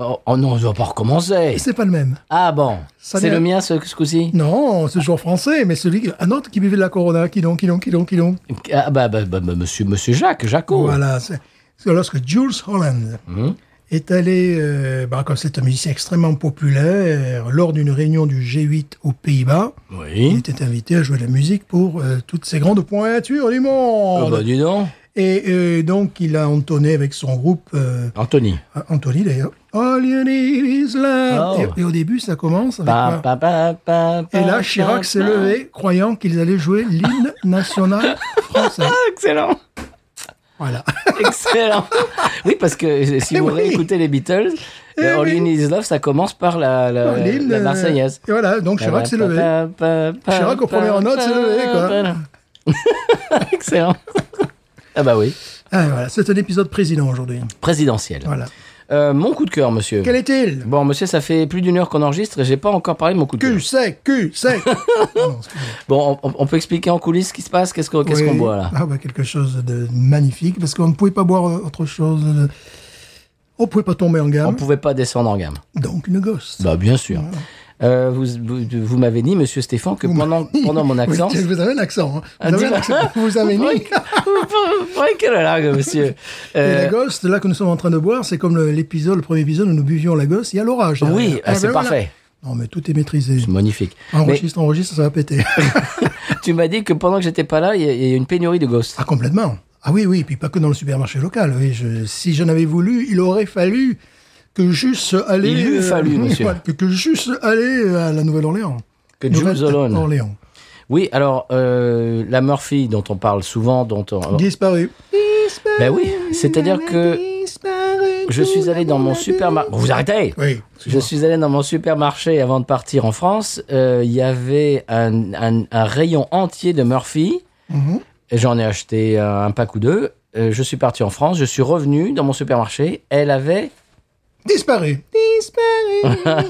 Speaker 1: Oh, oh non, on doit pas recommencer.
Speaker 2: Et c'est pas le même.
Speaker 1: Ah bon,
Speaker 2: Ça
Speaker 1: c'est
Speaker 2: n'est-
Speaker 1: le mien ce, ce coup-ci
Speaker 2: Non, c'est toujours français, mais celui, qui- un autre qui vivait de la Corona, qui donc, qui donc, qui donc, qui donc.
Speaker 1: Ah bah, bah, bah, bah, monsieur, monsieur Jacques, Jaco.
Speaker 2: Voilà. c'est- que lorsque Jules Holland
Speaker 1: Mhm.
Speaker 2: est allé, euh, bah, comme c'est un musicien extrêmement populaire, lors d'une réunion du G8 aux Pays-Bas, il
Speaker 1: Oui.
Speaker 2: était invité à jouer de la musique pour euh, toutes ces grandes pointures du
Speaker 1: Ah
Speaker 2: monde.
Speaker 1: bah, dis donc.
Speaker 2: Et euh, donc, il a entonné avec son groupe, euh,
Speaker 1: Anthony.
Speaker 2: Anthony d'ailleurs, All You Need Is Love.
Speaker 1: Oh.
Speaker 2: Et, et au début, ça commence avec...
Speaker 1: Pa,
Speaker 2: un-
Speaker 1: pa, pa, pa, pa,
Speaker 2: Et là, Chirac
Speaker 1: pa,
Speaker 2: s'est
Speaker 1: pa.
Speaker 2: levé, croyant qu'ils allaient jouer l'hymne national français.
Speaker 1: Excellent.
Speaker 2: Voilà.
Speaker 1: Excellent. Oui, parce que euh, si
Speaker 2: Eh
Speaker 1: vous
Speaker 2: oui.
Speaker 1: réécoutez les Beatles, euh,
Speaker 2: Eh
Speaker 1: All You
Speaker 2: oui.
Speaker 1: Need Is Love, ça commence par la, la,
Speaker 2: L'hymne,
Speaker 1: la
Speaker 2: euh,
Speaker 1: Marseillaise.
Speaker 2: Et voilà, donc Chirac s'est levé.
Speaker 1: Pa, pa, pa, pa,
Speaker 2: Chirac, au
Speaker 1: pa,
Speaker 2: premier en note,
Speaker 1: pa,
Speaker 2: s'est levé, quoi.
Speaker 1: pa. Excellent. Ah bah oui,
Speaker 2: Ah, voilà, c'est un épisode président aujourd'hui.
Speaker 1: présidentiel.
Speaker 2: Voilà.
Speaker 1: Euh, mon coup de cœur, monsieur.
Speaker 2: Quel est-il
Speaker 1: Bon, monsieur, ça fait plus d'une heure qu'on enregistre et j'ai pas encore parlé de mon coup de cœur.
Speaker 2: Q, sec, Q, sec. Ah non, excusez-moi.
Speaker 1: Bon, on, on peut expliquer en coulisses ce qui se passe Qu'est-ce qu'on qu'est-ce
Speaker 2: Oui.
Speaker 1: qu'on boit là
Speaker 2: Ah, bah, quelque chose de magnifique, parce qu'on ne pouvait pas boire autre chose. de- On ne pouvait pas tomber en
Speaker 1: On
Speaker 2: gamme.
Speaker 1: pouvait pas descendre en gamme.
Speaker 2: Donc, une gosse.
Speaker 1: Bah bien sûr.
Speaker 2: Ah.
Speaker 1: Euh, vous vous, vous m'avez dit, monsieur Stéphane, que pendant, pendant mon accent...
Speaker 2: Oui, vous avez un accent. hein.
Speaker 1: Ah,
Speaker 2: Vous avez
Speaker 1: dis-le.
Speaker 2: un accent. Vous avez mis.
Speaker 1: Oh, monsieur.
Speaker 2: Et
Speaker 1: Euh,
Speaker 2: la gosse, là que nous sommes en train de boire, c'est comme le- l'épisode, le premier épisode où nous buvions la gosse, il y a l'orage.
Speaker 1: oui,
Speaker 2: derrière.
Speaker 1: ah, c'est
Speaker 2: ben voilà.
Speaker 1: parfait.
Speaker 2: Non, mais tout est maîtrisé.
Speaker 1: C'est magnifique. Mais
Speaker 2: Enregistre, enregistre, ça va péter.
Speaker 1: tu m'as dit que pendant que j'étais pas là, il y, a- il y a une pénurie de gosses.
Speaker 2: ah, complètement. Ah oui, oui, puis pas que dans le supermarché local. Oui, je- si j'en avais voulu, il aurait fallu que juste aller.
Speaker 1: Il eût fallu, monsieur.
Speaker 2: voilà, Que, que juste aller à la Nouvelle-Orléans.
Speaker 1: Que Jules Holland.
Speaker 2: Orléans.
Speaker 1: Oui, alors, euh, la Murphy, dont on parle souvent, dont on...
Speaker 2: Disparu.
Speaker 1: Ah Ben oui, c'est-à-dire que je suis allé dans mon supermarché... Vous arrêtez
Speaker 2: Oui.
Speaker 1: Je suis allé dans mon supermarché avant de partir en France. euh, Il y avait un, un- un rayon entier de Murphy.
Speaker 2: Mhm.
Speaker 1: Et J'en ai acheté euh, un pack ou deux. Euh, je suis parti en France. Je suis revenu dans mon supermarché. Elle avait.
Speaker 2: Disparu.
Speaker 1: Ah.
Speaker 2: Disparu.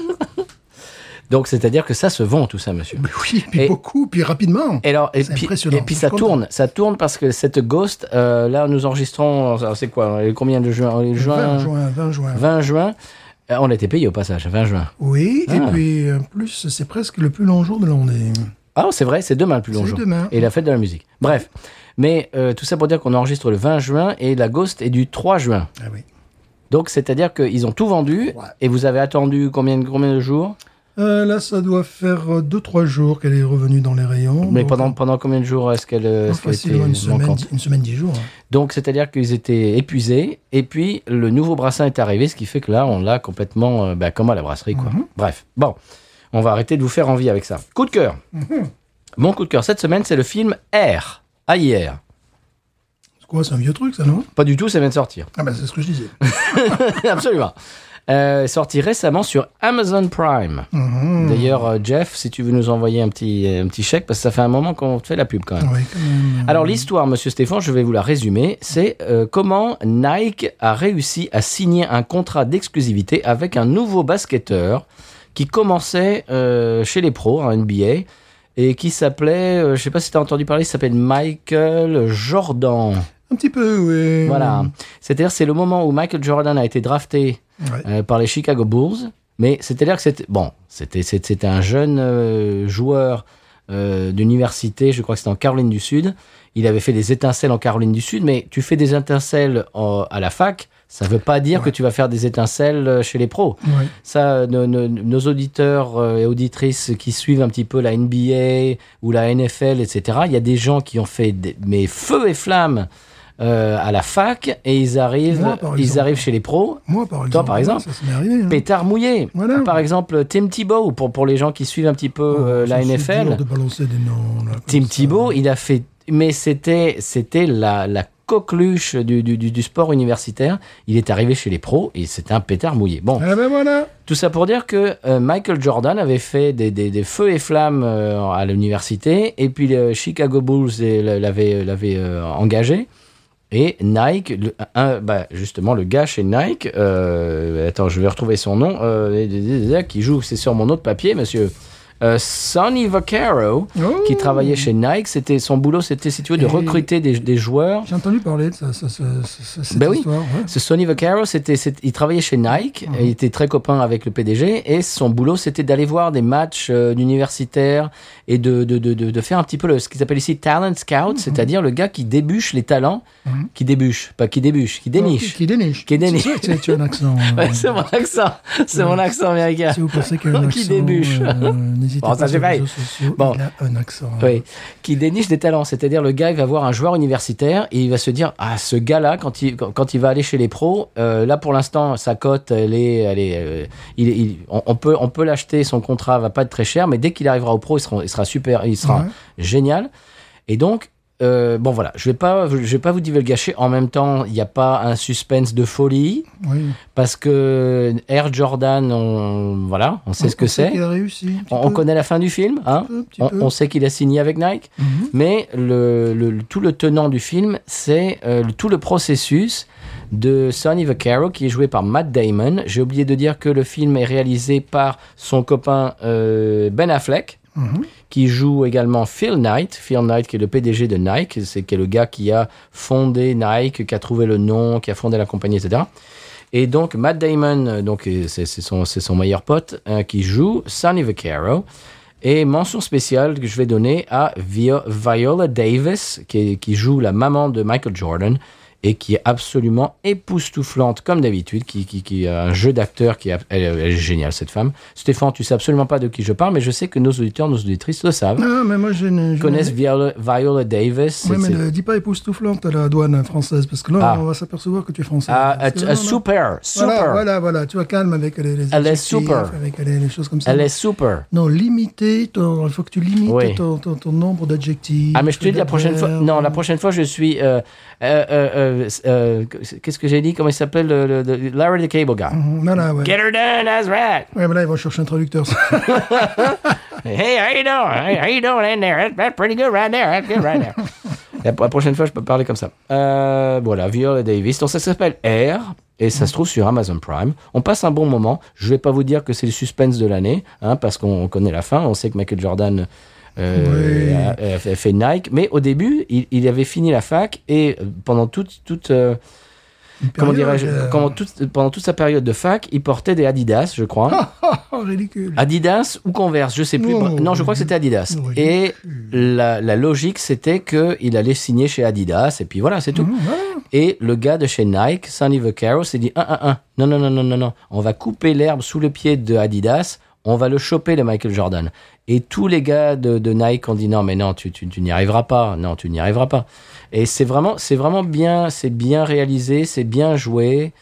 Speaker 1: Donc, c'est-à-dire que ça se vend, tout ça, monsieur.
Speaker 2: Mais oui, puis
Speaker 1: Et-
Speaker 2: beaucoup, puis rapidement.
Speaker 1: Et, alors, et,
Speaker 2: C'est
Speaker 1: puis,
Speaker 2: impressionnant,
Speaker 1: et puis
Speaker 2: je
Speaker 1: ça
Speaker 2: suis
Speaker 1: tourne, ça tourne parce que cette Ghost, euh, là nous enregistrons, alors, c'est quoi, euh, combien de juin, euh, juin
Speaker 2: 20 juin, 20 juin.
Speaker 1: 20 juin, Euh, on était payé au passage, 20 juin.
Speaker 2: Oui,
Speaker 1: Ah.
Speaker 2: et puis en plus, c'est presque le plus long jour de l'année.
Speaker 1: Ah c'est vrai, c'est demain le plus long
Speaker 2: C'est
Speaker 1: jour.
Speaker 2: demain.
Speaker 1: Et la fête de la musique. Bref, mais euh, tout ça pour dire qu'on enregistre le 20 juin et la Ghost est du 3 juin.
Speaker 2: Ah oui.
Speaker 1: Donc c'est-à-dire qu'ils ont tout vendu
Speaker 2: Ouais.
Speaker 1: et vous avez attendu combien de, combien de jours
Speaker 2: Euh, là, ça doit faire 2-3 jours qu'elle est revenue dans les rayons.
Speaker 1: Mais
Speaker 2: Donc,
Speaker 1: pendant, pendant combien de jours est-ce qu'elle
Speaker 2: euh,
Speaker 1: est
Speaker 2: facilement une semaine, dix- une semaine, 10 jours. hein.
Speaker 1: Donc, c'est-à-dire qu'ils étaient épuisés, et puis le nouveau brassin est arrivé, ce qui fait que là, on l'a complètement, euh, bah, comme à la brasserie, quoi.
Speaker 2: Mhm.
Speaker 1: Bref, bon, on va arrêter de vous faire envie avec ça. Coup de cœur.
Speaker 2: Mhm.
Speaker 1: Mon coup de cœur cette semaine, c'est le film Air, à hier.
Speaker 2: C'est quoi, c'est un vieux truc, ça, non
Speaker 1: Pas du tout, ça vient de sortir.
Speaker 2: Ah, bah, c'est ce que je disais.
Speaker 1: Absolument. Euh, sorti récemment sur Amazon Prime.
Speaker 2: Mhm.
Speaker 1: D'ailleurs, euh, Jeff, si tu veux nous envoyer un petit, euh, un petit chèque, parce que ça fait un moment qu'on te fait la pub quand même.
Speaker 2: Ouais, quand même.
Speaker 1: Alors l'histoire, Monsieur Stéphane, je vais vous la résumer. C'est euh, comment Nike a réussi à signer un contrat d'exclusivité avec un nouveau basketteur qui commençait euh, chez les pros en NBA et qui s'appelait, euh, je sais pas si tu as entendu parler, il s'appelle Michael Jordan.
Speaker 2: Un petit peu, oui.
Speaker 1: Voilà. C'est-à-dire c'est le moment où Michael Jordan a été drafté
Speaker 2: Ouais.
Speaker 1: euh, par les Chicago Bulls. Mais c'est-à-dire que c'était bon, c'était c'est- c'était un jeune euh, joueur euh, d'université, je crois que c'était en Caroline du Sud. Il avait fait des étincelles en Caroline du Sud, mais tu fais des étincelles en- à la fac, ça veut pas dire que tu vas faire des étincelles euh, chez les pros.
Speaker 2: Ouais.
Speaker 1: Ça, euh, nos, nos- nos auditeurs euh, et auditrices qui suivent un petit peu la NBA ou la NFL, etc., il y a des gens qui ont fait des, mais feu et flamme euh, à la fac et ils arrivent,
Speaker 2: Moi, par
Speaker 1: ils
Speaker 2: exemple.
Speaker 1: arrivent chez les pros
Speaker 2: Moi, par exemple.
Speaker 1: par exemple.
Speaker 2: Ça, ça m'est arrivé. hein.
Speaker 1: pétard mouillé.
Speaker 2: Voilà. Oh,
Speaker 1: Par exemple, Tim Thibault, pour, pour les gens qui suivent un petit peu euh, la
Speaker 2: Ça, c'est dur
Speaker 1: NFL.
Speaker 2: de balancer des noms. là, comme
Speaker 1: Tim
Speaker 2: ça.
Speaker 1: Thibault, il a fait. Mais c'était, c'était la, la coqueluche du, du, du- du sport universitaire. Il est arrivé chez les pros et c'était un pétard mouillé. Bon,
Speaker 2: Ah, ben voilà.
Speaker 1: tout ça pour dire que euh, Michael Jordan avait fait des, des- des feux et flammes euh, à l'université et puis les Chicago Bulls eh, l'avait l'avait, euh, engagé. Et Nike, le- un- bah, justement, le gars chez Nike, euh, attends, je vais retrouver son nom, euh, qui joue, c'est sur mon autre papier, monsieur. euh, Sonny Vaccaro,
Speaker 2: Oh.
Speaker 1: qui travaillait chez Nike. C'était son boulot, c'était situé de
Speaker 2: Et-
Speaker 1: recruter des, des joueurs.
Speaker 2: J'ai entendu parler de ça, ça- ça- ça- cette
Speaker 1: Ben oui.
Speaker 2: histoire. ouais.
Speaker 1: Ce Sonny Vaccaro, c'était, c'est- il travaillait chez Nike, et il était très copain avec le PDG, et son boulot, c'était d'aller voir des matchs euh, d'universitaires et de, de, de, de, de faire un petit peu le, ce qu'ils appellent ici talent scout, c'est-à-dire le gars qui débûche les talents, qui débûche, pas qui débûche, qui
Speaker 2: Qui,
Speaker 1: déniche.
Speaker 2: qui déniche.
Speaker 1: Qui déniche.
Speaker 2: C'est vrai que tu as- tu as un accent. euh,
Speaker 1: Ouais, c'est mon accent, c'est mon accent américain.
Speaker 2: Si vous pensez qu'il y a un
Speaker 1: Qui
Speaker 2: accent,
Speaker 1: débuche.
Speaker 2: euh, n'hésitez
Speaker 1: Bon,
Speaker 2: pas
Speaker 1: ça, c'est
Speaker 2: sur les
Speaker 1: pareil.
Speaker 2: réseaux sociaux,
Speaker 1: Bon.
Speaker 2: il a un accent.
Speaker 1: Oui, qui déniche des talents. C'est-à-dire, le gars, il va voir un joueur universitaire et il va se dire Ah, ce gars-là, quand il, quand, quand il va aller chez les pros, euh, là, pour l'instant, sa cote, elle est. Elle est euh, il, est- il- on, on peut, on peut l'acheter, son contrat va pas être très cher, mais dès qu'il arrivera au pro, il sera, il sera super, il sera
Speaker 2: Ouais.
Speaker 1: génial. Et donc. euh, bon voilà, je vais pas, je vais pas vous divulgacher. En même temps, il n'y a pas un suspense de folie
Speaker 2: Oui.
Speaker 1: parce que Air Jordan, on voilà, on sait ce que c'est.
Speaker 2: Il a réussi. un petit
Speaker 1: On, on
Speaker 2: peu,
Speaker 1: connaît la fin du film, hein.
Speaker 2: un petit
Speaker 1: On,
Speaker 2: peu.
Speaker 1: on sait qu'il a signé avec Nike,
Speaker 2: Mhm.
Speaker 1: mais le, le- le- tout le tenant du film, c'est euh, le- tout le processus de Sonny Vaccaro, qui est joué par Matt Damon. J'ai oublié de dire que le film est réalisé par son copain euh, Ben Affleck,
Speaker 2: Mhm.
Speaker 1: qui joue également Phil Knight. Phil Knight, qui est le PDG de Nike, c'est qui est le gars qui a fondé Nike, qui a trouvé le nom, qui a fondé la compagnie, etc. Et donc Matt Damon, euh, donc euh, c'est c'est son, c'est son meilleur pote, euh, qui joue Sonny Vaccaro. Et mention spéciale que je vais donner à Vio- Viola Davis, qui, est- qui joue la maman de Michael Jordan et qui est absolument époustouflante comme d'habitude, qui, qui, qui a un jeu d'acteur qui est ab- elle, elle est géniale cette femme. Stéphane, tu sais absolument pas de qui je parle, mais je sais que nos auditeurs, nos auditrices le savent.
Speaker 2: Ah, mais moi, je ne.
Speaker 1: Ils
Speaker 2: je
Speaker 1: connaissent
Speaker 2: ne-
Speaker 1: Viola, Viola Davis.
Speaker 2: Oui,
Speaker 1: c'est-
Speaker 2: mais
Speaker 1: c'est-
Speaker 2: ne dis pas époustouflante à la douane française, parce que là,
Speaker 1: Ah.
Speaker 2: on va s'apercevoir que tu es français.
Speaker 1: Ah,
Speaker 2: Parce
Speaker 1: ah,
Speaker 2: que
Speaker 1: ah,
Speaker 2: là, on a-
Speaker 1: super, super.
Speaker 2: Voilà, voilà, voilà. Tu vois, calme avec les, les
Speaker 1: Elle est
Speaker 2: adjectifs,
Speaker 1: super.
Speaker 2: Avec les, les choses comme ça.
Speaker 1: Elle est super.
Speaker 2: Non, limiter, ton- il faut que tu limites
Speaker 1: Oui.
Speaker 2: ton, ton- ton nombre d'adjectifs.
Speaker 1: Ah mais je te dis la prochaine fois.
Speaker 2: d'adverbes.
Speaker 1: Non, la prochaine fois je suis. euh, euh, euh, euh, euh, Qu'est-ce que j'ai dit Comment il s'appelle le- le- le- Larry the Cable Guy.
Speaker 2: Mhm, Voilà, ouais.
Speaker 1: Get her done, that's right.
Speaker 2: Ouais, mais là, ils vont chercher un traducteur.
Speaker 1: Hey, how you doing? Hey, how you doing in there? That's, that's pretty good right there. That's good right there. La la prochaine fois, je peux parler comme ça. Euh, voilà, Viola Davis. Donc, ça s'appelle Air et ça se trouve sur Amazon Prime. On passe un bon moment. Je vais pas vous dire que c'est le suspense de l'année, hein, parce qu'on connaît la fin. On sait que Michael Jordan euh, a- a fait- fait Nike. Mais au début, il, il avait fini la fac et euh, pendant toute, toute, euh, comment dirais-je,
Speaker 2: euh,
Speaker 1: comment toute- pendant toute sa période de fac, il portait des Adidas, je crois.
Speaker 2: Oh, ridicule.
Speaker 1: Ah. Adidas ou Converse, je sais plus.
Speaker 2: Non.
Speaker 1: Bon, Non, je crois que c'était Adidas.
Speaker 2: Oui.
Speaker 1: Et la, la logique, c'était que il allait signer chez Adidas, et puis voilà, c'est tout.
Speaker 2: Mhm, ouais.
Speaker 1: Et le gars de chez Nike, Sonny Vaccaro, s'est dit, un, un, un, non, non, non, non, non, non, on va couper l'herbe sous le pied de Adidas, on va le choper, le Michael Jordan. Et tous les gars de, de Nike ont dit, non, mais non, tu, tu, tu n'y arriveras pas, non, tu n'y arriveras pas. Et c'est vraiment, c'est vraiment bien, c'est bien réalisé, c'est bien joué.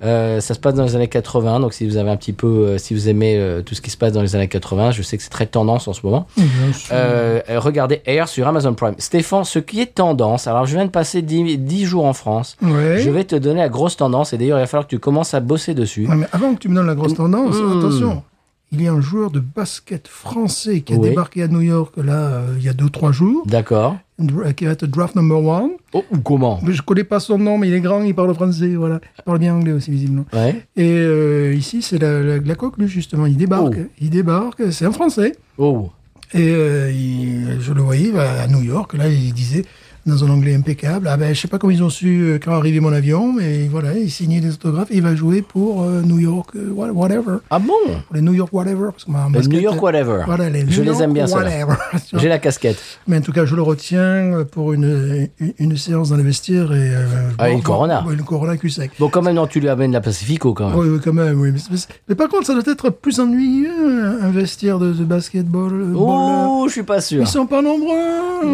Speaker 1: Euh, ça se passe dans les années 80, donc si vous avez un petit peu, euh, si vous aimez euh, tout ce qui se passe dans les années 80, je sais que c'est très tendance en ce moment.
Speaker 2: Bien sûr.
Speaker 1: Euh, euh, regardez Air sur Amazon Prime. Stéphane, ce qui est tendance, alors je viens de passer 10, 10 jours en France.
Speaker 2: Ouais.
Speaker 1: Je vais te donner la grosse tendance, et d'ailleurs, il va falloir que tu commences à bosser dessus.
Speaker 2: Ouais, mais avant que tu me donnes la grosse tendance,
Speaker 1: Mm.
Speaker 2: attention. Il y a un joueur de basket français qui a
Speaker 1: Oui.
Speaker 2: débarqué à New York là euh, il y a deux trois jours,
Speaker 1: D'accord.
Speaker 2: dra- qui va être draft number one.
Speaker 1: Oh, ou comment
Speaker 2: Mais Je connais pas son nom, mais il est grand, il parle français, voilà. Il parle bien anglais aussi visiblement.
Speaker 1: Ouais.
Speaker 2: Et euh, ici c'est la, la, la coqueluche justement. Il débarque,
Speaker 1: Oh.
Speaker 2: il débarque. C'est un français.
Speaker 1: Oh.
Speaker 2: Et euh, il- je le voyais bah, à New York, là, il disait dans un anglais impeccable, ah ben je sais pas comment ils ont su euh, quand est arrivé mon avion, mais voilà, il signait des autographes, et il va jouer pour euh, New York, euh, wha- whatever,
Speaker 1: Ah bon
Speaker 2: pour les New York whatever, parce que moi, en
Speaker 1: Le
Speaker 2: basket,
Speaker 1: New York
Speaker 2: euh,
Speaker 1: Whatever.
Speaker 2: voilà, les
Speaker 1: je
Speaker 2: New
Speaker 1: les aime bien,
Speaker 2: York
Speaker 1: ceux-là.
Speaker 2: whatever. Tu vois.
Speaker 1: J'ai la casquette.
Speaker 2: Mais en tout cas, je le retiens euh, pour une, euh, une, une séance dans les vestiaires et euh,
Speaker 1: Ah,
Speaker 2: bon,
Speaker 1: une Corona.
Speaker 2: ouais, une Corona cul sec.
Speaker 1: Bon, quand même, non, tu lui amènes la Pacifico quand même.
Speaker 2: Oui, oui, quand même, oui. Mais, c'est- mais c'est- mais par contre, ça doit être plus ennuyeux, un- un vestiaire de, de basketball. euh, balleur.
Speaker 1: Oh, je suis pas sûr.
Speaker 2: Ils sont pas nombreux. hein.
Speaker 1: Mmh,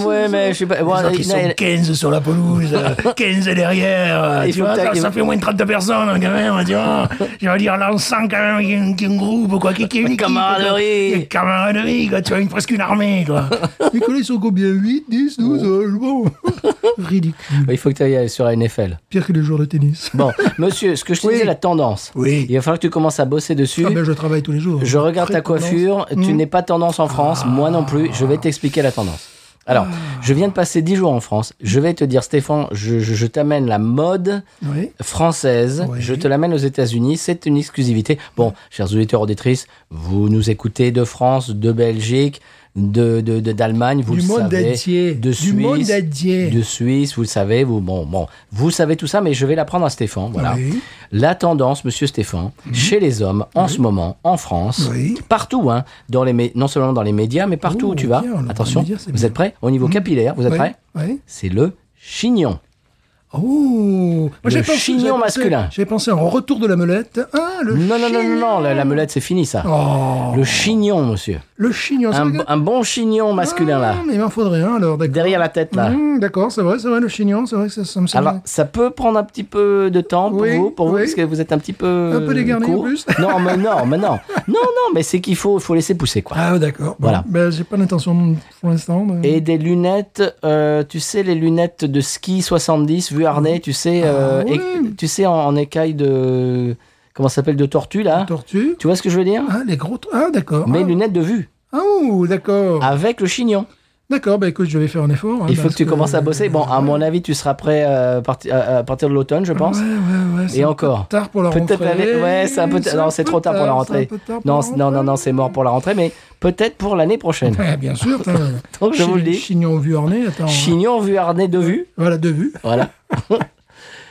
Speaker 2: Ils
Speaker 1: ouais,
Speaker 2: sont-
Speaker 1: mais je sais pas-
Speaker 2: Les
Speaker 1: bon,
Speaker 2: autres,
Speaker 1: il-
Speaker 2: ils
Speaker 1: non,
Speaker 2: sont
Speaker 1: il-
Speaker 2: 15 sur la pelouse, euh, 15 derrière. euh,
Speaker 1: Il
Speaker 2: tu
Speaker 1: faut
Speaker 2: vois,
Speaker 1: que t'ailles-
Speaker 2: ça, ça fait moins de 30 personnes, hein, quand même. Tu vois, je veux dire, là, on sent quand même qu'il y a un- qu'il y a un groupe, quoi, qu'il y a une équipe,
Speaker 1: camaraderie.
Speaker 2: quoi. Il y a une camaraderie, quoi. Tu as une, presque une armée, quoi. Les collègues sont combien 8, 10,
Speaker 1: Oh.
Speaker 2: 12, euh, Ridicule.
Speaker 1: Il faut que tu ailles sur la NFL.
Speaker 2: Pire que les joueurs de tennis.
Speaker 1: Bon, monsieur, ce que je te
Speaker 2: Oui.
Speaker 1: disais, la tendance.
Speaker 2: Oui.
Speaker 1: Bah, Il va falloir que tu commences à bosser dessus.
Speaker 2: Ah ben, je travaille tous les jours.
Speaker 1: Je regarde
Speaker 2: Très Ah.
Speaker 1: ta coiffure, tu n'es pas tendance en France, moi non plus, je vais t'expliquer la tendance. Alors, je viens de passer 10 jours en France. Je vais te dire, Stéphane, je, je- je t'amène la mode
Speaker 2: Oui.
Speaker 1: française.
Speaker 2: Oui.
Speaker 1: Je te l'amène aux États-Unis. C'est une exclusivité. Bon, chers auditeurs, auditrices, vous nous écoutez de France, de Belgique, de de- de- d'Allemagne. vous
Speaker 2: du
Speaker 1: le
Speaker 2: monde
Speaker 1: savez.
Speaker 2: entier.
Speaker 1: De
Speaker 2: du
Speaker 1: Suisse.
Speaker 2: monde entier.
Speaker 1: De Suisse, vous le savez. Vous, bon, bon, vous savez tout ça, mais je vais l'apprendre à Stéphane. Voilà.
Speaker 2: Oui.
Speaker 1: La tendance, monsieur Stéphane, chez les hommes, en ce moment, en France,
Speaker 2: Mhm. Oui.
Speaker 1: partout, hein, dans les mé- non seulement dans les médias, mais partout
Speaker 2: Oh,
Speaker 1: où tu vas.
Speaker 2: bien, le
Speaker 1: Attention,
Speaker 2: média, c'est
Speaker 1: vous
Speaker 2: bien. Mhm.
Speaker 1: êtes prêts Au niveau capillaire, vous êtes
Speaker 2: Oui,
Speaker 1: prêts
Speaker 2: oui.
Speaker 1: C'est le chignon.
Speaker 2: Oh Moi, j'ai
Speaker 1: Le
Speaker 2: pensé-
Speaker 1: chignon
Speaker 2: j'ai pensé-
Speaker 1: masculin.
Speaker 2: J'ai pensé en retour de la melette. Ah, le
Speaker 1: Non, non, non, non, non, la, la melette, c'est fini ça.
Speaker 2: Oh,
Speaker 1: Le chignon, monsieur.
Speaker 2: le chignon. c'est
Speaker 1: Un,
Speaker 2: vrai que-
Speaker 1: un bon chignon masculin là,
Speaker 2: Ah, mais il m'en faudrait un alors, d'accord.
Speaker 1: derrière la tête là.
Speaker 2: Mmh, d'accord, c'est vrai, c'est vrai, le chignon, c'est vrai que ça, ça me semble.
Speaker 1: Alors, ça peut prendre un petit peu de temps pour
Speaker 2: Oui,
Speaker 1: vous, pour vous,
Speaker 2: oui.
Speaker 1: parce que vous êtes un petit peu.
Speaker 2: Un peu dégarni, en
Speaker 1: court.
Speaker 2: plus.
Speaker 1: Non, mais non, mais non. Non, non, mais c'est qu'il faut, faut laisser pousser, quoi.
Speaker 2: Ah, d'accord. Bon,
Speaker 1: Voilà.
Speaker 2: Ben, j'ai pas l'intention pour l'instant. de-
Speaker 1: Et des lunettes, euh, tu sais, les lunettes de ski 70, vue harnais, tu sais, euh,
Speaker 2: Ah ouais.
Speaker 1: éc- tu sais en, en écaille de. Comment ça s'appelle De tortue, là
Speaker 2: Tortue.
Speaker 1: Tu vois ce que je veux dire
Speaker 2: Ah, les gros. tr- Ah, d'accord.
Speaker 1: Mes
Speaker 2: Ah,
Speaker 1: lunettes de vue,
Speaker 2: Ah, ouh, d'accord.
Speaker 1: avec le chignon.
Speaker 2: D'accord, bah écoute, je vais faire un effort. hein,
Speaker 1: Il faut
Speaker 2: parce
Speaker 1: que tu commences à bosser. Bon, à mon avis, tu seras prêt euh, à parti- à- à partir de l'automne, je pense.
Speaker 2: Ouais, ouais, ouais. c'est
Speaker 1: Et
Speaker 2: un
Speaker 1: encore.
Speaker 2: peu Tard pour la
Speaker 1: Peut-être
Speaker 2: rentrée.
Speaker 1: l'année- ouais, c'est un peu- non, c'est trop tard pour la rentrée.
Speaker 2: c'est un peu tard pour
Speaker 1: Non,
Speaker 2: la
Speaker 1: c- non, non, non, c'est mort pour la rentrée, mais peut-être pour l'année prochaine.
Speaker 2: rentrée. Ouais, bien sûr. t'as-
Speaker 1: Donc, je vous le dis.
Speaker 2: Chignon vu en nez, attends. hein,
Speaker 1: Chignon, vue harnais de vue,
Speaker 2: Voilà, de vue.
Speaker 1: voilà.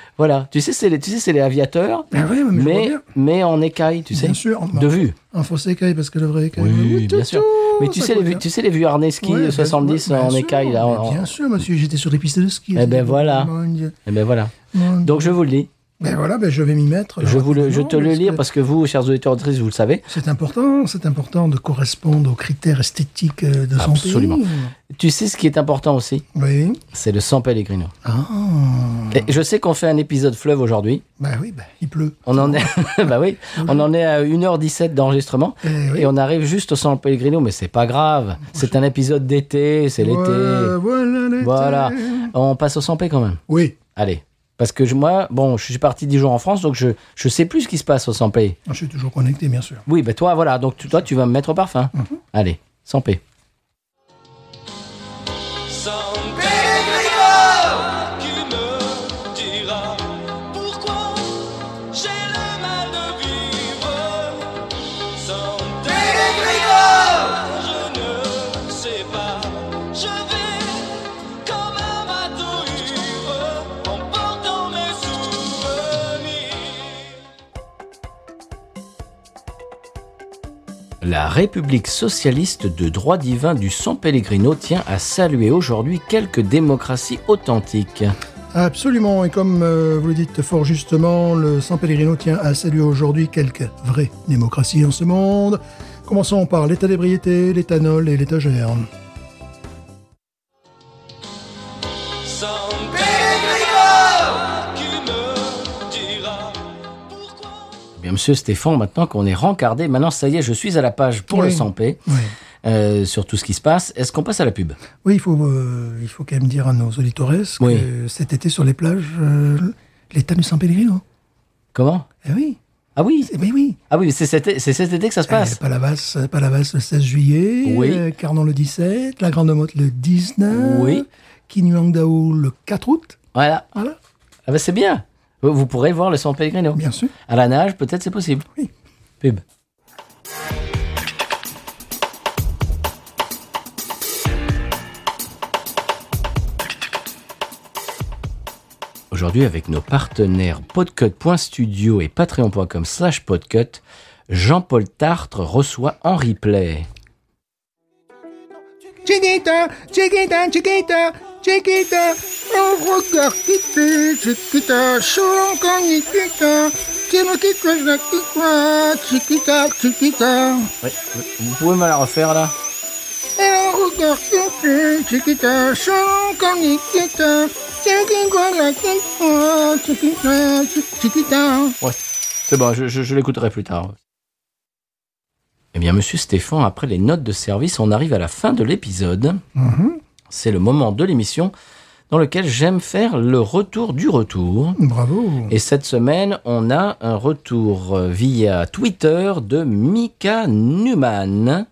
Speaker 1: voilà. Tu sais, c'est les, tu sais, c'est les aviateurs,
Speaker 2: Ah ouais, mais, je vois
Speaker 1: mais,
Speaker 2: bien.
Speaker 1: mais en écaille, tu sais.
Speaker 2: Bien sûr. en-
Speaker 1: De vue.
Speaker 2: En fausse écaille, parce que le vrai écaille.
Speaker 1: Oui, bien sûr. Mais tu
Speaker 2: ça
Speaker 1: sais,
Speaker 2: coûte
Speaker 1: les,
Speaker 2: bien.
Speaker 1: tu sais les vieux harnais ski
Speaker 2: Ouais, bien-
Speaker 1: 70
Speaker 2: bien
Speaker 1: en
Speaker 2: sûr,
Speaker 1: écaille, là.
Speaker 2: mais
Speaker 1: en-
Speaker 2: Bien sûr, monsieur, j'étais sur les pistes de ski.
Speaker 1: Eh ben
Speaker 2: c'était-
Speaker 1: voilà.
Speaker 2: Mon Dieu,
Speaker 1: Eh ben voilà.
Speaker 2: mon
Speaker 1: Donc je vous le dis,
Speaker 2: Ben voilà, ben je vais m'y mettre.
Speaker 1: je,
Speaker 2: Alors,
Speaker 1: vous le, je
Speaker 2: non,
Speaker 1: te le
Speaker 2: parce
Speaker 1: lis
Speaker 2: que
Speaker 1: parce que vous, chers auditeurs auditrices, vous le savez.
Speaker 2: C'est important, c'est important de correspondre aux critères esthétiques euh, de son pays.
Speaker 1: Absolument. Tu sais ce qui est important aussi,
Speaker 2: Oui.
Speaker 1: c'est le sang pellegrino.
Speaker 2: Ah,
Speaker 1: Et je sais qu'on fait un épisode fleuve aujourd'hui.
Speaker 2: ben oui, ben, il pleut.
Speaker 1: On en est, bah oui, on en est à 1h17 d'enregistrement.
Speaker 2: Eh oui.
Speaker 1: Et on arrive juste au sang pellegrino, mais c'est pas grave. C'est un épisode d'été, c'est
Speaker 2: Ouais,
Speaker 1: l'été.
Speaker 2: Voilà. l'été.
Speaker 1: Voilà. On passe au sang P quand même.
Speaker 2: Oui,
Speaker 1: Allez. Parce que je- moi, bon, je suis parti 10 jours en France, donc je, je sais plus ce qui se passe au sans paye.
Speaker 2: je suis toujours connecté, bien sûr.
Speaker 1: Oui, ben toi, voilà. Donc tu- toi, tu vas me mettre au parfum.
Speaker 2: Mhm.
Speaker 1: Allez, sans paix.
Speaker 3: Sans Pellegrino, qui me dira pourquoi j'ai le mal de vivre. Sans Pellegrino, je ne sais pas. Je vais comme un bateau ivre, emportant mes souvenirs.
Speaker 1: La République socialiste de droit divin du San Pellegrino tient à saluer aujourd'hui quelques démocraties authentiques. Eh
Speaker 2: Absolument, et comme euh, vous le dites fort justement, le San Pellegrino tient à saluer aujourd'hui quelques vraies démocraties en ce monde. Commençons par l'état d'ébriété, l'éthanol et l'étagère.
Speaker 3: Sans Pellegrino, qui me dira pourquoi.
Speaker 1: Eh Bien, monsieur Stéphane, maintenant qu'on est rencardé, maintenant ça y est, je suis à la page pour le
Speaker 2: Oui.
Speaker 1: sans paix
Speaker 2: Oui,
Speaker 1: euh, sur tout ce qui se passe. Est-ce qu'on passe à la pub
Speaker 2: oui il, faut, euh, il faut quand même dire à nos auditeurs que
Speaker 1: Oui.
Speaker 2: cet été sur les plages, euh, l'état du San Pellegrino.
Speaker 1: Comment
Speaker 2: Eh oui,
Speaker 1: Ah oui,
Speaker 2: eh ben oui.
Speaker 1: ah oui, c'est cet, c'est cet été que ça se passe.
Speaker 2: Eh, Palavas, euh, Palavas le 16 juillet,
Speaker 1: Oui.
Speaker 2: euh, Carnon le 17, la Grande Motte le 19,
Speaker 1: Oui.
Speaker 2: Kinyuangdao le 4 août.
Speaker 1: Voilà.
Speaker 2: Voilà,
Speaker 1: Ah ben c'est bien. Vous vous pourrez voir le San Pellegrino.
Speaker 2: bien sûr.
Speaker 1: À la nage, peut-être c'est possible.
Speaker 2: Oui.
Speaker 1: Pub. Aujourd'hui, avec nos partenaires podcut.studio et patreon.com slash podcut, Jean-Paul Tartre reçoit en replay.
Speaker 2: Chiquita, chiquita, chiquita, chiquita, oh regarde qui t'es, chiquita, chaud quand chiquita, tu me quittes, je quitte toi, chiquita, chiquita,
Speaker 1: vous pouvez me la refaire là
Speaker 2: oh regarde qui t'es, chiquita, chaud quand chiquita, tu me quittes, je quitte toi, chiquita, chi- chiquita.
Speaker 1: C'est bon, je, je- je l'écouterai plus tard. Eh bien, monsieur Stéphane, après les notes de service, on arrive à la fin de l'épisode. C'est le moment de l'émission dans lequel j'aime faire le retour du retour.
Speaker 2: Bravo.
Speaker 1: Et cette semaine, on a un retour euh, via Twitter de Mika Newman,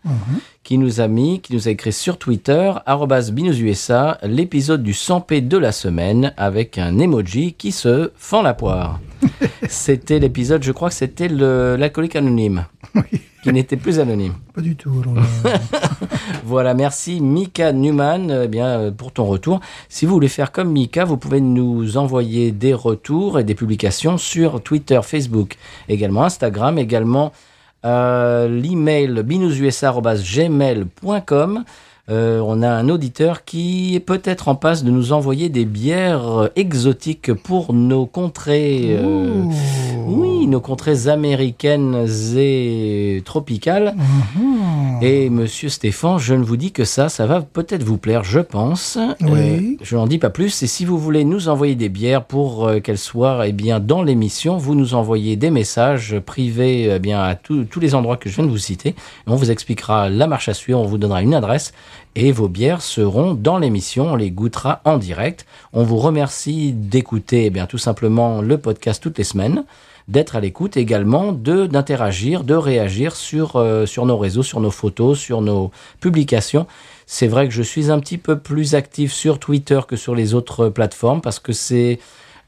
Speaker 1: qui nous a mis, qui nous a écrit sur Twitter, arrobas binoususa, l'épisode du 100p de la semaine avec un emoji qui se fend la poire. c'était l'épisode, je crois que c'était le- l'alcoolique anonyme, qui n'était plus anonyme.
Speaker 2: Pas du tout. alors
Speaker 1: Euh,
Speaker 2: là.
Speaker 1: Voilà, merci Mika Newman eh bien, euh, pour ton retour. Si vous voulez faire comme Mika, vous pouvez nous envoyer des retours et des publications sur Twitter, Facebook, également Instagram, également euh, l'email binoususa.gmail.com. Euh, on a un auditeur qui est peut-être en passe de nous envoyer des bières euh, exotiques pour nos contrées. euh, oui, nos contrées américaines et tropicales. Et monsieur Stéphane, je ne vous dis que ça, ça va peut-être vous plaire, je pense. Euh,
Speaker 2: Oui.
Speaker 1: je n'en dis pas plus. Et si vous voulez nous envoyer des bières pour euh, qu'elles soient eh bien, dans l'émission, vous nous envoyez des messages privés eh bien, à tous- tous les endroits que je viens de vous citer. On vous expliquera la marche à suivre, on vous donnera une adresse et vos bières seront dans l'émission, on les goûtera en direct. On vous remercie d'écouter eh bien tout simplement le podcast toutes les semaines, d'être à l'écoute également, de d'interagir, de réagir sur euh, sur nos réseaux, sur nos photos, sur nos publications. C'est vrai que je suis un petit peu plus actif sur Twitter que sur les autres plateformes parce que c'est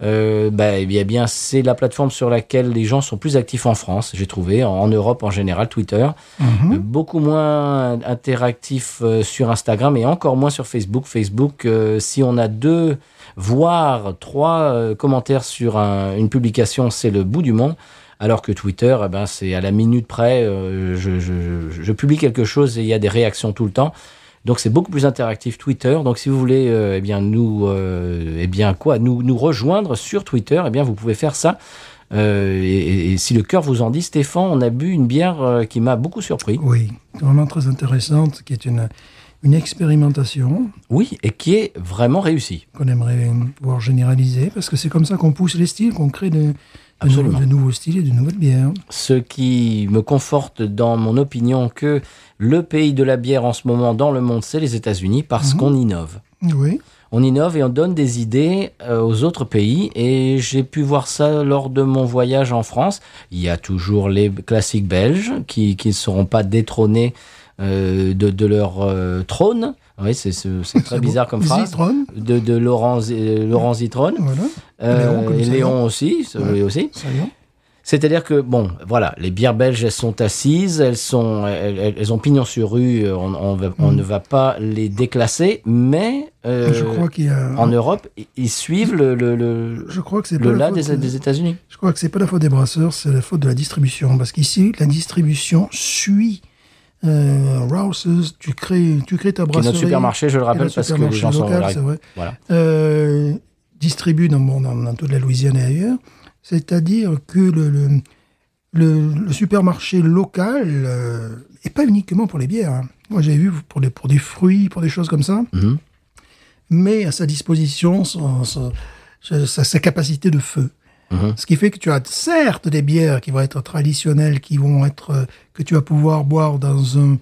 Speaker 1: euh, bah, eh bien, bien, c'est la plateforme sur laquelle les gens sont plus actifs en France, j'ai trouvé, en, en Europe en général, Twitter.
Speaker 2: Hmm? Mhm.
Speaker 1: Euh, beaucoup moins interactif euh, sur Instagram et encore moins sur Facebook. Facebook, euh, si on a deux, voire trois euh, commentaires sur un- une publication, c'est le bout du monde. Alors que Twitter, eh ben, c'est à la minute près, euh, je, je- je- je publie quelque chose et il y a des réactions tout le temps. Donc c'est beaucoup plus interactif Twitter. Donc si vous voulez euh, eh bien nous euh, eh bien quoi nous nous rejoindre sur Twitter, eh bien vous pouvez faire ça. Euh, et, et- et si le cœur vous en dit, Stéphane, on a bu une bière euh, qui m'a beaucoup surpris.
Speaker 2: Oui, vraiment très intéressante, qui est une, une expérimentation
Speaker 1: Oui, et qui est vraiment réussie.
Speaker 2: qu'on aimerait pouvoir généraliser, parce que c'est comme ça qu'on pousse les styles, qu'on crée de, de nou-
Speaker 1: Absolument.
Speaker 2: de nouveaux styles et de nouvelles bières.
Speaker 1: Ce qui me conforte dans mon opinion que le pays de la bière en ce moment dans le monde, c'est les États-Unis parce
Speaker 2: Mhm.
Speaker 1: qu'on innove.
Speaker 2: Oui,
Speaker 1: On innove et on donne des idées euh, aux autres pays. Et j'ai pu voir ça lors de mon voyage en France. Il y a toujours les classiques belges qui qui ne seront pas détrônés euh, de, de leur euh, trône. Oui, c'est c'est- c'est très
Speaker 2: C'est beau.
Speaker 1: bizarre comme phrase.
Speaker 2: Zitron,
Speaker 1: De, de Laurent, Z- euh, Laurent Zitrone.
Speaker 2: voilà, Léon,
Speaker 1: Euh,
Speaker 2: comme
Speaker 1: et
Speaker 2: ça,
Speaker 1: Léon aussi, ça,
Speaker 2: Ouais.
Speaker 1: lui aussi.
Speaker 2: ça y est.
Speaker 1: C'est-à-dire que, bon, voilà, les bières belges, elles sont assises, elles, sont, elles, elles- elles ont pignon sur rue, euh, on, on va- on ne va pas les déclasser, mais euh,
Speaker 2: Mm. je crois qu'il y a...
Speaker 1: en Europe, i- ils suivent le, le, le,
Speaker 2: je crois que c'est
Speaker 1: le
Speaker 2: pas la
Speaker 1: là
Speaker 2: faute euh,
Speaker 1: des,
Speaker 2: de-
Speaker 1: des États-Unis.
Speaker 2: Je crois que c'est pas la faute des brasseurs, c'est la faute de la distribution. Parce qu'ici, la distribution suit euh, Rouse's. Tu crées, tu crées ta
Speaker 1: Qui est
Speaker 2: brasserie.
Speaker 1: notre supermarché, je le
Speaker 2: et
Speaker 1: rappelle,
Speaker 2: notre
Speaker 1: parce que les
Speaker 2: supermarché
Speaker 1: gens sont...
Speaker 2: local, c'est vrai.
Speaker 1: Voilà.
Speaker 2: Euh, distribue dans, bon, dans, dans toute la Louisiane et ailleurs. C'est-à-dire que le, le, le- le supermarché local, euh, et pas uniquement pour les bières, hein. moi j'ai vu pour, les, pour des fruits, pour des choses comme ça,
Speaker 1: Mhm.
Speaker 2: met à sa disposition son- son- sa, sa capacité de feu.
Speaker 1: Uh-huh.
Speaker 2: Ce qui fait que tu as certes des bières qui vont être traditionnelles, qui vont être euh, que tu vas pouvoir boire dans un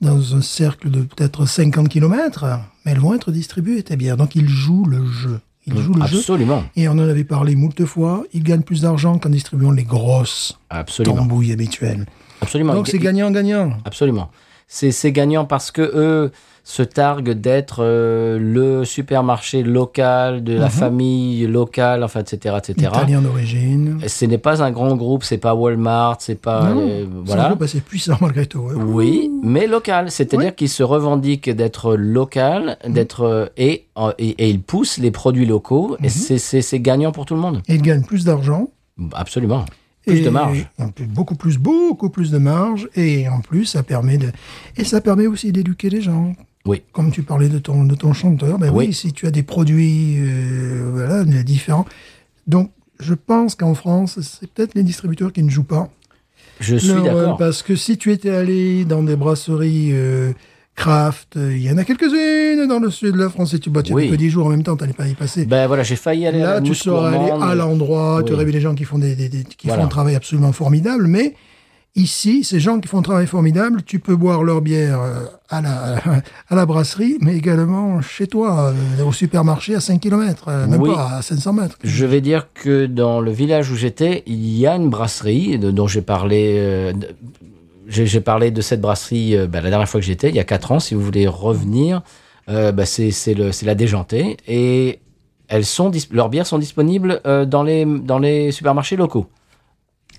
Speaker 2: dans un cercle de peut-être 50 km, mais elles vont être distribuées tes bières. Donc ils jouent le jeu. Ils jouent le jeu.
Speaker 1: Mmh, Absolument,
Speaker 2: Et on en avait parlé moult fois. Ils gagnent plus d'argent qu'en distribuant les grosses
Speaker 1: absolument,
Speaker 2: tambouilles habituelles.
Speaker 1: absolument.
Speaker 2: Donc
Speaker 1: Il-
Speaker 2: c'est
Speaker 1: il-
Speaker 2: gagnant-gagnant.
Speaker 1: Absolument. C'est c'est gagnant parce que eux se targuent d'être euh, le supermarché local, de
Speaker 2: Mhm.
Speaker 1: la famille locale, enfin, etc., etc.
Speaker 2: Italien d'origine.
Speaker 1: Ce n'est pas un grand groupe, c'est pas Walmart, c'est pas...
Speaker 2: Non,
Speaker 1: euh,
Speaker 2: Ça
Speaker 1: voilà. Mmh.
Speaker 2: peut passer puissant malgré tout. hein.
Speaker 1: Oui, mais local. C'est-à-dire qu'ils se revendiquent d'être local,
Speaker 2: Mm.
Speaker 1: d'être euh, et, euh, et, et ils poussent les produits locaux.
Speaker 2: Mm-hmm.
Speaker 1: Et c'est- c'est c'est gagnant pour tout le monde.
Speaker 2: Et ils gagnent plus d'argent.
Speaker 1: Absolument. Plus
Speaker 2: Et-
Speaker 1: de marge.
Speaker 2: et plus- Beaucoup plus, beaucoup plus de marge. Et en plus, ça permet de. Et ça permet aussi d'éduquer les gens.
Speaker 1: Oui.
Speaker 2: Comme tu parlais de ton, de ton chanteur, ben oui.
Speaker 1: Oui.
Speaker 2: si tu as des produits euh, voilà, mais différents. Donc, je pense qu'en France, c'est peut-être les distributeurs qui ne jouent pas.
Speaker 1: Je suis
Speaker 2: leur rôle,
Speaker 1: d'accord.
Speaker 2: parce que si tu étais allé dans des brasseries euh, craft, euh, il y en a quelques-unes dans le sud de la France, et tu bah, tu
Speaker 1: Oui.
Speaker 2: avais que 10 jours en même temps, tu n'allais pas y passer.
Speaker 1: Ben voilà, j'ai failli aller à
Speaker 2: Là,
Speaker 1: la
Speaker 2: tu
Speaker 1: mousse
Speaker 2: seras allé
Speaker 1: gourmande.
Speaker 2: à l'endroit, tu
Speaker 1: Oui.
Speaker 2: aurais vu des gens qui font des, des- des- qui
Speaker 1: Voilà.
Speaker 2: font un travail absolument formidable, mais Ici, ces gens qui font un travail formidable, tu peux boire leur bière euh, à la, à la brasserie, mais également chez toi, euh, au supermarché à 5 km, même
Speaker 1: Oui.
Speaker 2: pas à 500 mètres.
Speaker 1: Je vais dire que dans le village où j'étais, il y a une brasserie de- dont j'ai parlé. euh, de- j'ai j'ai parlé de cette brasserie euh, bah, la dernière fois que j'étais, il y a quatre ans. Si vous voulez revenir, euh, bah, c'est c'est le- c'est la déjantée et elles sont dis- leurs bières sont disponibles euh, dans les dans les supermarchés locaux.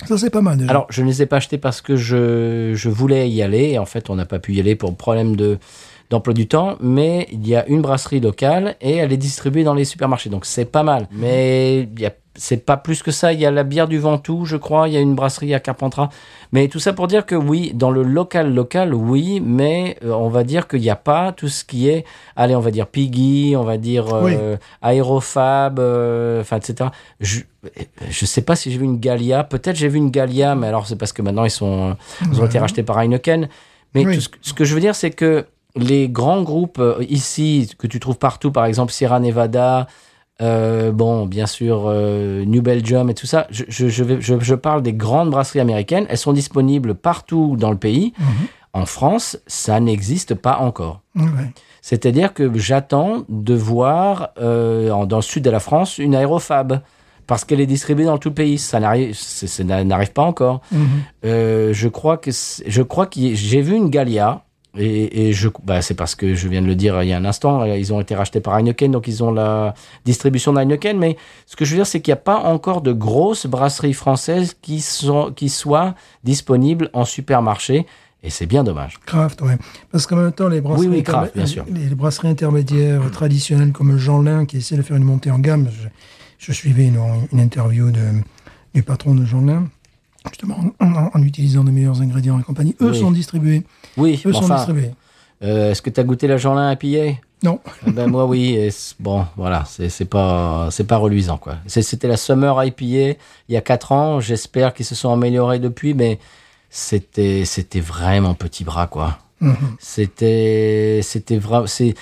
Speaker 2: Ça, c'est pas mal déjà.
Speaker 1: Alors je ne les ai pas achetées parce que je je voulais y aller et en fait on n'a pas pu y aller pour problème de d'emploi du temps, mais il y a une brasserie locale et elle est distribuée dans les supermarchés. Donc c'est pas mal. Mais il y a- c'est pas plus que ça. Il y a la bière du Ventoux, je crois. Il y a une brasserie à Carpentras. Mais tout ça pour dire que oui, dans le local local, oui, mais euh, on va dire qu'il n'y a pas tout ce qui est, allez, on va dire Piggy, on va dire euh, Aérofab, euh, enfin, etc. Je, je sais pas si j'ai vu une Galia. Peut-être j'ai vu une Galia, mais alors c'est parce que maintenant ils sont, euh, ils ont été rachetés par Heineken. Mais
Speaker 2: Oui.
Speaker 1: tout ce, que- ce que je veux dire, c'est que les grands groupes euh, ici, que tu trouves partout, par exemple Sierra Nevada, euh, bon, bien sûr, euh, New Belgium et tout ça, je, je, je, vais- je- je parle des grandes brasseries américaines. Elles sont disponibles partout dans le pays. En France, ça n'existe pas encore.
Speaker 2: Ouais.
Speaker 1: C'est-à-dire que j'attends de voir euh, en- dans le sud de la France une aérofab. Parce qu'elle est distribuée dans tout le pays, ça n'arrive, c'est- ça n'arrive pas encore.
Speaker 2: Mhm.
Speaker 1: Euh, je crois que c'est- je crois que j'ai vu une Galia et, et je bah, c'est parce que je viens de le dire il y a un instant euh, ils ont été rachetés par Heineken donc ils ont la distribution d'Heineken mais ce que je veux dire c'est qu'il n'y a pas encore de grosses brasseries françaises qui sont qui soient disponibles en supermarché et c'est bien dommage.
Speaker 2: Craft, ouais. Parce qu'en même temps, les brasseries,
Speaker 1: Oui, oui,
Speaker 2: intermé-
Speaker 1: Kraft, bien sûr.
Speaker 2: les les brasseries intermédiaires traditionnelles comme Jean Lin, qui essaie de faire une montée en gamme, je, je suivais une, une interview de, du patron de Jean Lin, justement en, en- en utilisant de meilleurs ingrédients et compagnie. Eux
Speaker 1: Oui.
Speaker 2: sont distribués.
Speaker 1: Oui,
Speaker 2: Eux
Speaker 1: mais
Speaker 2: sont
Speaker 1: enfin,
Speaker 2: distribués.
Speaker 1: euh, est-ce que tu as goûté la Jeanlin à piller
Speaker 2: Non.
Speaker 1: Eh ben moi oui, et c- bon voilà, c'est c'est pas c'est pas reluisant quoi. C'est- C'était la Summer IPA il y a quatre ans. J'espère qu'ils se sont améliorés depuis, mais c'était c'était vraiment petit bras quoi. C'était c'était vraiment c'est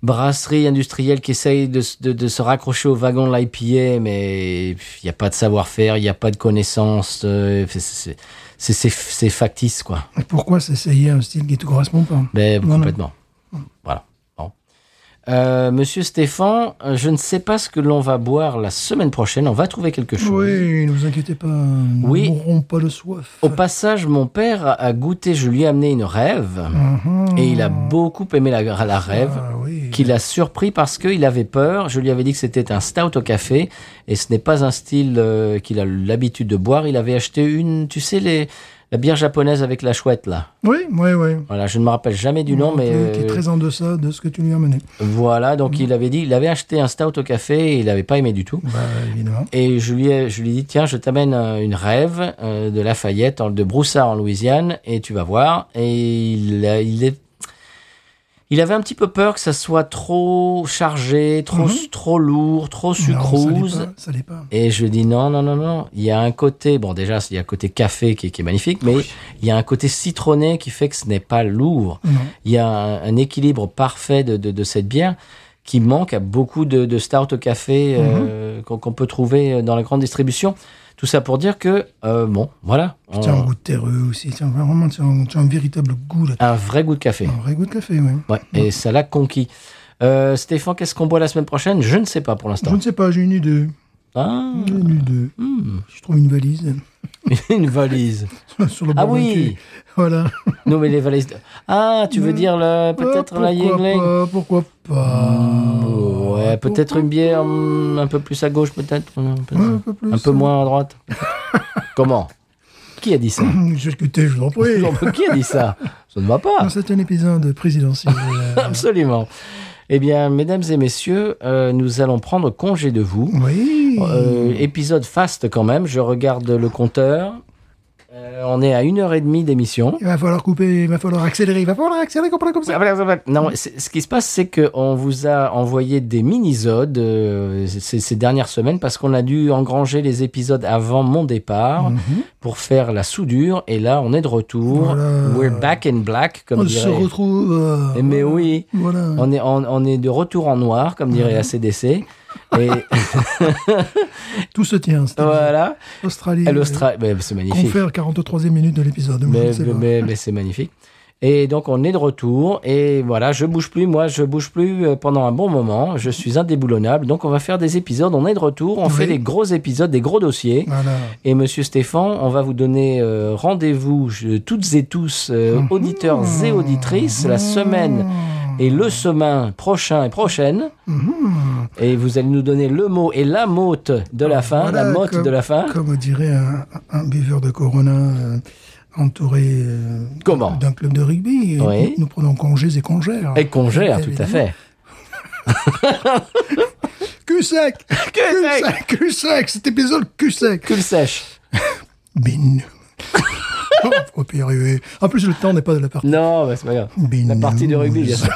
Speaker 1: brasserie industrielle qui essaye de, s- de, de se raccrocher au wagon de l'IPA, mais il n'y a pas de savoir-faire, il n'y a pas de connaissances, euh, c'est- c'est c'est- c'est c'est factice quoi.
Speaker 2: Et Pourquoi s'essayer à un style qui ne te correspond pas
Speaker 1: Ben,
Speaker 2: Non, non.
Speaker 1: complètement. Voilà. Bon. Euh, Monsieur Stéphane, euh, je ne sais pas ce que l'on va boire la semaine prochaine. On va trouver quelque chose.
Speaker 2: Oui, ne vous inquiétez pas, nous
Speaker 1: Oui.
Speaker 2: mourrons pas de soif.
Speaker 1: Au passage, mon père a- a goûté, je lui ai amené une rêve.
Speaker 2: Mhm.
Speaker 1: Et il a beaucoup aimé la, la rêve.
Speaker 2: Ah oui.
Speaker 1: qui l'a surpris parce qu'il avait peur. Je lui avais dit que c'était un stout au café et ce n'est pas un style euh, qu'il a l'habitude de boire. Il avait acheté une, tu sais, les, la bière japonaise avec la chouette là.
Speaker 2: Oui, oui, oui.
Speaker 1: Voilà, je ne me rappelle jamais du nom, mais
Speaker 2: Qui
Speaker 1: euh,
Speaker 2: est très en deçà de ce que tu lui as mené.
Speaker 1: Voilà, donc
Speaker 2: Mm.
Speaker 1: il avait dit, il avait acheté un stout au café et il n'avait pas aimé du tout.
Speaker 2: Bah, évidemment.
Speaker 1: Et je lui ai, je lui ai dit, tiens, je t'amène euh, une rêve euh, de Lafayette, en- de Broussard en Louisiane, et tu vas voir. Et il, a- il est, il avait un petit peu peur que ça soit trop chargé, trop, trop lourd, trop
Speaker 2: Mm-hmm. Non,
Speaker 1: sucrose.
Speaker 2: ça l'est pas, Ça l'est pas.
Speaker 1: Et je lui ai dit, non, non, non, non. Il y a un côté, bon, déjà, il y a un côté café qui, est- qui est magnifique, mais il y a un côté citronné qui fait que ce n'est pas lourd.
Speaker 2: Non.
Speaker 1: Il y a un, un équilibre parfait de, de- de cette bière qui manque à beaucoup de, de stouts au café euh,
Speaker 2: Mhm.
Speaker 1: qu'on qu'on peut trouver dans la grande distribution. Tout ça pour dire que, euh, bon, voilà. On-
Speaker 2: Tu as un goût de terreux aussi. Tu as vraiment tu as un, tu as un véritable goût. Là.
Speaker 1: un vrai goût de café.
Speaker 2: Un vrai goût de café, oui.
Speaker 1: Ouais, Et ça l'a conquis. Euh, Stéphane, qu'est-ce qu'on boit la semaine prochaine Je ne sais pas pour
Speaker 2: Je
Speaker 1: l'instant.
Speaker 2: ne sais pas, j'ai une idée.
Speaker 1: Ah,
Speaker 2: J'ai une idée.
Speaker 1: hmm,
Speaker 2: Je trouve une valise
Speaker 1: une valise.
Speaker 2: sur le
Speaker 1: Ah
Speaker 2: bord d'un
Speaker 1: oui
Speaker 2: cul. Voilà.
Speaker 1: Non, mais les valises. de- Ah, tu veux
Speaker 2: Hmm.
Speaker 1: dire le- peut-être
Speaker 2: Ah,
Speaker 1: la
Speaker 2: pourquoi
Speaker 1: Yingling
Speaker 2: pas, Pourquoi pas
Speaker 1: Ouais, peut-être une bière hmm, un peu plus à gauche, peut-être. peut-être.
Speaker 2: Ouais, un peu plus. hein.
Speaker 1: Un peu moins à droite. Comment Qui a dit ça
Speaker 2: J'ai écouté, je vous en prie.
Speaker 1: Qui a dit ça Ça ne va pas.
Speaker 2: Non, C'est un épisode présidentiel. euh,
Speaker 1: Absolument. Eh bien, mesdames et messieurs, euh, nous allons prendre congé de vous.
Speaker 2: oui.
Speaker 1: Euh, épisode fast quand même. Je regarde le compteur. Euh, on est à une heure et demie d'émission.
Speaker 2: Il va falloir couper, il va falloir accélérer, il va falloir accélérer, comprenez comme ça.
Speaker 1: Non, c'est- ce qui se passe, c'est qu'on vous a envoyé des mini-sodes euh, ces, ces dernières semaines parce qu'on a dû engranger les épisodes avant mon départ
Speaker 2: Mm.
Speaker 1: pour faire la soudure. Et là, on est de retour.
Speaker 2: Voilà.
Speaker 1: Mm-hmm. We're back in black, comme
Speaker 2: On se
Speaker 1: dirait. Eh,
Speaker 2: retrouve. euh,
Speaker 1: Mais oui,
Speaker 2: Voilà. Mm.
Speaker 1: on est, on, on est de retour en noir, comme dirait ACDC. Et
Speaker 2: Tout se tient. c'est-à-dire
Speaker 1: voilà.
Speaker 2: Australie.
Speaker 1: L'Australie, ben, c'est magnifique.
Speaker 2: Confère 43e minute de l'épisode. moi, je
Speaker 1: Mais,
Speaker 2: ne sais pas.
Speaker 1: mais- mais c'est magnifique. Et donc on est de retour et voilà, je bouge plus, moi je bouge plus euh, pendant un bon moment, je suis indéboulonnable, donc on va faire des épisodes, on est de retour, on
Speaker 2: Oui.
Speaker 1: fait des gros épisodes, des gros dossiers.
Speaker 2: Voilà.
Speaker 1: Et monsieur Stéphane, on va vous donner euh, rendez-vous je- toutes et tous, euh,
Speaker 2: Mmh.
Speaker 1: auditeurs et auditrices, la semaine et le semain prochain et prochaine.
Speaker 2: Mmh.
Speaker 1: Et vous allez nous donner le mot et la motte de la fin,
Speaker 2: Voilà,
Speaker 1: la motte
Speaker 2: comme-
Speaker 1: de la fin.
Speaker 2: Comme dirait un, un buveur de Corona euh, entouré euh,
Speaker 1: Comment
Speaker 2: d'un club de
Speaker 1: Oui.
Speaker 2: rugby, nous, nous prenons congés et congères.
Speaker 1: Et congère, tout à
Speaker 2: Évidemment.
Speaker 1: fait.
Speaker 2: Cul sec Cul sec Cul sec Cet épisode cul sec
Speaker 1: Cul sèche.
Speaker 2: Bin Oh, faut pas y arriver. En plus, le temps n'est pas de la partie.
Speaker 1: Non, bah, c'est pas grave.
Speaker 2: Binous.
Speaker 1: La partie de rugby, bien sûr.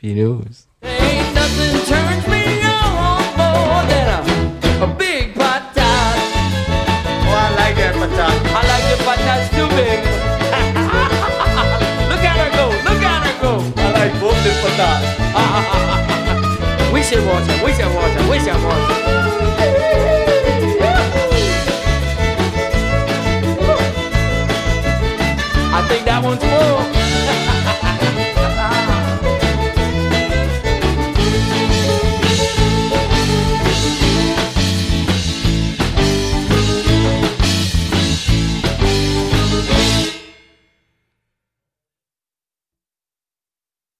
Speaker 1: Binous.
Speaker 3: Ain't nothing turns me on more than a, a big patat. Oh, I like that patat. I like the patats too big.